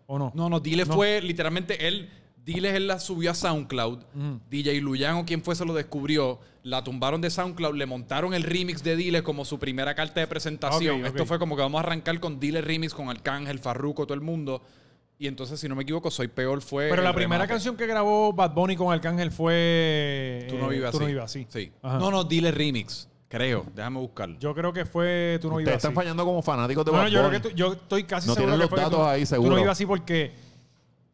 S3: ¿o no?
S1: No, no, Dile
S3: No.
S1: fue literalmente él. Diles él la subió a SoundCloud.
S3: Mm.
S1: DJ Luyan o quien fuese lo descubrió. La tumbaron de SoundCloud, le montaron el remix de Dile como su primera carta de presentación.
S3: Ok, ok.
S1: Esto fue como que vamos a arrancar con Dile Remix, con Arcángel, Farruko, todo el mundo. Y entonces, si no me equivoco, Soy Peor fue.
S3: Pero la
S1: el
S3: primera
S1: remate.
S3: canción que grabó Bad Bunny con Arcángel fue...
S1: Tú no
S3: eh,
S1: vives así.
S3: Tú no vives así.
S1: Sí.
S3: Ajá.
S1: No, no, Dile Remix. Creo. Déjame buscarlo.
S3: Yo creo que fue Tú no
S2: Ustedes
S3: vives así.
S2: están fallando como fanáticos de
S3: No, no,
S2: Bad
S3: yo creo
S2: Bunny.
S3: que tú- yo estoy casi
S2: No
S3: seguro
S2: tienen
S3: que
S2: los
S3: fue que
S2: datos
S3: tú-
S2: ahí,
S3: Tú
S2: seguro.
S3: no ibas así porque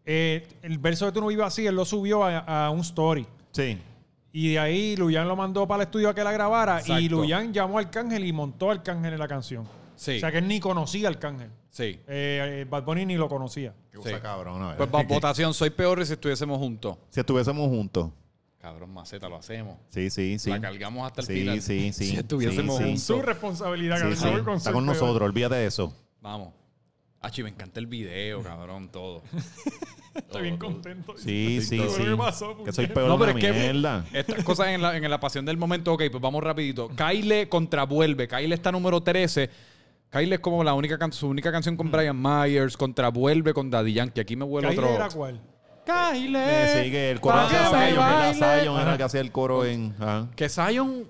S3: eh, el verso de Tú no ibas así, él lo subió a, a un story.
S2: Sí.
S3: Y de ahí Luyan lo mandó para el estudio a que la grabara. Y
S1: Exacto.
S3: Luyan llamó al Arcángel y montó al Arcángel en la canción.
S1: Sí.
S3: O sea que él ni conocía al Arcángel.
S1: Sí.
S3: Eh, eh, Bad Bunny ni lo conocía.
S2: Qué cosa
S1: Sí.
S2: cabrona, ¿verdad?
S1: Pues va, votación, Soy Peor y si estuviésemos juntos.
S2: Si estuviésemos juntos.
S1: Cabrón, maceta, lo hacemos.
S2: Sí, sí, sí.
S1: La cargamos hasta el
S2: Sí,
S1: final.
S2: sí, sí.
S1: Si estuviésemos
S2: Sí, sí.
S1: juntos.
S3: Su responsabilidad,
S2: Sí,
S3: cabrón,
S2: sí.
S3: yo voy con
S2: Está
S3: Soy
S2: con
S3: Peor.
S2: nosotros, olvídate de eso.
S1: Vamos. Achi, me encanta el video, cabrón, todo.
S3: Estoy bien contento.
S2: Sí, sí,
S3: Todo
S2: sí.
S3: lo que pasó,
S2: que soy
S3: puñeta.
S2: peor
S1: No,
S2: una
S1: pero es que-
S2: mierda.
S1: Estas cosas en la, en la pasión del momento, ok, pues vamos rapidito. Kyle contravuelve. Kyle está número 13. Kyle es como la única can- su única canción con Brian Myers, contravuelve con Daddy Yankee. Aquí me vuelve
S3: Mm. Kyle
S1: otro.
S3: era cuál?
S1: Kyle.
S2: Eh, sí, que el coro
S1: pa'
S2: hacía
S1: que me
S2: Zion, ¿verdad?
S1: baile.
S2: Zion era el que hacía el coro en... ajá.
S1: Que Zion.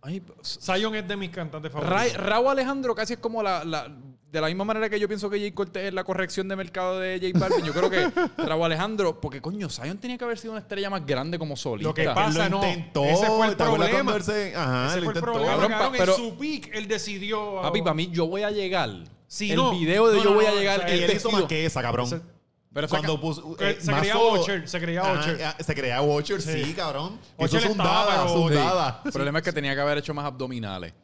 S1: Ay,
S3: Zion es de mis cantantes
S1: Ra-
S3: favoritos.
S1: Raúl Alejandro casi es como la, la- De la misma manera que yo pienso que Jay Cortez es la corrección de mercado de Jay Balvin, yo creo que Raúl Alejandro, porque coño, Zion tenía que haber sido una estrella más grande como solista.
S3: Lo que pasa-
S2: Él lo
S3: no.
S2: intentó.
S3: Ese fue el
S2: ¿te acuerdas
S3: problema.
S2: cuando él se- Ajá,
S3: Ese
S2: lo
S3: fue el
S2: intentó.
S3: problema,
S1: Cabrón,
S3: cabrón.
S1: pa- pero-
S3: en su pick él decidió...
S1: Papi, para mí, yo voy a llegar.
S3: Sí,
S1: el
S3: no.
S1: video de
S3: No,
S1: yo
S3: no,
S1: voy a
S3: no, o
S1: llegar.
S3: sea,
S2: Y
S1: el
S2: él hizo
S1: vestido.
S2: más que esa, cabrón.
S3: Ese-
S1: Pero esa
S2: Cuando
S1: ca-
S2: puso, eh,
S3: que se creía Watcher, se creía
S2: Ah,
S3: Watcher.
S2: ah, se creía Watcher, sí,
S3: Sí.
S2: cabrón. Y
S3: Watcher
S2: eso es un
S3: estaba,
S2: dada,
S3: pero-
S2: es un
S1: Sí.
S2: dada.
S1: El problema es que tenía que haber hecho más abdominales.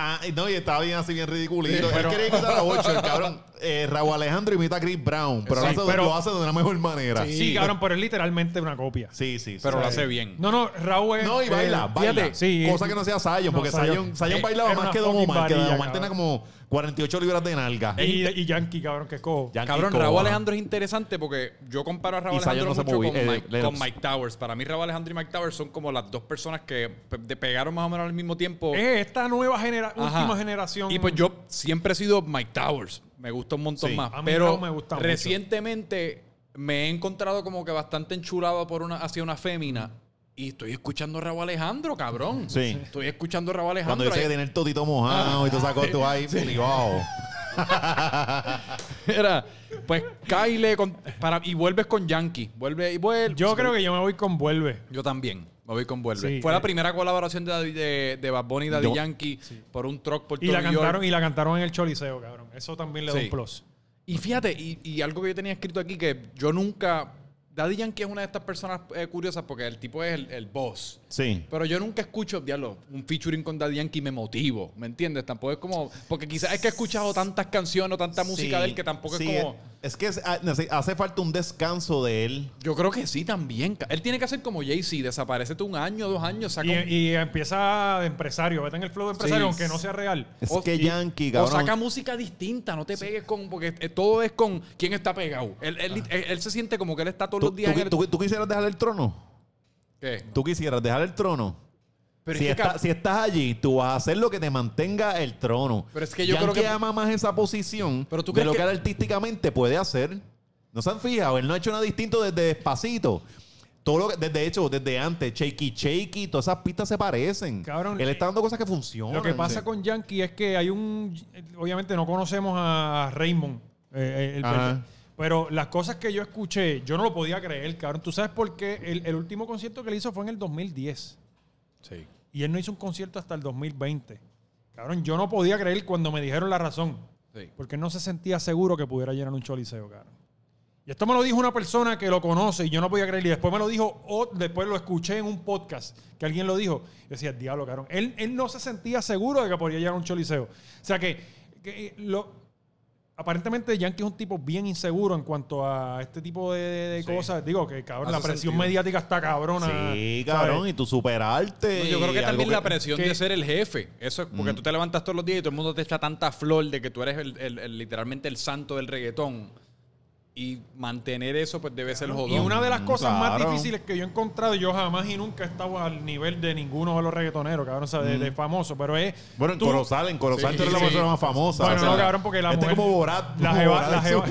S2: Ah, y no, y estaba bien así, bien ridiculito.
S3: Sí, pero-
S2: Él quería imitar a Watcher, cabrón. Eh, Raúl Alejandro imita a Chris Brown, pero,
S3: Sí,
S2: lo, hace,
S3: pero-
S2: lo hace de una mejor manera.
S3: Sí,
S2: Sí,
S3: cabrón, pero es literalmente una copia.
S2: sí, sí.
S1: Pero lo
S2: sí.
S1: hace bien.
S3: No, no, Raúl es-
S2: No, y baila,
S3: eh,
S2: baila.
S1: fíjate,
S3: sí,
S2: Cosa
S3: eh,
S2: que no sea Zion,
S3: no,
S2: porque
S3: Zion.
S2: Zion, Zion
S3: Eh,
S2: bailaba
S3: era
S2: más
S3: una
S2: que Don
S3: fucking
S2: Omar, que Don
S3: varilla,
S2: Omar tenía
S3: cabrón.
S2: como 48 libras de nalga.
S3: Y, y Yankee, cabrón, que cojo.
S2: Yankee
S1: Cabrón,
S2: Cobra.
S1: Raúl Alejandro es interesante porque yo comparo a Raúl
S2: Y Zion
S1: Alejandro
S2: no se
S1: mucho
S2: movía,
S1: con,
S2: eh,
S1: Mike,
S2: Lennox.
S1: con Mike Towers. Para mí, Raúl Alejandro y Mike Towers son como las dos personas que pe- de- pegaron más o menos al mismo tiempo.
S3: Es esta nueva genera
S1: Ajá.
S3: última generación.
S1: Y pues yo siempre he sido Mike Towers. Me gusta un montón
S2: Sí.
S1: más.
S3: A mí
S1: Pero
S3: Raúl me gusta mucho.
S1: recientemente me he encontrado como que bastante enchulado por una, hacia una fémina. Y estoy escuchando a Raúl Alejandro, cabrón.
S2: Sí.
S1: Estoy escuchando a Raúl
S2: Cuando
S1: Alejandro.
S2: dice que tiene el totito mojado y te sacó tu ahí, y wow.
S1: Era, pues Kyle con- para, y vuelves con Yankee. Vuelve y vuelve.
S3: Yo creo que yo me voy con Vuelve.
S1: Yo también. Me voy con Vuelve.
S3: Sí,
S1: Fue la
S3: eh.
S1: primera colaboración de, Daddy- de, de Bad Bunny y Daddy
S2: Yo-
S1: Yankee por un truck por
S3: Y
S1: todo
S3: la,
S1: New York.
S3: cantaron, y la cantaron en el Choliseo, cabrón. Eso también le da
S1: Sí.
S3: un plus.
S1: Y fíjate, y, y algo que yo tenía escrito aquí que yo nunca. Daddy Yankee es una de estas personas eh, curiosas porque el tipo es el, el boss.
S2: Sí.
S1: Pero yo nunca escucho, diablo, un featuring con Daddy Yankee y me motivo, ¿me entiendes? Tampoco es como. Porque quizás es que he escuchado tantas canciones o tanta música
S2: Sí,
S1: de él que tampoco
S2: sí, eh.
S1: es como.
S2: Es que es- ah, nece- hace falta un descanso de él.
S1: Yo creo que sí también. ca- Él tiene que hacer como Jay-Z, desaparecete un año, dos años, saca
S3: Y,
S1: un-
S3: y empieza de empresario. Vete en el flow de empresario,
S1: Sí.
S3: aunque no sea real.
S2: Es
S1: O-
S2: que
S1: y-
S2: Yankee,
S1: O
S2: cabrón.
S1: saca música distinta, no te pegues con. Porque eh, todo es con quién está pegado. Él, él- él- él se siente como que él está todos
S2: Ah. ¿Tú,
S1: los días
S2: tú-
S1: en el.
S2: tú- tú quisieras dejar el trono?
S1: ¿Qué?
S2: ¿Tú quisieras dejar el trono?
S1: Pero
S2: si,
S1: es que,
S2: está-
S1: cab-
S2: si estás allí, tú vas a hacer lo que te mantenga el trono.
S1: Pero es que yo
S2: Yankee
S1: creo que-
S2: ama más esa posición
S1: Pero tú
S2: de
S1: crees
S2: lo que,
S1: que-
S2: él artísticamente puede hacer. ¿No se han fijado? Él no ha hecho nada distinto desde Despacito. Todo lo que, desde hecho, desde antes, Shaky Shaky, todas esas pistas se parecen.
S3: Cabrón,
S2: él está dando cosas que funcionan.
S3: Lo que pasa con Yankee es que hay un. Obviamente no conocemos a Raymond. eh, eh, el-
S2: Ajá.
S3: pero las cosas que yo escuché, yo no lo podía creer, cabrón. Tú sabes por qué el, el último concierto que él hizo fue en el 2010.
S1: Sí.
S3: Y él no hizo un concierto hasta el 2020. Cabrón, yo no podía creer cuando me dijeron la razón.
S1: Sí.
S3: Porque no se sentía seguro que pudiera llenar un choliseo, cabrón. Y esto me lo dijo una persona que lo conoce y yo no podía creer. Y después me lo dijo, o- después lo escuché en un podcast que alguien lo dijo. Yo decía, diablo, cabrón. Él, él no se sentía seguro de que podía llenar un choliseo. O sea que, que eh, lo, aparentemente Yankee es un tipo bien inseguro en cuanto a este tipo de, de cosas. Digo que, cabrón,
S1: Hace
S3: la presión
S1: sentido.
S3: mediática está cabrona.
S2: Sí,
S3: ¿sabes?
S2: cabrón, y tú superarte.
S1: No, yo creo que
S2: y
S1: también
S2: algo
S1: la presión
S3: Eh, que- Mm.
S1: de ser el jefe. Eso es porque tú te levantas todos los días y todo el mundo te echa tanta flor de que tú eres el- el- el- literalmente el santo del reggaetón. Y mantener eso, pues debe ser jodón.
S3: Y una de las cosas más
S2: Claro.
S3: difíciles que yo he encontrado, yo jamás y nunca he estado al nivel de ninguno de los reggaetoneros, cabrón, o sea, de, de famoso, pero es.
S2: Bueno, en
S3: tú-
S2: Corozal, en Corozal
S1: Sí,
S2: tú eres la
S1: sí.
S2: persona más famosa.
S3: Bueno,
S2: o sea,
S3: no, cabrón, porque la
S2: este
S3: mujer-
S2: como Borat.
S3: La
S2: como
S3: jeva,
S2: Borat,
S3: la, jeva-
S2: su-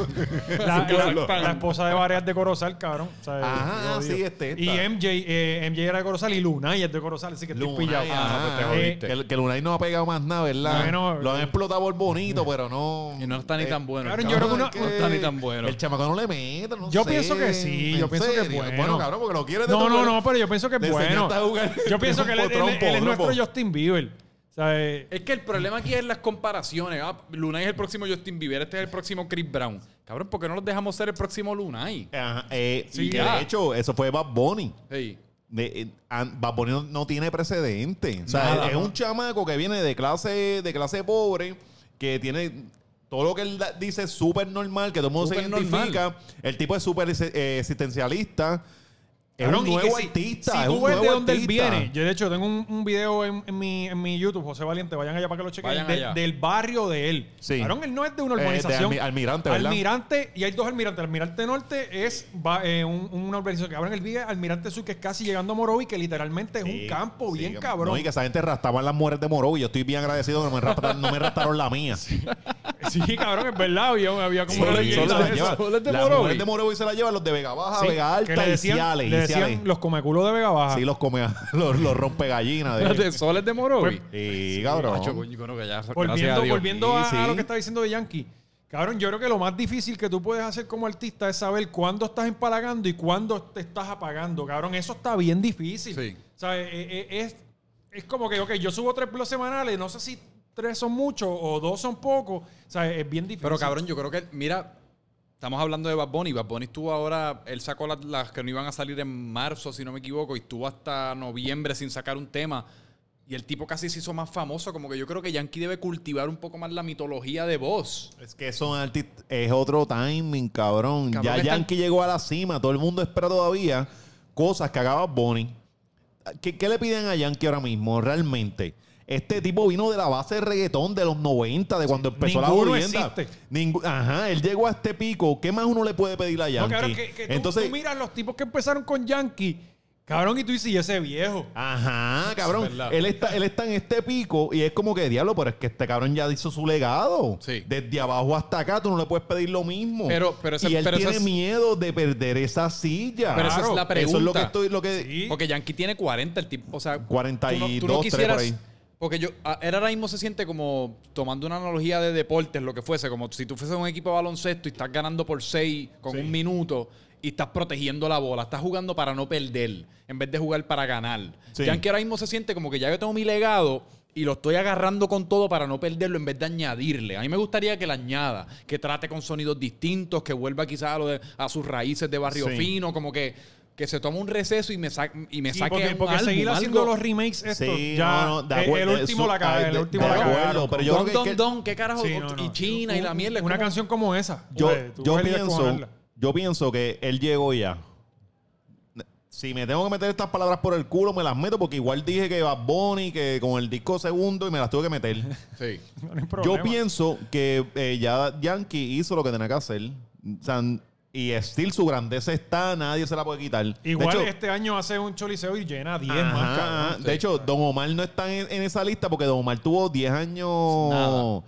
S3: la-
S2: su pueblo.
S3: la- la esposa de Varias de Corozal, cabrón. o sea,
S2: Ajá,
S3: yo digo.
S2: sí, este, esta.
S3: Y MJ, eh, MJ era de Corozal y Lunay es de Corozal, así que estoy
S2: Lunay,
S3: pillado.
S2: ah, pues te
S3: Eh,
S1: jodiste.
S2: Que, el- que Lunay no ha pegado más nada, ¿verdad?
S3: Bueno,
S2: lo han
S3: eh,
S2: explotado por bonito, pero no.
S1: Y no está ni
S2: eh,
S1: tan bueno.
S3: cabrón,
S1: el
S3: yo creo
S1: cabrón.
S3: que una-
S1: no está ni tan bueno.
S2: El chamaco no le mete, no
S3: Yo
S2: sé.
S3: pienso que sí,
S2: ¿En
S3: yo pienso que es
S2: serio?
S3: bueno.
S2: cabrón, porque lo quieres de
S3: No,
S2: tu-
S3: no, no, pero yo pienso que es
S2: Le
S3: bueno.
S2: enseñaste a jugar.
S3: Yo pienso que él, él-
S2: Trompo,
S3: él- él es
S2: trompo.
S3: nuestro Justin Bieber. O sea, eh,
S1: Es que el problema aquí es las comparaciones. Ah, Lunay es el próximo Justin Bieber, este es el próximo Chris Brown. Cabrón, ¿por qué no los dejamos ser el próximo Lunay?
S2: Ajá, eh,
S1: Sí,
S2: y que
S1: ya.
S2: de hecho, eso fue Bad Bunny.
S1: Sí.
S2: De, eh, an- Bad Bunny no, no tiene precedente. O sea,
S1: Nada,
S2: es
S1: ¿no?
S2: un chamaco que viene de clase, de clase pobre, que tiene todo lo que él da- dice es súper normal, que todo el mundo se
S1: Súper
S2: identifica.
S1: normal.
S2: El tipo es súper ex- eh, existencialista. Es
S3: Cabrón,
S2: un
S3: y que
S2: nuevo
S3: si-
S2: artista.
S3: Si
S2: es
S3: tú
S2: un
S3: ves
S2: nuevo
S3: de dónde él
S2: artista.
S3: viene, yo de hecho tengo un, un video en, en mi, en mi YouTube, José Valiente, vayan allá para que lo chequen,
S1: Vayan
S3: de-
S1: allá.
S3: del barrio de él.
S2: Sí.
S3: Cabrón, él no es de una
S2: Eh, de
S3: urbanización.
S2: Almi- Almirante, ¿verdad?
S3: Almirante, y hay dos almirantes. Almirante Norte es va- eh, un- una urbanización. Cabrón, él vive Almirante Sur, que es casi llegando a Morovi, que literalmente es
S2: Sí,
S3: un campo
S2: sí,
S3: bien
S2: que-
S3: cabrón.
S2: No, y que esa gente rastaban las mujeres de Moro y yo estoy bien agradecido que no me rastaron, no me rastaron la mía.
S3: Sí, cabrón, es verdad, había, había como
S1: Solo-
S3: una
S1: Sí,
S2: se
S1: solo
S2: las
S3: leyenda de
S1: eso.
S2: lleva-
S3: esas.
S1: Solo es de
S2: las
S1: Morovi.
S2: mujeres de Morovi se las lleva los de Vega Baja,
S3: Sí,
S2: Vega
S3: que
S2: Alta,
S3: le decían,
S2: iniciales,
S3: le decían
S2: iniciales.
S3: los comeculos de Vega Baja.
S2: Sí, los come, los, los rompe gallinas.
S1: Las
S2: De...
S1: de Soles de Morovi.
S2: Sí, cabrón.
S1: Macho, coño, bueno, que ya, gracias
S3: Volviendo,
S1: a Dios.
S3: volviendo a,
S2: Sí,
S3: a
S2: sí.
S3: lo que está diciendo de Yankee. Cabrón, yo creo que lo más difícil que tú puedes hacer como artista es saber cuándo estás empalagando y cuándo te estás apagando. Cabrón, eso está bien difícil.
S1: Sí.
S3: O sea, eh, eh, es, es como que, ok, yo subo tres blogs semanales, no sé si tres son muchos o dos son pocos. O sea, es bien difícil.
S1: Pero cabrón, yo creo que, mira, Estamos hablando de Bad Bunny. Bad Bunny estuvo ahora, él sacó las, las que no iban a salir en marzo, si no me equivoco, y estuvo hasta noviembre sin sacar un tema. Y el tipo casi se hizo más famoso. Como que yo creo que Yankee debe cultivar un poco más la mitología de voz.
S2: Es que son artistas, es otro timing, cabrón.
S1: Cabrón,
S2: ya
S1: están-
S2: Yankee llegó a la cima, todo el mundo espera todavía cosas que haga Bonnie. ¿Qué, qué le piden a Yankee ahora mismo, realmente? Este tipo vino de la base de reggaetón de los 90, de cuando empezó la
S3: Ninguno
S2: jodienda.
S3: existe.
S2: Ningú- Ajá, él llegó a este pico. ¿Qué más uno le puede pedir a Yankee?
S3: No, cabrón, que, que tú-
S2: Entonces,
S3: tú, miras los tipos que empezaron con Yankee, cabrón, y tú dices, y ese viejo.
S2: Ajá, cabrón.
S1: Es verdad.
S2: él, está, él está en este pico y es como que, diablo, pero es que este cabrón ya hizo su legado.
S1: Sí.
S2: Desde abajo hasta acá tú no le puedes pedir lo mismo.
S1: Pero- pero ese-
S2: y él
S1: pero ese
S2: tiene
S1: es-
S2: miedo de perder esa silla.
S1: Pero esa es la
S2: Eso es lo
S1: pregunta.
S2: que estoy... Lo que,
S3: Sí.
S1: Porque Yankee tiene 40, el tipo. O sea,
S2: 42,
S1: tú no, tú no
S2: 3 por
S1: quisieras.
S2: ahí.
S1: Porque yo, a- él ahora mismo se siente como tomando una analogía de deportes, lo que fuese, como si tú fueses un equipo de baloncesto y estás ganando por 6 con un minuto y estás protegiendo la bola, estás jugando para no perder en vez de jugar para ganar.
S2: Sí.
S1: Yankee ahora mismo se siente como que ya yo tengo mi legado y lo estoy agarrando con todo para no perderlo en vez de añadirle. A mí me gustaría que le añada, que trate con sonidos distintos, que vuelva quizás a, lo de- a sus raíces de barrio
S2: Sí.
S1: fino, como que, que se tome un receso y me, sa- y me
S3: Sí,
S1: saque
S3: porque,
S1: un
S3: porque
S1: álbum,
S3: seguir haciendo
S1: algo.
S3: los remakes estos,
S2: Sí,
S3: ya e,
S2: no, no, de
S3: el- el,
S2: acuerdo,
S3: último
S2: eso-
S3: la caga,
S2: ah,
S3: el
S2: de-
S3: último
S2: de
S3: la
S2: acuerdo,
S3: cagaron.
S2: pero yo
S1: don,
S2: creo que-
S1: don,
S2: que-
S1: don, qué carajo.
S3: Sí, no,
S1: y
S3: no.
S1: China y la
S3: Un-
S1: mierda. es
S3: Una
S1: como-
S3: canción como esa.
S2: Yo,
S3: güey, tú
S2: yo
S3: coges y
S2: pienso,
S3: descojonarla.
S2: yo pienso que él llegó ya. Si me tengo que meter estas palabras por el culo, me las meto porque igual dije que Bad Bunny, que con el disco segundo y me las tuve que meter.
S1: Sí.
S3: No, no hay
S2: Yo
S3: problema.
S2: pienso que eh, ya Yankee hizo lo que tenía que hacer. O sea, y Steel, su grandeza está, nadie se la puede quitar.
S3: Igual
S2: de hecho,
S3: este año hace un choliseo y llena 10
S2: ajá,
S3: más, cabrón.
S2: de hecho, Don Omar no está en, en esa lista porque Don Omar tuvo 10 años.
S1: Nada.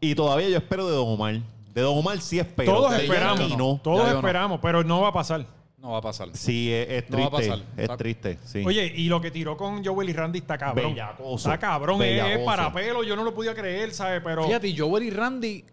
S2: Y todavía yo espero de Don Omar. De Don Omar sí espero.
S3: todos
S2: de
S3: esperamos,
S2: Yankee no.
S1: Ya
S3: todos
S1: yo no.
S3: esperamos, pero no va a pasar.
S1: No va a pasar.
S2: Sí, es, es
S1: No va a
S2: triste.
S1: pasar. Está-
S2: es triste, sí.
S3: Oye, y lo que tiró con Joel y Randy está cabrón.
S2: Bellacoso.
S3: Está cabrón, es- es
S2: Bellacoso.
S3: para pelo, yo no lo podía creer, ¿sabes? Pero
S1: Fíjate, y Joel y Randy,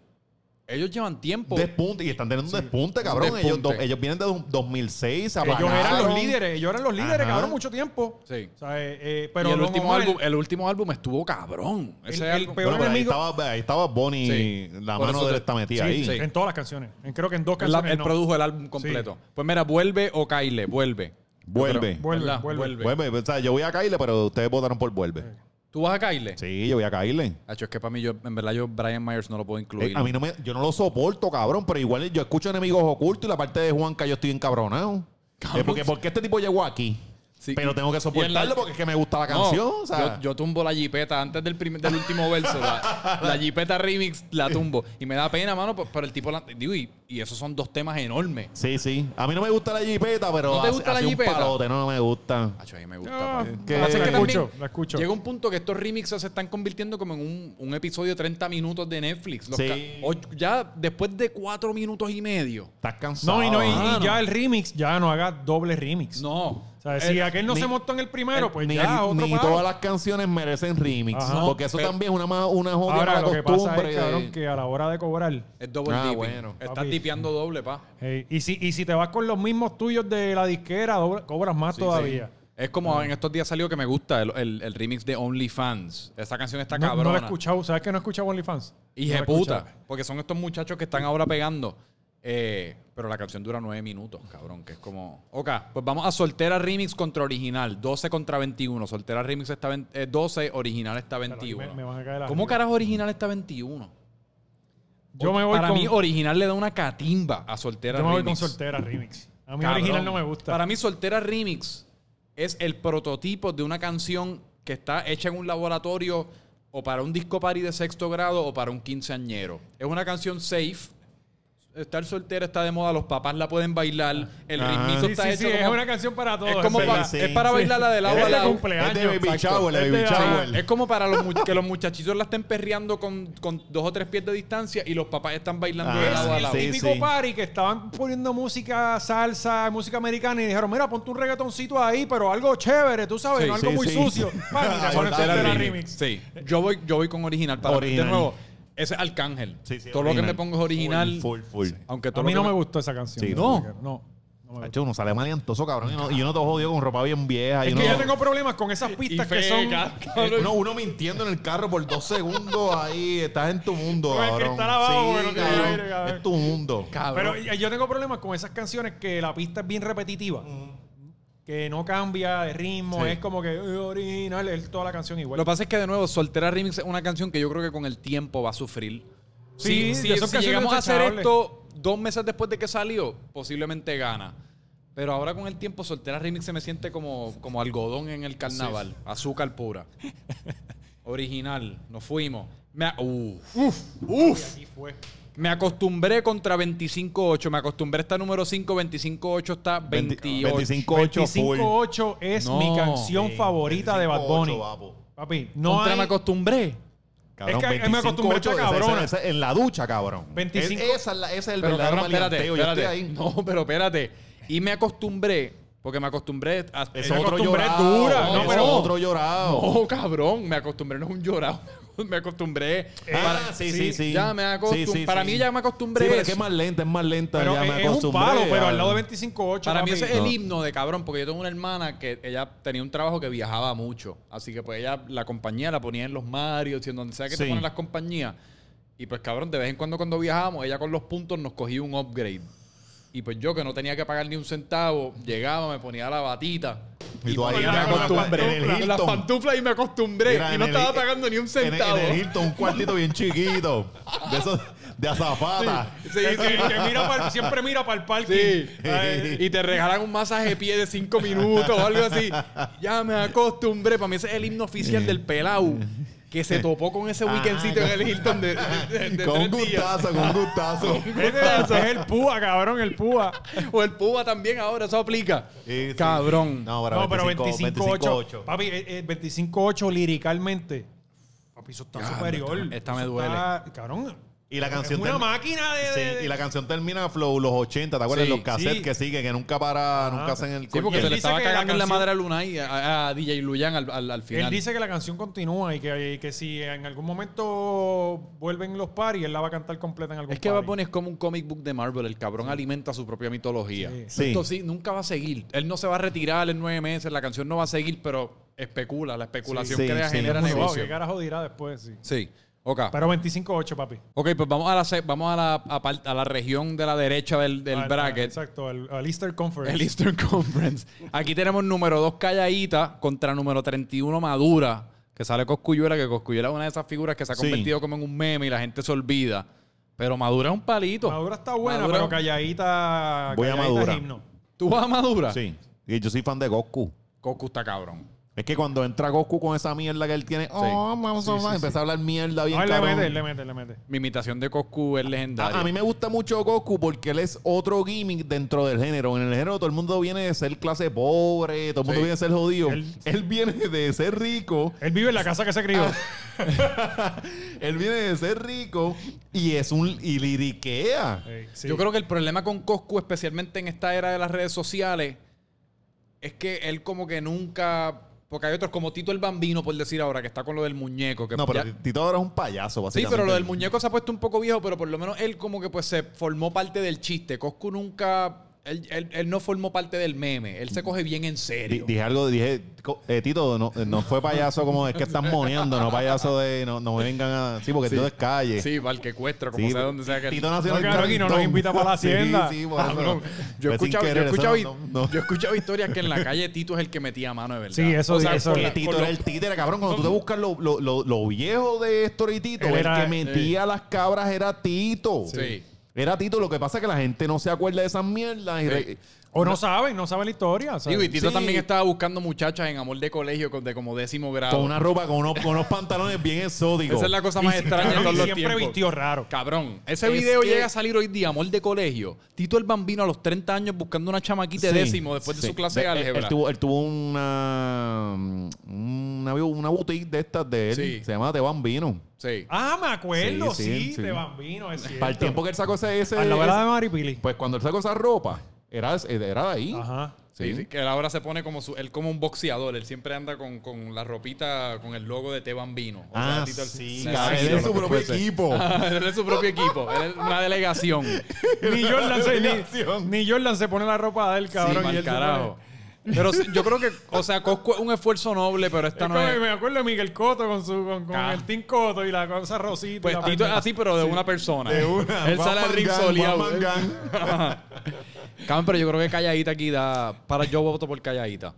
S1: ellos llevan tiempo.
S2: Despunte, y están teniendo un despunte, cabrón.
S1: despunte.
S2: Ellos, do- ellos vienen de do- 2006, se
S3: ellos eran
S2: apagaron.
S3: los líderes, ellos eran los líderes,
S2: Ajá.
S3: cabrón, mucho tiempo.
S1: Sí.
S3: ¿Sabes? Eh,
S1: pero
S3: pero
S1: el
S3: Don
S1: último,
S3: Omar-
S1: álbum, el último álbum estuvo cabrón. Ese
S3: El- el
S1: álbum-
S3: peor-
S2: Bueno, pero ahí
S3: enemigo-
S2: estaba, ahí estaba Bonnie,
S1: Sí.
S2: la
S1: Por
S2: mano
S1: eso
S2: de él
S1: te-
S2: está
S3: Sí,
S2: metida ahí.
S3: sí, en todas las canciones. En- creo que en dos
S1: Él la-
S3: canciones.
S1: él
S3: no.
S1: produjo el álbum completo. Pues mira, vuelve o Kyle, vuelve.
S2: Vuelve.
S3: Vuelve,
S1: ¿Verdad?
S3: vuelve.
S2: Vuelve, o sea, yo voy a caerle, pero ustedes votaron por vuelve.
S1: ¿Tú vas a Kyle?
S2: Sí, yo voy a caerle.
S1: Hacho, es que para mí, yo, en verdad, yo Brian Myers no lo puedo incluir.
S2: Eh, a mí no me, yo no lo soporto, cabrón, pero igual yo escucho enemigos ocultos y la parte de Juanca yo estoy encabronado.
S1: Cabrón.
S2: Eh, porque, porque este tipo llegó aquí.
S1: Sí.
S2: Pero tengo que
S1: Y en
S2: soportarlo
S1: la-
S2: porque es que me gusta la
S1: No,
S2: canción. o sea.
S1: yo, yo tumbo la jipeta antes del, primer- del último verso. La, la jipeta remix la tumbo. Y me da pena, mano, por- pero el tipo... la- digo, y, y esos son dos temas enormes.
S2: Sí, sí. A mí no me gusta la jipeta, pero
S1: ¿No te
S2: hace-
S1: gusta la
S2: hace un
S1: jipeta?
S2: palote, no me gusta.
S1: Acho, a mí me gusta.
S3: Ah,
S1: papi.
S2: Que-
S3: la
S1: Pasa
S2: La
S1: también
S3: escucho, la escucho.
S1: Llega un punto que estos remixes se están convirtiendo como en un, un episodio de 30 minutos de Netflix. Los
S2: Sí.
S1: ca- ocho- ya después de 4 minutos y medio.
S2: Estás cansado.
S3: No, y, no, y, y
S2: ¿ah?
S1: Ah, no.
S3: ya el remix ya no haga doble remix.
S1: No.
S3: O sea,
S1: Eh,
S3: si aquel no
S2: ni- eh,
S3: se montó en el primero, pues
S2: ni,
S3: ya, otro
S2: ni
S3: palo.
S2: todas las canciones merecen remix.
S3: Ajá.
S2: porque eso
S1: Pero-
S2: también es una, ma- una jodida
S3: Ahora,
S2: mala
S3: lo que pasa
S2: costumbre.
S3: es,
S2: de-
S3: cabrón, que a la hora de cobrar...
S1: es double
S2: Ah,
S1: dipping.
S2: bueno.
S1: Estás
S3: Papi.
S1: tipeando doble, pa.
S3: Hey, y, si, y si te vas con los mismos tuyos de la disquera, dobra- cobras más
S1: Sí,
S3: todavía.
S1: sí. Es como
S2: Ah.
S1: en estos días salió que me gusta el, el- el remix de OnlyFans. Esa canción está
S3: No, no
S1: cabrona.
S3: lo he escuchado. ¿Sabes que no he escuchado OnlyFans?
S1: Y
S3: no
S1: de
S3: la he
S1: puta.
S3: escuchado.
S1: Porque son estos muchachos que están ahora pegando. Eh, pero la canción dura nueve minutos, cabrón, que es como... Ok, pues vamos a Soltera Remix contra Original. 12 contra 21. Soltera Remix está vein- eh, 12, Original está
S3: Pero aquí
S1: 21.
S3: me- me van a caer las
S1: ¿Cómo
S3: risas.
S1: carajo Original está 21?
S3: Yo me voy
S1: Para
S3: con,
S1: mí Original le da una catimba a Soltera
S3: yo me voy
S1: Remix.
S3: con soltera remix. A mí
S1: Cabrón.
S3: original no me gusta.
S1: Para mí, Soltera Remix es el prototipo de una canción que está hecha en un laboratorio o para un disco party de sexto grado o para un quinceañero. Es una canción safe. Estar soltera está de moda, los papás la pueden bailar. El
S2: Ah.
S1: ritmito
S3: sí,
S1: está
S3: sí,
S1: hecho
S3: sí, es
S1: como-
S3: una canción para todos.
S1: es como
S2: sí,
S3: verdad.
S1: pa-
S2: sí.
S1: es para bailarla de lado
S3: Es
S1: a
S3: de
S1: lado.
S3: cumple-
S2: Es de
S3: Cumpleaños,
S2: Baby
S3: exacto.
S2: Shower,
S3: Es
S2: de Baby
S3: de la-
S2: Shower.
S1: Es como para los mu- que los muchachitos la estén perreando con, con dos o tres pies de distancia y los papás están bailando de
S2: Ah,
S1: lado a
S3: Es el
S1: lado.
S2: sí.
S3: típico party que estaban poniendo música salsa, música americana y dijeron, mira, ponte un reggaetoncito ahí, pero algo chévere, tú sabes,
S1: Sí,
S3: no algo
S2: sí,
S3: muy
S2: sí.
S3: sucio. Pam, y te ponen
S2: Soltera
S3: soltera
S2: remix.
S3: remix.
S1: Sí. Yo voy, yo voy con original. Para
S2: Original.
S1: De nuevo, ese es Arcángel.
S2: Sí, sí,
S1: Todo lo que
S2: original.
S1: me pongo es original.
S2: Full, full.
S1: Aunque todo
S3: A mí
S1: lo
S3: no
S1: que
S3: me gusta esa canción.
S2: Sí.
S1: No.
S3: No. No me gusta.
S2: Hacho, uno sale maleantoso, cabrón. Y uno, y uno todo jodido con ropa bien vieja. y
S3: Es
S2: uno, Eh,
S3: que yo tengo problemas con esas pistas que son.
S2: uno, uno mintiendo en el carro por dos segundos ahí. Estás en tu mundo,
S3: Con el
S2: cabrón.
S3: cristal abajo, pero
S2: sí,
S3: tiene aire,
S2: cabrón.
S3: cabrón.
S2: Es tu mundo.
S3: Pero y- yo tengo problemas con esas canciones que la pista es bien repetitiva. Que no cambia de ritmo,
S2: Sí.
S3: es como que eh, original, es toda la canción igual.
S1: Lo que pasa es que, de nuevo, Soltera Remix es una canción que yo creo que con el tiempo va a sufrir.
S3: Sí,
S1: si,
S3: de
S1: si,
S3: esas
S1: si
S3: canciones
S1: llegamos a hacer
S3: desechables.
S1: esto dos meses después de que salió, posiblemente gana. Pero ahora con el tiempo, Soltera Remix se me siente como, como algodón en el carnaval. Azúcar pura. Original. Nos fuimos. Me, a- uf.
S3: Y aquí fue.
S1: Me acostumbré contra 25-8. Me acostumbré está número 5. 25-8 está 28.
S2: 25-8 full.
S3: 25-8 es
S1: No.
S3: mi canción
S2: Sí,
S3: favorita de Bad
S2: 25-8,
S3: Bunny.
S2: papo.
S3: Papi, no
S1: Contra
S3: hay...
S1: me acostumbré.
S2: Cabrón,
S3: Es que me acostumbré a esta
S2: 25-8, esa-
S3: cabrona.
S2: esa- esa- en la ducha, cabrón.
S3: 25.
S2: Es- esa es la- ese es el
S1: Pero
S2: verdadero
S1: cabrón, espérate,
S2: maleanteo. Yo estoy
S1: espérate.
S2: ahí.
S1: No, pero espérate. Y me acostumbré, porque me acostumbré a...
S2: Es
S1: me
S2: otro
S3: acostumbré
S2: llorado.
S3: dura,
S1: no,
S2: es
S1: pero-
S2: otro llorado.
S1: No, cabrón, me acostumbré, no es un llorado. Me acostumbré.
S2: Ah, sí, sí, sí.
S1: Ya me acostumbré.
S2: Sí, sí,
S1: para
S2: sí.
S1: mí ya me acostumbré.
S2: Sí, pero
S1: a
S2: es que es
S1: eso.
S2: más lenta, es más lenta.
S3: Pero
S2: ya me
S3: es, es un
S2: acostumbré
S3: palo, pero al
S2: al-
S3: lado de 25-8.
S1: Para mí
S3: papi.
S1: ese es el
S2: No.
S1: himno de cabrón, porque yo tengo una hermana que ella tenía un trabajo que viajaba mucho. Así que pues ella, la compañía la ponía en los Marios, y en donde sea que te
S2: Sí.
S1: ponen las compañías. Y pues cabrón, de vez en cuando cuando viajábamos, ella con los puntos nos cogía un upgrade. Y pues yo que no tenía que pagar ni un centavo, llegaba, me ponía la batita.
S2: Y tú ahí,
S1: pues,
S3: con
S1: me
S3: la- con la
S1: acostumbré.
S2: pantufla.
S1: Con las pantuflas y me acostumbré.
S2: Mira,
S1: y
S2: en
S1: no
S2: el-
S1: estaba pagando ni un
S2: en-
S1: centavo.
S2: En, el Hilton, un cuartito bien chiquito. De esos, de azafata.
S1: Sí,
S3: Que-
S1: sí.
S3: que- que mira pa'l- siempre mira para el parking.
S1: Sí.
S3: Ay,
S1: Y te regalan un masaje de pie de 5 minutos o algo así. Ya me acostumbré. Para mí ese es el himno oficial del Pelau. Que se topó con ese weekendcito en el Hilton de, de- de- de
S2: Ah, con un
S1: tres días.
S2: gustazo, con un gustazo.
S3: Ese es el púa, cabrón, el púa.
S1: O el Púa también ahora, eso aplica.
S2: Sí, sí.
S1: Cabrón.
S2: No,
S3: No, pero
S2: 25-8.
S3: 25-8. Papi, eh, eh, 25-8 liricalmente. Papi, eso está
S1: Diablo,
S3: superior.
S1: esta me- esta me
S3: Eso
S1: duele.
S3: está- cabrón.
S2: Y la
S3: Es
S2: canción
S3: una
S2: termi-
S3: máquina de. de-
S2: Sí, y la canción termina flow los 80, ¿te acuerdas?
S1: Sí, Ah.
S2: los cassettes
S3: sí.
S2: que siguen, que nunca para, nunca hacen el
S1: Sí, porque
S3: él
S1: se le
S2: corte.
S3: dice
S1: estaba
S3: que la
S1: cagando en la
S3: canción-
S1: madre a Lunay, a, a DJ Luyan al, al- al final.
S3: Él dice que la canción continúa y que, y que si en algún momento vuelven los paris, él la va a cantar completa en algún
S1: es que Bad
S3: party.
S1: Bunny es como un comic book de Marvel. El cabrón alimenta su propia mitología.
S3: Sí.
S2: Sí.
S1: Esto sí, nunca va a seguir. Él no se va a retirar en nueve meses. La canción no va a seguir, pero especula. La especulación
S2: Sí,
S1: que le
S2: sí.
S1: genera
S2: Wow,
S3: Wow,
S1: negocio.
S3: ¿Qué carajo dirá después? Sí.
S1: Sí. Ok.
S3: Pero 25-8, papi.
S1: Ok, pues vamos a la, se- vamos a la, a par- a la región de la derecha del, del
S3: Al- al-
S1: bracket.
S3: Ah, Exacto, al, al Easter Conference.
S1: El Eastern Conference. Aquí tenemos número 2 Calladita contra número 31 Madura, que sale Coscuyuela, que Coscuyuela es una de esas figuras que se ha
S2: Sí.
S1: convertido como en un meme y la gente se olvida. Pero Madura es un palito.
S3: Madura está buena,
S1: Madura-
S3: pero calladita.
S2: Voy a
S3: calladita
S2: Madura.
S3: es himno.
S1: ¿Tú vas a Madura?
S2: Sí. Y yo soy fan de Goku.
S1: Coscu está cabrón.
S2: Es que cuando entra Goku con esa mierda que él tiene, oh, vamos a empezar a hablar mierda bien
S3: No, él le
S2: cabrón.
S3: mete, él le mete, él le mete.
S1: Mi imitación de Coscu es legendaria.
S2: Ah, A, a mí me gusta mucho Goku porque él es otro gimmick dentro del género. En el género todo el mundo viene de ser clase pobre, todo el mundo
S1: Sí.
S2: viene de ser jodido.
S3: Él-
S2: Él, viene de ser rico,
S3: Él vive en la casa que se crió.
S1: Ah.
S2: él viene de ser rico y es un y liriquea.
S1: Eh,
S3: Ey, sí.
S1: Yo creo que el problema con Coscu, especialmente en esta era de las redes sociales, es que él como que nunca... Porque hay otros como Tito el Bambino, por decir ahora, que está con lo del muñeco. Que
S2: No, pero
S1: ya-
S2: Tito ahora es un payaso,
S1: Sí,
S2: básicamente.
S1: pero lo del muñeco se ha puesto un poco viejo, pero por lo menos él como que pues se formó parte del chiste. Coscu nunca... Él, él- él no formó parte del meme. Él se coge bien en
S2: Mm. Di-
S1: serio.
S2: dije algo, dije, co- eh, Tito, no, no fue payaso como es que están moneando, no payaso de, no, no me vengan a... Sí, porque Tito es calle.
S1: Sí, para el que cuestra, como
S2: Sí,
S1: sea donde sea que...
S2: Tito nació
S3: No,
S2: en el
S3: claro, aquí no nos
S2: Carrington.
S3: invita para la
S2: Sí,
S3: hacienda. Ah,
S2: sí, por eso.
S1: Cabrón, Yo he
S2: Fue sin
S1: escuchado, yo he
S2: querer, eso
S1: escuchado,
S2: no- no-
S1: yo he escuchado historias que en la calle Tito es el que metía mano de verdad.
S3: Sí, eso- eso-
S1: por
S2: Que
S1: la-
S2: Tito
S1: por
S2: era
S1: lo-
S2: el títere, cabrón. Cuando tú te buscas lo, lo, lo- lo viejo de Story Tito,
S3: Él
S2: el
S3: era-
S2: que metía las cabras era Tito.
S1: Sí.
S2: Era Tito. Lo que pasa es que la gente no se acuerda de esas mierdas. y re-
S3: O no saben, no saben la historia.
S1: Digo,
S3: ¿sabes?
S1: y Tito
S2: Sí.
S1: también estaba buscando muchachas en amor de colegio con- de como décimo grado.
S2: Con una ropa, con unos, con unos pantalones bien exóticos.
S1: Esa es la cosa más extraña de
S3: Cabrón,
S1: todos
S3: y
S1: los
S3: siempre
S1: tiempos.
S3: vistió Este raro.
S1: Cabrón, ese
S2: Es
S1: video
S2: que-
S1: llega a salir hoy día, amor de colegio. Tito el Bambino a los 30 años buscando una chamaquita de
S2: Sí,
S1: décimo después
S2: sí.
S1: de su clase de
S2: Él- él,
S1: álgebra.
S2: tuvo, él tuvo una, una, una boutique de estas de él.
S1: Sí.
S2: Se llama Te Bambino.
S1: Sí.
S3: Ah, me acuerdo, sí,
S2: Sí, sí,
S3: de
S2: sí.
S3: Bambino. Es cierto.
S2: Para el tiempo que él sacó ese... ese
S3: Al novela
S2: ese-
S3: de Maripili.
S2: Pues cuando él sacó esa ropa, era, era de ahí.
S3: Ajá.
S1: Sí, sí, que él ahora se pone como su, él como un boxeador, él siempre anda con, con la ropita, con el logo de Te Bambino. O sea,
S2: Ah,
S1: Tito el-
S2: sí.
S1: Exacto.
S2: cabrón, él es su propio equipo.
S1: él es su propio equipo, él es una delegación. Sí,
S3: Ni Jordan, se,
S2: Obligación.
S3: ni, ni Jordan se pone la ropa del cabrón.
S1: pa'l
S3: y él se
S1: carajo. Pero sí, yo creo que, o sea, Cosco es un esfuerzo noble, pero esta
S3: pone-
S1: no
S3: Es como-
S1: es.
S3: Me acuerdo de Miguel Coto con, su, con, con
S1: Ah.
S3: el Team Coto y la cosa rosita. y
S1: Pues
S3: la
S1: Tito es
S3: pendeja.
S1: así, pero de una persona.
S2: De una.
S1: Él sale al ring soleado.
S2: Mangán.
S1: Cabrón, pero yo creo que Calladita aquí da. Para yo voto por Calladita.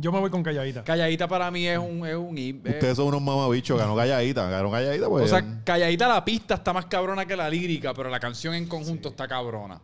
S3: Yo me voy con calladita.
S1: Calladita para mí es un. Es un him- eh,
S2: Ustedes son unos mamabichos. Ganó calladita. Ganó calladita, pues.
S1: o sea, Calladita la pista está más cabrona que la lírica, pero la canción en conjunto está cabrona.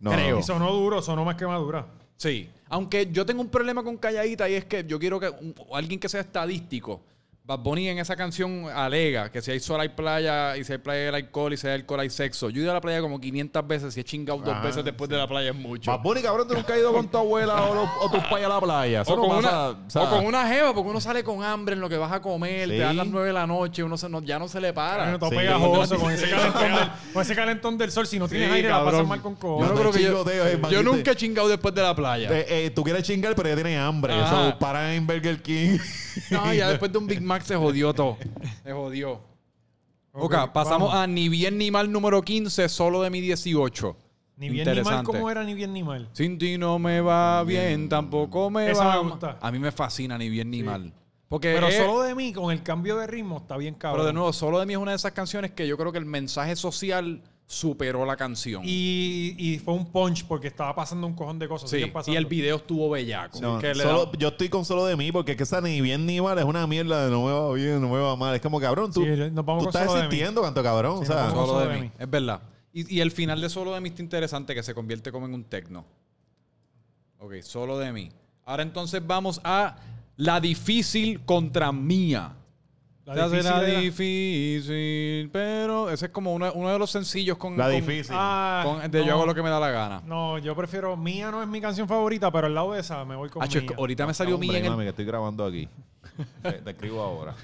S2: no,
S1: creo.
S2: no.
S3: Y sonó duro, sonó más que madura.
S1: Sí. Aunque yo tengo un problema con Calladita y es que yo quiero que un- alguien que sea estadístico. Bad Bunny en esa canción alega que si hay sol hay playa y si hay playa hay alcohol y si hay alcohol hay sexo. Yo he ido a la playa como 500 veces y he chingado dos
S2: Ah,
S1: veces después de la playa es mucho.
S2: Bad Bunny, cabrón, tú nunca has ido con tu abuela o, los- o tus pais a la playa. Eso
S1: O
S2: no
S1: con, una,
S2: pasa, o sea,
S1: o con una jeva, porque uno sale con hambre en lo que vas a comer,
S2: Sí.
S1: te dan las 9 de la noche, uno se- no- ya no se le para.
S3: Bueno, todo
S2: Sí.
S3: pegajoso con
S2: Sí.
S3: ese, calentón del, con ese calentón del sol. Si no tienes
S1: Sí,
S3: aire, la pasas
S1: cabrón.
S3: mal con
S1: Yo no
S3: cojones.
S2: Yo
S1: creo que yo,
S2: chingoteo, eh,
S1: yo
S2: maldito.
S1: nunca he chingado después de la playa.
S2: eh, eh, tú quieres chingar, pero ya tienes hambre.
S1: Ajá.
S2: Eso para en Burger King.
S1: No, ya después de un Big Mac se jodió todo. Se jodió. Ok, pasamos
S3: vamos.
S1: a Ni bien ni mal número 15, solo de mi 18.
S3: Ni bien ni mal,
S1: Interesante. Eh,
S3: ¿cómo era ni bien ni mal?
S1: Sin ti no me va bien, tampoco me
S3: Esa
S1: va
S3: me
S1: ma-
S3: gusta.
S1: A mí me fascina Ni bien ni mal. Porque
S3: Pero
S1: es-
S3: solo de mí, con el cambio de ritmo, está bien
S1: eh.
S3: cabrón.
S1: pero de nuevo, solo de mí es una de esas canciones que yo creo que el mensaje social superó la canción.
S3: Y, y fue un punch porque estaba pasando un cojón de cosas.
S1: Sí,
S3: siguen pasando.
S1: y el video estuvo bellaco.
S2: No,
S1: Que le
S2: solo-
S1: da-
S2: yo estoy con solo de mí porque es que esa ni bien ni mal es una mierda de no me va bien, no me va mal. Es como cabrón, tú,
S3: Sí, nos vamos
S2: tú
S3: con
S2: estás
S3: solo de mí.
S2: existiendo, canto cabrón.
S3: Sí,
S2: o sea,
S3: nos vamos
S1: Solo de mí.
S3: mí.
S1: Es verdad. Y, y el final de Solo de mí está interesante, que se convierte como en un tecno. Ok, Solo de mí. Ahora entonces vamos a La difícil contra mía.
S3: La
S1: Te hace
S3: difícil
S1: la
S3: era-
S1: difícil, pero ese es como uno, uno de los sencillos con...
S2: la
S1: con-
S2: difícil.
S3: Ah,
S1: con- de
S3: no,
S1: Yo hago lo que me da la gana.
S3: No, yo prefiero... Mía no es mi canción favorita, pero al lado de esa me voy con
S1: Hacho, es
S3: Mía.
S1: que ahorita me salió mía
S2: Hombre,
S1: en el
S2: mami, que estoy grabando aquí. te, te escribo ahora.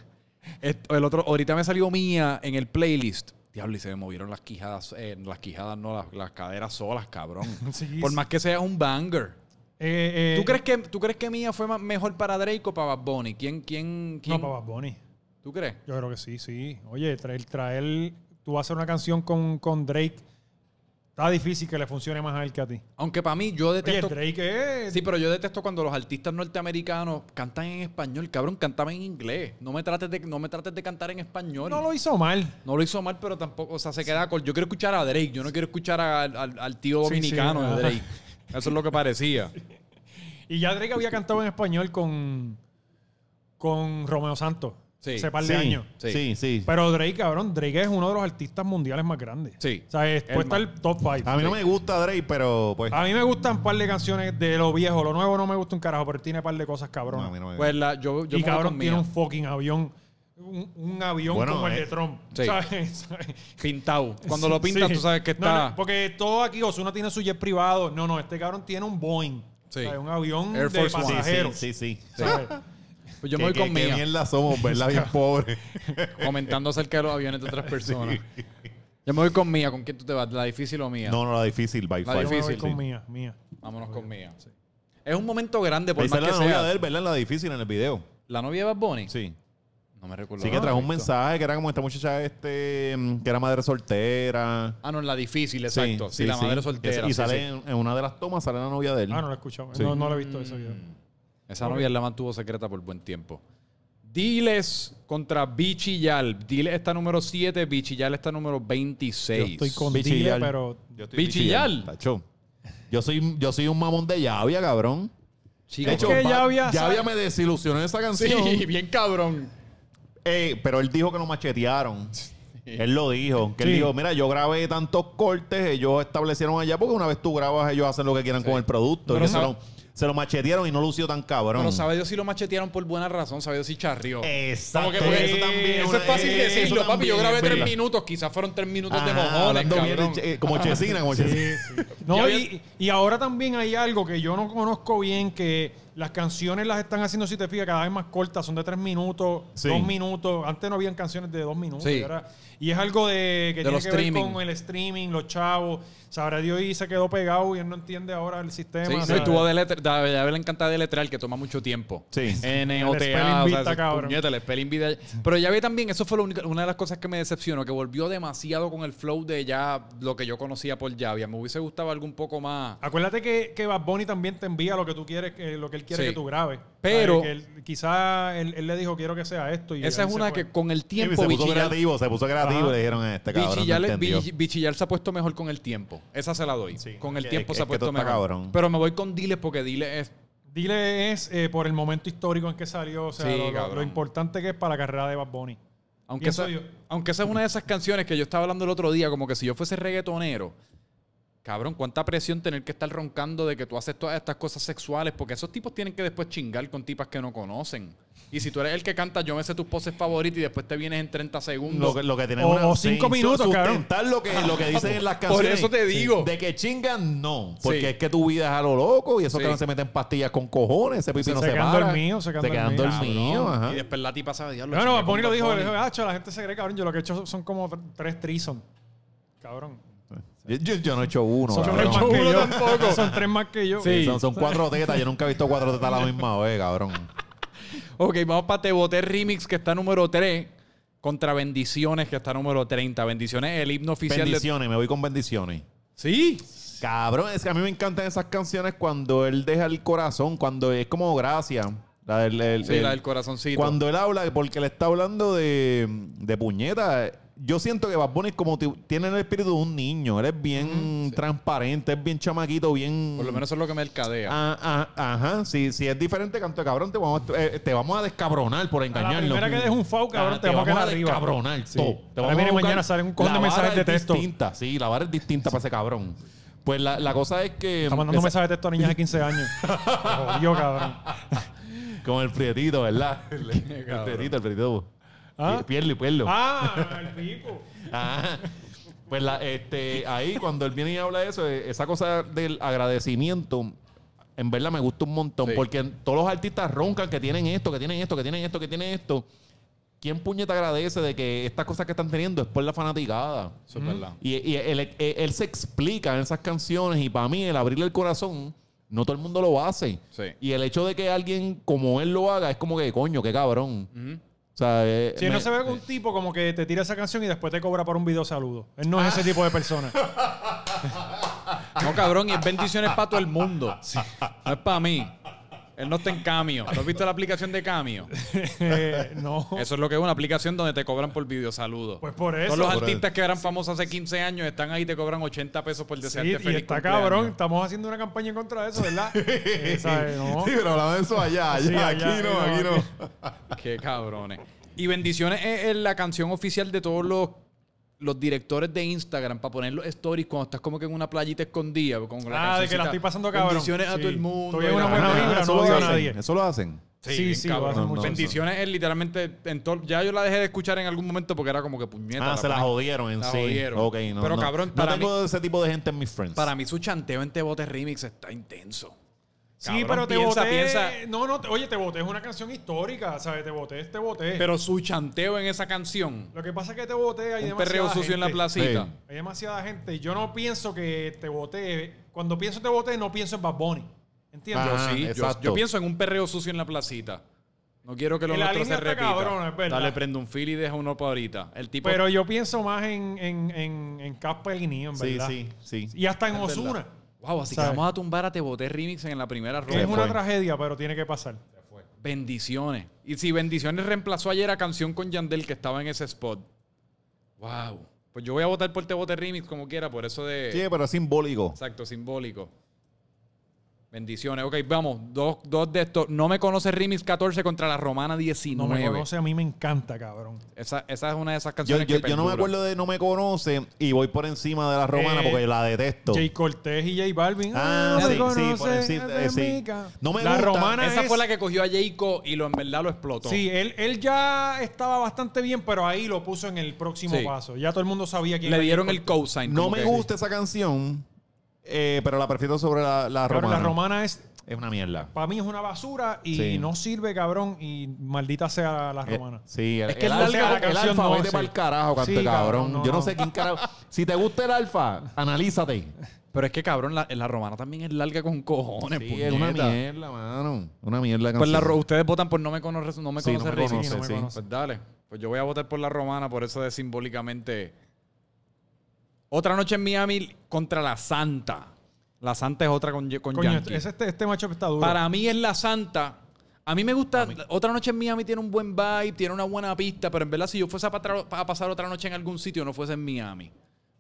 S1: Esto- el otro, ahorita me salió mía en el playlist. Diablo, y se me movieron las quijadas, eh, las quijadas, no, las, las caderas solas, cabrón.
S3: Sí,
S1: Por
S3: sí.
S1: más que sea un banger.
S3: Eh, eh,
S1: ¿Tú, crees que, ¿Tú crees que mía fue más- mejor para Drake o para Bad Bunny? ¿Quién, quién, quién?
S3: No, para Bad Bunny.
S1: ¿Tú crees?
S3: Yo creo que sí, sí. Oye, traer, traer... Tú vas a hacer una canción con, con Drake. Está difícil que le funcione más a él que a ti.
S1: Aunque para mí, yo
S3: Oye,
S1: detesto.
S3: Drake eh, es...
S1: Sí, pero yo detesto cuando los artistas norteamericanos cantan en español. Cabrón, cantaba en inglés. No me trates de, no me trates de cantar en español.
S3: no lo hizo mal.
S1: No lo hizo mal, pero tampoco, o sea, se queda con. Yo quiero escuchar a Drake, yo no quiero escuchar a- al, al tío
S3: Sí, sí,
S1: dominicano
S3: ajá.
S1: de Drake. Eso es lo que parecía.
S3: Y ya Drake había cantado en español con... Con Romeo Santos.
S1: Sí.
S3: Hace par
S2: sí,
S3: de años.
S1: Sí.
S2: Sí, sí.
S3: Pero Drake, cabrón, Drake es uno de los artistas mundiales más grandes.
S1: Sí.
S3: O sea, es-
S1: El
S3: puede estar
S1: más.
S3: top 5.
S2: A mí no me gusta Drake, pero pues.
S3: A mí me gustan un par de canciones de lo viejo. Lo nuevo no me gusta un carajo, pero él tiene un par de cosas
S2: no,
S3: cabrón.
S2: a mí no eh. me
S1: Pues la,
S2: gusta.
S1: yo, yo me voy
S3: y cabrón
S1: con
S3: tiene
S1: mía.
S3: un fucking avión. Un, un avión
S2: Bueno,
S3: como el de
S2: eh,
S3: Trump.
S1: sí.
S3: ¿Sabes?
S1: pintado. Cuando lo pintas,
S3: Sí.
S1: tú sabes que
S3: No,
S1: está.
S3: no, porque todo aquí, Osuna tiene su jet privado. No, no, este cabrón tiene un Boeing.
S1: Sí.
S3: O sea, un avión
S1: Air
S3: de
S1: Force One.
S3: pasajeros.
S2: Sí, sí, sí.
S3: ¿sabes?
S1: Pues yo
S2: Qué-
S1: me voy
S2: qué-
S1: con
S2: qué
S1: mía.
S2: mierda somos, ¿verdad? Bien pobre.
S1: Comentando acerca de los aviones de otras personas. Yo me voy con mía. ¿Con quién tú te vas? ¿La difícil o mía?
S2: No, no, la difícil, by
S1: La
S2: far.
S3: Yo me voy
S1: Difícil.
S3: con mía, mía.
S1: Vámonos con mía. Es un momento grande, por
S2: Ahí
S1: más
S2: sale
S1: que
S2: la novia de
S1: sea.
S2: él, ¿verdad? La difícil en el video.
S1: ¿La novia de Bad Bunny?
S2: Sí.
S1: No me recuerdo.
S2: Sí que
S1: Ah,
S2: trajo un
S1: perfecto.
S2: mensaje que era como esta muchacha este mm, que era madre soltera.
S1: Ah, no, en la difícil, exacto. Sí, la madre soltera.
S2: Y
S1: sí,
S2: sale
S1: sí.
S2: En, en una de las tomas, sale la novia de
S1: Mm.
S2: él.
S3: Ah, no lo he escuchado.
S2: Sí.
S3: No, no lo he visto ese video.
S1: Esa novia él la mantuvo secreta por buen tiempo. Diles contra Bichillal. Diles está número 7, Bichillal está número 26.
S3: Yo estoy con
S2: Bichi
S3: Dile,
S2: Yal.
S3: pero
S2: Yo estoy
S1: Bichillal.
S2: bichillal, tacho. Yo soy, yo soy un mamón de llavia, cabrón.
S1: Chico,
S2: De hecho,
S3: que
S2: Ba-
S3: Llavia
S2: Llavia
S3: sabe-
S2: me desilusionó en esa canción.
S1: sí, bien cabrón.
S2: Eh, pero él dijo que lo machetearon. Él lo dijo. Que él
S3: Sí.
S2: dijo, mira, yo grabé tantos cortes, ellos establecieron allá, porque una vez tú grabas, ellos hacen lo que quieran con el producto.
S1: Pero
S2: Y que se,
S1: sabe-
S2: lo, se lo machetearon y no lució tan cabrón.
S1: Pero sabe Dios si lo machetearon por buena razón, sabe Dios si charrió.
S2: Exacto.
S1: Como que, porque eso también. Eso es fácil
S2: eh, eso
S1: decirlo, papi. Yo
S2: también
S1: grabé
S2: es
S1: tres
S2: verdad.
S1: minutos, quizás fueron tres minutos de
S2: Ajá,
S1: mojones,
S2: hablando bien de
S1: cabrón.
S2: che- eh, como Chesina, como Chesina.
S3: No,
S1: Ya
S3: y, y ahora también hay algo que yo no conozco bien que Las canciones las están haciendo, si te fijas, cada vez más cortas. Son de tres minutos,
S2: Sí.
S3: dos minutos. Antes no habían canciones de dos minutos.
S1: Sí.
S3: era- Y es algo de que
S1: De
S3: tiene
S1: los
S3: que
S1: streaming.
S3: ver con el streaming, los chavos. Sabrá Dios y se quedó pegado y él no entiende ahora el sistema.
S1: Sí, no,
S3: ¿sabes?
S1: y tuvo de letra, da- a él le encanta de letrear que toma mucho tiempo.
S2: Sí.
S1: N-O-T-A,
S3: spelling
S1: o
S3: bee
S1: sea,
S3: está
S1: ese-
S3: cabrón.
S1: puñeta, el spelling bee de- Pero ya vi también, eso fue lo único- una de las cosas que me decepcionó, que volvió demasiado con el flow de ya lo que yo conocía por Javia. Me hubiese gustado algo un poco más.
S3: Acuérdate que, que Bad Bunny también te envía lo que tú quieres, que- lo que él quiere
S1: Sí.
S3: que tú grabes.
S1: Pero-
S3: ¿Sabes? Que él- quizá él, él le dijo, quiero que sea esto. Y
S1: Esa
S3: él
S1: es
S3: se
S1: una
S3: fue.
S1: que con el
S2: Sí,
S1: tiempo
S2: se puso
S1: Bichillar-
S2: creativo, se puso creativo
S3: Ajá.
S2: y le dijeron a este cabrón.
S1: Bichillar,
S2: no
S1: le-
S2: entendió.
S1: Bichi- Bichillar se ha puesto mejor con el tiempo. Esa se la doy.
S3: Sí.
S1: Con el
S2: Es-
S1: tiempo
S2: es
S1: se ha
S2: que esto
S1: puesto
S2: está
S1: mejor.
S2: cabrón.
S1: Pero me voy con Diles porque Diles es
S3: Dile es eh, por el momento histórico en que salió, o sea,
S1: Sí,
S3: lo- lo,
S1: cabrón.
S3: lo importante que es para la carrera de Bad Bunny.
S1: Aunque
S3: Pienso
S1: esa,
S3: yo.
S1: aunque esa es una de esas canciones que yo estaba hablando el otro día, como que si yo fuese reggaetonero, cabrón, cuánta presión tener que estar roncando de que tú haces todas estas cosas sexuales, porque esos tipos tienen que después chingar con tipas que no conocen. Y si tú eres el que canta, yo me sé tus poses favoritas y después te vienes en 30 segundos.
S2: Lo que, lo que tienen
S3: O-
S2: una-
S3: o cinco
S2: sí,
S3: minutos, cabrón.
S2: sustentar lo que, lo que dicen en las
S1: Por
S2: canciones.
S1: eso te
S2: Sí.
S1: digo.
S2: De que chingan, no. Porque
S1: Sí.
S2: es que tu vida es a lo loco y esos
S1: Sí.
S2: cabrones se meten pastillas con cojones. Ese pipi
S3: Se
S2: no se
S3: quedan
S2: para.
S3: dormidos, se quedan dormidos.
S2: dormidos, ajá.
S1: y después la tipa sabe, diablo.
S3: No, no,
S1: chingué
S3: Bad
S1: con
S3: Bunny lo
S1: Bad
S3: dijo,
S1: Bunny".
S3: le dijo, "Acho, la gente se cree, cabrón, yo lo que he hecho son como tr- tres trison. Cabrón.
S2: Yo, yo no he hecho uno.
S3: Son
S2: cabrón.
S3: tres más
S1: Yo
S3: que
S1: uno
S3: yo.
S1: tampoco.
S3: Son tres más que yo.
S1: Sí.
S2: Son, son cuatro tetas. Yo nunca he visto cuatro tetas a la misma vez, cabrón.
S3: ah.
S1: Ok, vamos para Te Boté Remix, que está número 3, contra Bendiciones, que está número 30. Bendiciones es el himno oficial de.
S2: Bendiciones, me voy con bendiciones.
S1: Sí.
S2: Cabrón, es que a mí me encantan esas canciones cuando él deja el corazón, cuando es como gracia. La del, el-
S1: Sí,
S2: el-
S1: la del corazoncito.
S2: Cuando él habla, porque le está hablando de, de puñeta, yo siento que Bad Bunny es como ti- tiene el espíritu de un niño. Él es bien transparente, es bien chamaquito, bien...
S1: Por lo menos eso es lo que me mercadea.
S2: Ah, ah, ajá, si, si es diferente, canto de cabrón, te vamos, a- eh, te vamos a descabronar por Ah, engañarnos.
S3: primera que dejes un foul, cabrón, te vamos a quedar arriba.
S2: descabronar
S3: Sí.
S2: todo. Te
S3: Ahora
S2: vamos a
S3: viene
S2: buscar-
S3: mañana, salen un cojón de
S2: la
S3: mensajes
S2: vara
S3: de
S2: es
S3: texto.
S2: distinta, sí, la vara es distinta para ese cabrón. Pues la, la cosa es que...
S3: Está mandando
S2: esa-
S3: mensajes de texto a niñas de 15 años. Jodido, cabrón.
S2: Con el prietito, ¿verdad? el
S1: cabrón.
S2: prietito, el prietito.
S3: ¿Ah?
S2: Pierlo y pierlo.
S3: Ah, el pico.
S2: Ajá. Pues la, este, ahí cuando él viene y habla de eso, eh, esa cosa del agradecimiento, en verdad me gusta un montón,
S1: Sí.
S2: porque todos los artistas roncan que tienen esto, que tienen esto, que tienen esto, que tienen esto. ¿Quién puñeta agradece de que estas cosas que están teniendo es por la fanaticada?
S1: Eso es verdad.
S2: Y, y él, él- él se explica en esas canciones y para mí el abrirle el corazón, no todo el mundo lo hace.
S1: Sí.
S2: Y el hecho de que alguien como él lo haga es como que coño, qué cabrón. O sea, eh,
S3: Si no
S2: me-
S3: se ve con un tipo como que te tira esa canción y después te cobra por un video saludo. Él no es
S2: Ah.
S3: ese tipo de persona.
S1: No, cabrón, y es bendiciones para todo el mundo. No es para mí. Él no está en Cameo. ¿Tú has visto la aplicación de Cameo?
S3: Eh, no.
S1: Eso es lo que es una aplicación donde te cobran por video saludo.
S3: Pues por eso.
S1: Todos los
S2: Por
S1: artistas que eran famosos hace 15 años están ahí y te cobran 80 pesos por
S3: Sí,
S1: desearte
S3: y está
S1: feliz cumpleaños.
S3: cabrón. Estamos haciendo una campaña en contra de eso, ¿verdad? Eh, ¿sabes? No.
S2: Sí, pero hablamos de eso allá, allá,
S3: Sí, allá,
S2: aquí no,
S3: no,
S2: aquí no.
S3: aquí.
S1: Qué cabrones. Y bendiciones es, es la canción oficial de todos los, los directores de Instagram para poner los stories cuando estás como que en una playita escondida. Con la
S3: Ah, de que
S1: cancioncita.
S3: la estoy pasando cabrón.
S1: Bendiciones a
S3: Sí.
S1: todo el mundo.
S3: Estoy en
S1: Y
S3: una
S1: la-
S3: buena vibra,
S2: Ah, Eso
S3: no
S2: lo
S3: odio a
S2: hacen,
S3: nadie.
S2: Eso lo hacen.
S3: Sí,
S1: bien
S3: sí, lo
S1: cabrón.
S3: hacen
S2: mucho.
S1: Bendiciones es literalmente en todo. Ya yo la dejé de escuchar en algún momento porque era como que puñeta.
S2: Ah, se la
S1: ponen-
S2: jodieron en
S1: la
S2: sí.
S1: jodieron.
S2: Ok, no,
S1: Pero,
S2: no.
S1: cabrón,
S2: no
S1: para
S2: tengo ese tipo de gente en mis friends.
S1: Para mí su chanteo en Te Bote Remix está intenso.
S3: Sí,
S1: Cabrón,
S3: pero te
S1: piensa,
S3: voté.
S1: piensa.
S3: No, no, te- oye, te voté. Es una canción histórica, ¿sabes? Te voté, te voté.
S1: Pero su chanteo en esa canción.
S3: Lo que pasa es que te voté. Hay
S1: Un
S3: demasiada
S1: perreo sucio
S3: gente.
S1: en la placita.
S2: Sí.
S3: Hay demasiada gente. Y yo no pienso que te voté. Cuando pienso te voté, no pienso en Bad Bunny. ¿Entiendes?
S1: Yo
S2: Ah,
S1: sí, yo- yo,
S2: exacto.
S1: pienso en un perreo sucio en la placita. No quiero que lo
S3: Y la
S1: nuestro se
S3: línea está
S1: repita.
S3: cabrona, es verdad.
S1: Dale, prende un fil y deja uno para ahorita. El tipo.
S3: Pero yo pienso más en, en, en, en Casper y Neo, en
S2: Sí,
S3: verdad.
S2: sí, sí.
S3: Y hasta en Osuna.
S1: wow, así
S3: ¿Sabes?
S1: que vamos a tumbar a Te Boté Remix en la primera
S3: Que es
S1: ronda.
S2: fue.
S3: una tragedia, pero tiene que pasar.
S1: Bendiciones. Y si Bendiciones reemplazó ayer a Canción con Yandel que estaba en ese spot. Wow. Pues yo voy a votar por Te Bote Remix como quiera, por eso de.
S2: Sí, pero es simbólico.
S1: Exacto, simbólico. Bendiciones. Ok, vamos. Dos, dos de estos. No me conoce Remix 14 contra la Romana 19.
S3: No me conoce, a mí me encanta, cabrón.
S1: Esa, esa es una de esas
S2: Yo,
S1: canciones
S2: yo-
S1: que
S2: yo no me
S1: perdura.
S2: acuerdo de No me conoce y voy por encima de la romana
S3: Eh,
S2: porque la detesto.
S3: Jay Cortés y J Balvin.
S2: Ah,
S3: no
S2: sí,
S3: me
S2: sí,
S3: conoce,
S2: por encima,
S3: es de
S2: eh, sí.
S3: mica.
S2: No me
S3: La
S2: gusta.
S3: romana
S1: Esa
S3: es-
S1: fue la que cogió a Jayco y lo, en verdad lo explotó.
S3: Sí, él, él ya estaba bastante bien, pero ahí lo puso en el próximo
S1: Sí.
S3: paso. Ya todo el mundo sabía quién
S1: Le
S3: era
S1: dieron
S3: Jay
S1: el
S3: Cortés.
S1: cosign.
S2: No
S1: como
S2: me
S1: que-
S2: gusta esa canción. Eh, pero la prefiero sobre la, la
S3: Pero
S2: romana.
S3: la romana es,
S2: Es una mierda.
S3: para mí es una basura y
S2: Sí.
S3: no sirve, cabrón, y maldita sea la romana.
S2: Eh, sí, el,
S1: Es que
S2: el
S1: el
S2: alfa,
S1: larga- la
S2: el
S3: canción
S2: alfa,
S3: no
S2: vete
S3: es
S2: pa'l
S3: el-
S2: carajo, canto
S3: Sí,
S2: de cabrón.
S3: cabrón, no,
S2: Yo no
S3: no.
S2: sé quién carajo. si te gusta el alfa, analízate.
S1: Pero es que, cabrón, la, la romana también es larga con cojones,
S2: Sí,
S1: puñeta.
S2: es una mierda, mano. Una mierda. de
S1: Pues la,
S2: canción.
S1: ro- ustedes votan por no me conoce, no me
S2: Sí, no
S1: conoce
S2: me
S1: Ricky.
S2: conoce,
S3: Sí, no me
S2: sí.
S3: conoce.
S1: Pues dale. Pues yo voy a votar por la romana, por eso de simbólicamente. Otra noche en Miami contra la Santa. La Santa es otra con, con
S3: Coño,
S1: Yankee.
S3: ese- este, este macho está duro.
S1: Para mí es la Santa. A mí me gusta. Otra noche en Miami tiene un buen vibe, tiene una buena pista, pero en verdad, si yo fuese a, patra- a pasar otra noche en algún sitio, no fuese en Miami.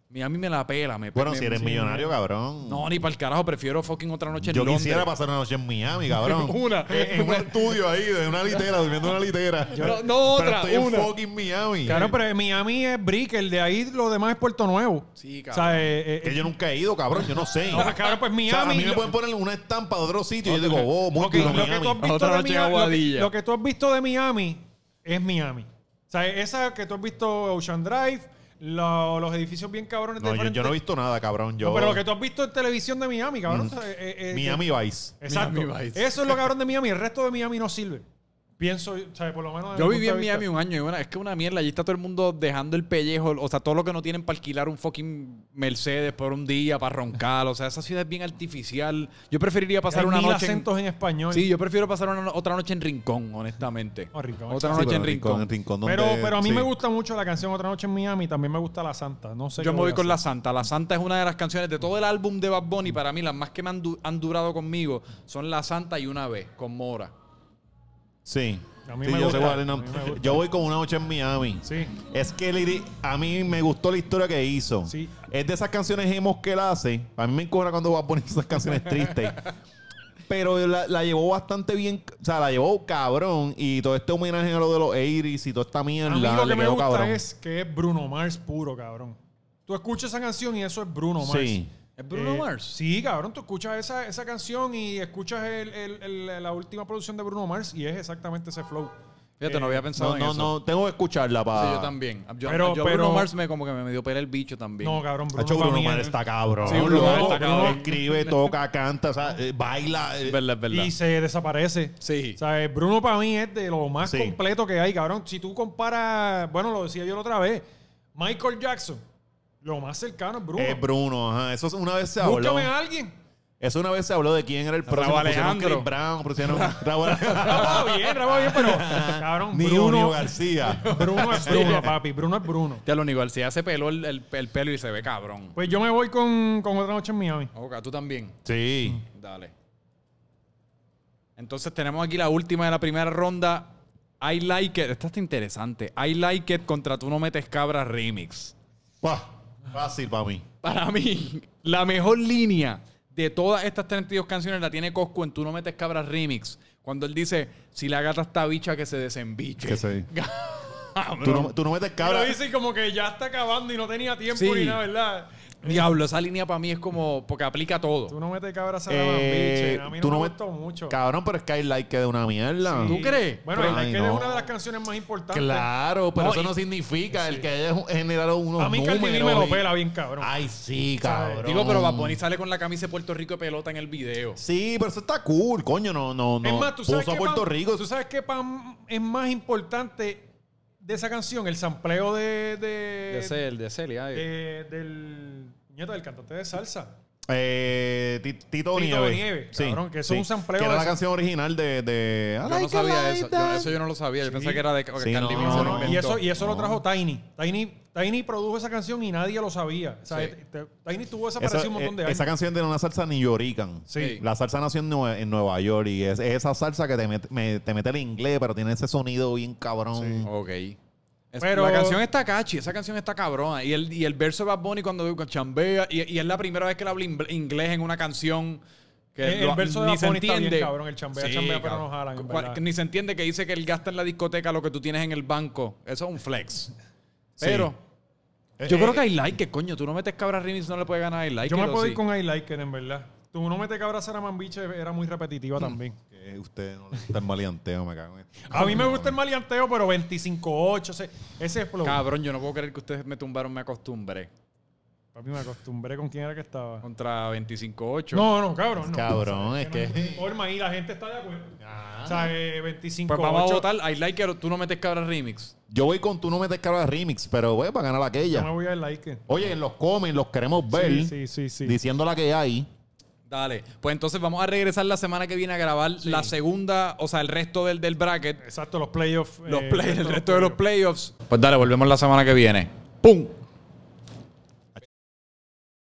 S1: Miami me la pela, me
S2: Bueno,
S1: me-
S2: si eres
S1: sí.
S2: millonario, cabrón.
S1: No, ni para el carajo, prefiero fucking otra noche en
S2: Yo
S1: Londres.
S2: quisiera pasar una noche en Miami, cabrón.
S1: Una.
S2: En en un estudio ahí, de una litera, durmiendo en una litera.
S1: No, no,
S2: Pero
S1: otra,
S2: estoy
S1: una.
S2: en fucking Miami.
S3: Claro, pero Miami es Brick, el de ahí lo demás es Puerto Nuevo.
S1: Sí,
S3: O
S1: cabrón.
S3: sea, eh, eh,
S2: Que yo nunca he ido, cabrón. Yo no sé.
S3: No, claro, pues
S2: O sea, a
S3: Miami.
S2: mí me
S3: lo-
S2: pueden poner una estampa de otro sitio y yo digo, oh, muy
S3: ok, lo,
S2: cool,
S3: que
S2: Miami.
S3: tú has visto
S1: Otra
S3: de
S1: noche en
S3: Miami- lo que-
S1: Aguadilla.
S3: lo que tú has visto de Miami es Miami. O sea, esa que tú has visto Ocean Drive, lo- los edificios bien cabrones de
S2: No, yo,
S3: frente.
S2: yo no he visto nada, cabrón. Yo, Mm.
S3: No, pero lo que tú has visto en televisión de Miami, cabrón. o sea, eh, eh,
S2: Miami Vice.
S3: Exacto.
S1: Miami Vice.
S3: Eso es lo cabrón de Miami. El resto de Miami no sirve. Pienso, o sea, por lo menos. desde
S1: Yo
S3: mi
S1: viví
S3: punto
S1: en
S3: Ah, de
S1: Miami
S3: vista.
S1: un año y una- es que una mierda. Allí está todo el mundo dejando el pellejo. O sea, todo lo que no tienen para alquilar un fucking Mercedes por un día, para roncar. O sea, esa ciudad es bien artificial. Yo preferiría pasar
S3: Hay
S1: una
S3: mil
S1: noche. en-
S3: acentos en, español.
S1: Sí, yo prefiero pasar una no- otra noche en Rincón, honestamente.
S3: Oh, Rincón.
S1: Otra
S2: Sí,
S1: noche
S2: pero
S1: en Rincón.
S2: donde-
S3: pero, pero a mí
S2: sí.
S3: me gusta mucho la canción Otra Noche en Miami. También me gusta La Santa. No sé.
S1: Yo
S3: qué
S1: me voy con
S3: a
S1: La
S3: hacer.
S1: Santa. La Santa es una de las canciones de todo el álbum de Bad Bunny. Para mí, las más que me han, du- han durado conmigo son La Santa y Una vez, con Mora.
S2: Sí.
S3: A mí
S2: Sí,
S3: me
S2: yo,
S3: gusta,
S2: sé cuál es,
S3: a
S2: no.
S3: mí me gusta.
S2: yo voy con una noche en Miami.
S3: Sí.
S2: Es que Liri- a mí me gustó la historia que hizo.
S3: Sí.
S2: Es de esas canciones emos que él hace. A mí me encobra cuando va a poner esas canciones tristes. Pero la, la llevó bastante bien. O sea, la llevó cabrón. Y todo este homenaje a lo de los 80s y toda esta
S3: A
S2: mierda.
S3: mí lo
S2: le
S3: que me
S2: quedó
S3: gusta
S2: cabrón.
S3: es que es Bruno Mars puro, cabrón. Tú escuchas esa canción y eso es Bruno Mars.
S2: Sí.
S1: ¿Es Bruno
S3: Eh,
S1: Mars?
S3: Sí, cabrón. Tú escuchas esa, esa canción y escuchas el- el- el- la última producción de Bruno Mars y es exactamente ese flow. Eh,
S1: Fíjate, no había pensado
S2: No,
S1: en
S2: no,
S1: eso.
S2: no. Tengo que escucharla para.
S1: Sí, yo también. Yo,
S3: Pero-
S1: yo
S3: pero-
S1: Bruno Mars me como que me dio pela el bicho también.
S3: No, cabrón.
S2: Ha hecho
S3: pa'
S2: Bruno
S3: mí
S2: Mars
S3: es-
S2: está cabrón.
S1: Sí, Bruno Mars
S2: loco.
S1: está cabrón.
S2: Escribe, toca, canta, o sea, eh, baila. eh.
S1: Es verdad, es verdad.
S3: Y se desaparece.
S1: Sí.
S3: O sea, eh, Bruno para mí es de lo más
S2: Sí.
S3: completo que hay, cabrón. Si tú comparas, bueno, lo decía yo la otra vez, Michael Jackson, lo más cercano es Bruno.
S2: Es Bruno, ajá. Eso es- una vez se habló.
S3: Búscame a alguien.
S2: Eso una vez se habló de quién era el próximo. pusieron
S1: Alejandro.
S2: Chris Brown, pusieron Raúl
S3: Rafa bien, Rafa bien, pero cabrón,
S2: Nino
S3: Bruno,
S2: García.
S3: Bruno es Bruno, papi. Bruno es Bruno.
S1: Ya lo Universidad se peló el, el- el pelo y se ve cabrón.
S3: Pues yo me voy con, con otra noche en Miami.
S1: Ok, tú también.
S2: Sí.
S1: Dale. Entonces tenemos aquí la última de la primera ronda. I Like It. Esta está interesante. I Like It contra Tú No Metes Cabra Remix.
S2: Pa, fácil para mí.
S1: Para mí, la mejor línea de todas estas 32 canciones la tiene Cosco en Tú No Metes Cabra Remix. Cuando él dice, si la gata está bicha, que se desembiche.
S2: Que se-
S1: Cabrón.
S2: Tú no, tú no metes
S3: Pero
S2: cabra.
S3: dice como que ya está acabando y no tenía tiempo
S1: Sí.
S3: ni nada, ¿verdad?
S1: Diablo, esa línea para mí es como... Porque aplica todo.
S3: Tú no metes cabra a la
S2: Eh,
S3: biche. A mí
S2: tú
S3: no
S2: no
S3: me
S2: met-
S3: gustó mucho.
S2: Cabrón, pero es que hay like que de una mierda.
S1: Sí. ¿Tú crees?
S3: Bueno,
S2: Pero-
S3: es
S2: Ay,
S3: que es
S2: no.
S3: una de las canciones más importantes.
S2: Claro, pero
S1: No,
S2: eso
S1: y-
S2: no significa el que haya generado unos
S3: A mí Cardi B me
S2: números
S3: lo
S2: y-
S3: pela bien, cabrón.
S2: Ay, sí,
S3: ¿Sabes?
S2: cabrón.
S1: Digo, pero Bad
S3: Mm.
S1: Bunny sale con la camisa de Puerto Rico de pelota en el video.
S2: Sí, pero eso está cool, coño. No, no, no.
S3: es más, tú sabes
S2: Puso a
S3: qué
S2: Puerto
S3: pan-
S2: Rico.
S3: ¿Tú sabes qué pan es más importante de esa canción? El sampleo de... de,
S1: de Celia.
S3: de- Eh, del... Nieta, del cantante de salsa.
S2: Eh, Ti- Tito,
S3: Tito
S2: Nieve.
S3: Nieve, cabrón, que eso es un sampleo
S2: Que era
S3: de
S2: la
S3: eso.
S2: canción original de. de ah,
S1: Yo
S2: I like
S1: no
S2: it
S1: sabía
S2: like
S1: eso. Yo-
S2: that.
S1: eso yo no lo sabía. Yo pensé que era de que
S2: Sí,
S1: Cardi B se
S2: no,
S1: lo
S2: no.
S1: inventó.
S3: Ah, y eso, y eso lo
S2: No.
S3: trajo Tiny. Tiny. Tiny produjo esa canción y nadie lo sabía. O sea,
S1: Sí.
S3: te- te- Tiny tuvo
S2: Esa,
S3: desaparecido un montón de
S2: eh,
S3: años.
S2: esa canción de una salsa neoyorican.
S1: Sí.
S2: La salsa nació en Nueva, en Nueva York y es, es esa salsa que te mete, me- te mete el inglés, pero tiene ese sonido bien cabrón.
S1: Ok. Es-
S3: Pero-
S1: La canción está cachi, esa canción está cabrona. Y el, y el verso de Bad Bunny cuando chambea, y, y es la primera vez que él habla ingle- inglés en una canción. Que
S3: Eh, el verso de
S1: ni
S3: Bad
S1: se
S3: Bunny está bien,
S1: entiende.
S3: cabrón, el chambea, chambea, pero no jalan, en
S1: Cual-
S3: verdad.
S1: que Ni se entiende que dice que él gasta en la discoteca lo que tú tienes en el banco. Eso es un flex. Pero
S2: Eh,
S1: yo
S2: eh,
S1: creo que hay like, que coño, tú no metes cabra remix, no le puedes ganar a like.
S3: Yo me puedo ir con I Like It, en verdad. Tú no metes cabra a Mambiche era muy repetitiva también.
S2: Eh, Usted no le gusta el maleanteo, me cago en este. esto.
S3: A mí me gusta el maleanteo, pero 25-8, ese, ese es flow.
S1: Cabrón, yo no puedo creer que ustedes me tumbaron, me acostumbré.
S3: Papi, me acostumbré con quién era que estaba.
S1: Contra 25-8.
S3: No, no, cabrón. No.
S2: Cabrón, es
S3: Que no hay
S2: que.
S3: forma y la gente está de acuerdo. O sea, eh, 25
S1: Ah. Pues vamos a
S3: ocho.
S1: votar. I like it, tú no metes cabra remix.
S2: Yo voy con tú no metes cara de remix, pero voy para ganar
S3: No me
S2: aquella.
S3: voy a dar like.
S2: Oye, los comen, los queremos ver.
S3: Sí, sí, sí. sí.
S2: Diciendo la que hay.
S1: Dale. Pues entonces vamos a regresar la semana que viene a grabar la segunda, o sea, el resto del, del bracket.
S3: Eh, Exacto, los playoffs.
S1: Los
S3: eh,
S1: play- el
S3: los
S1: resto de los
S3: playoffs.
S1: playoffs. Pues dale, volvemos la semana que viene. ¡Pum!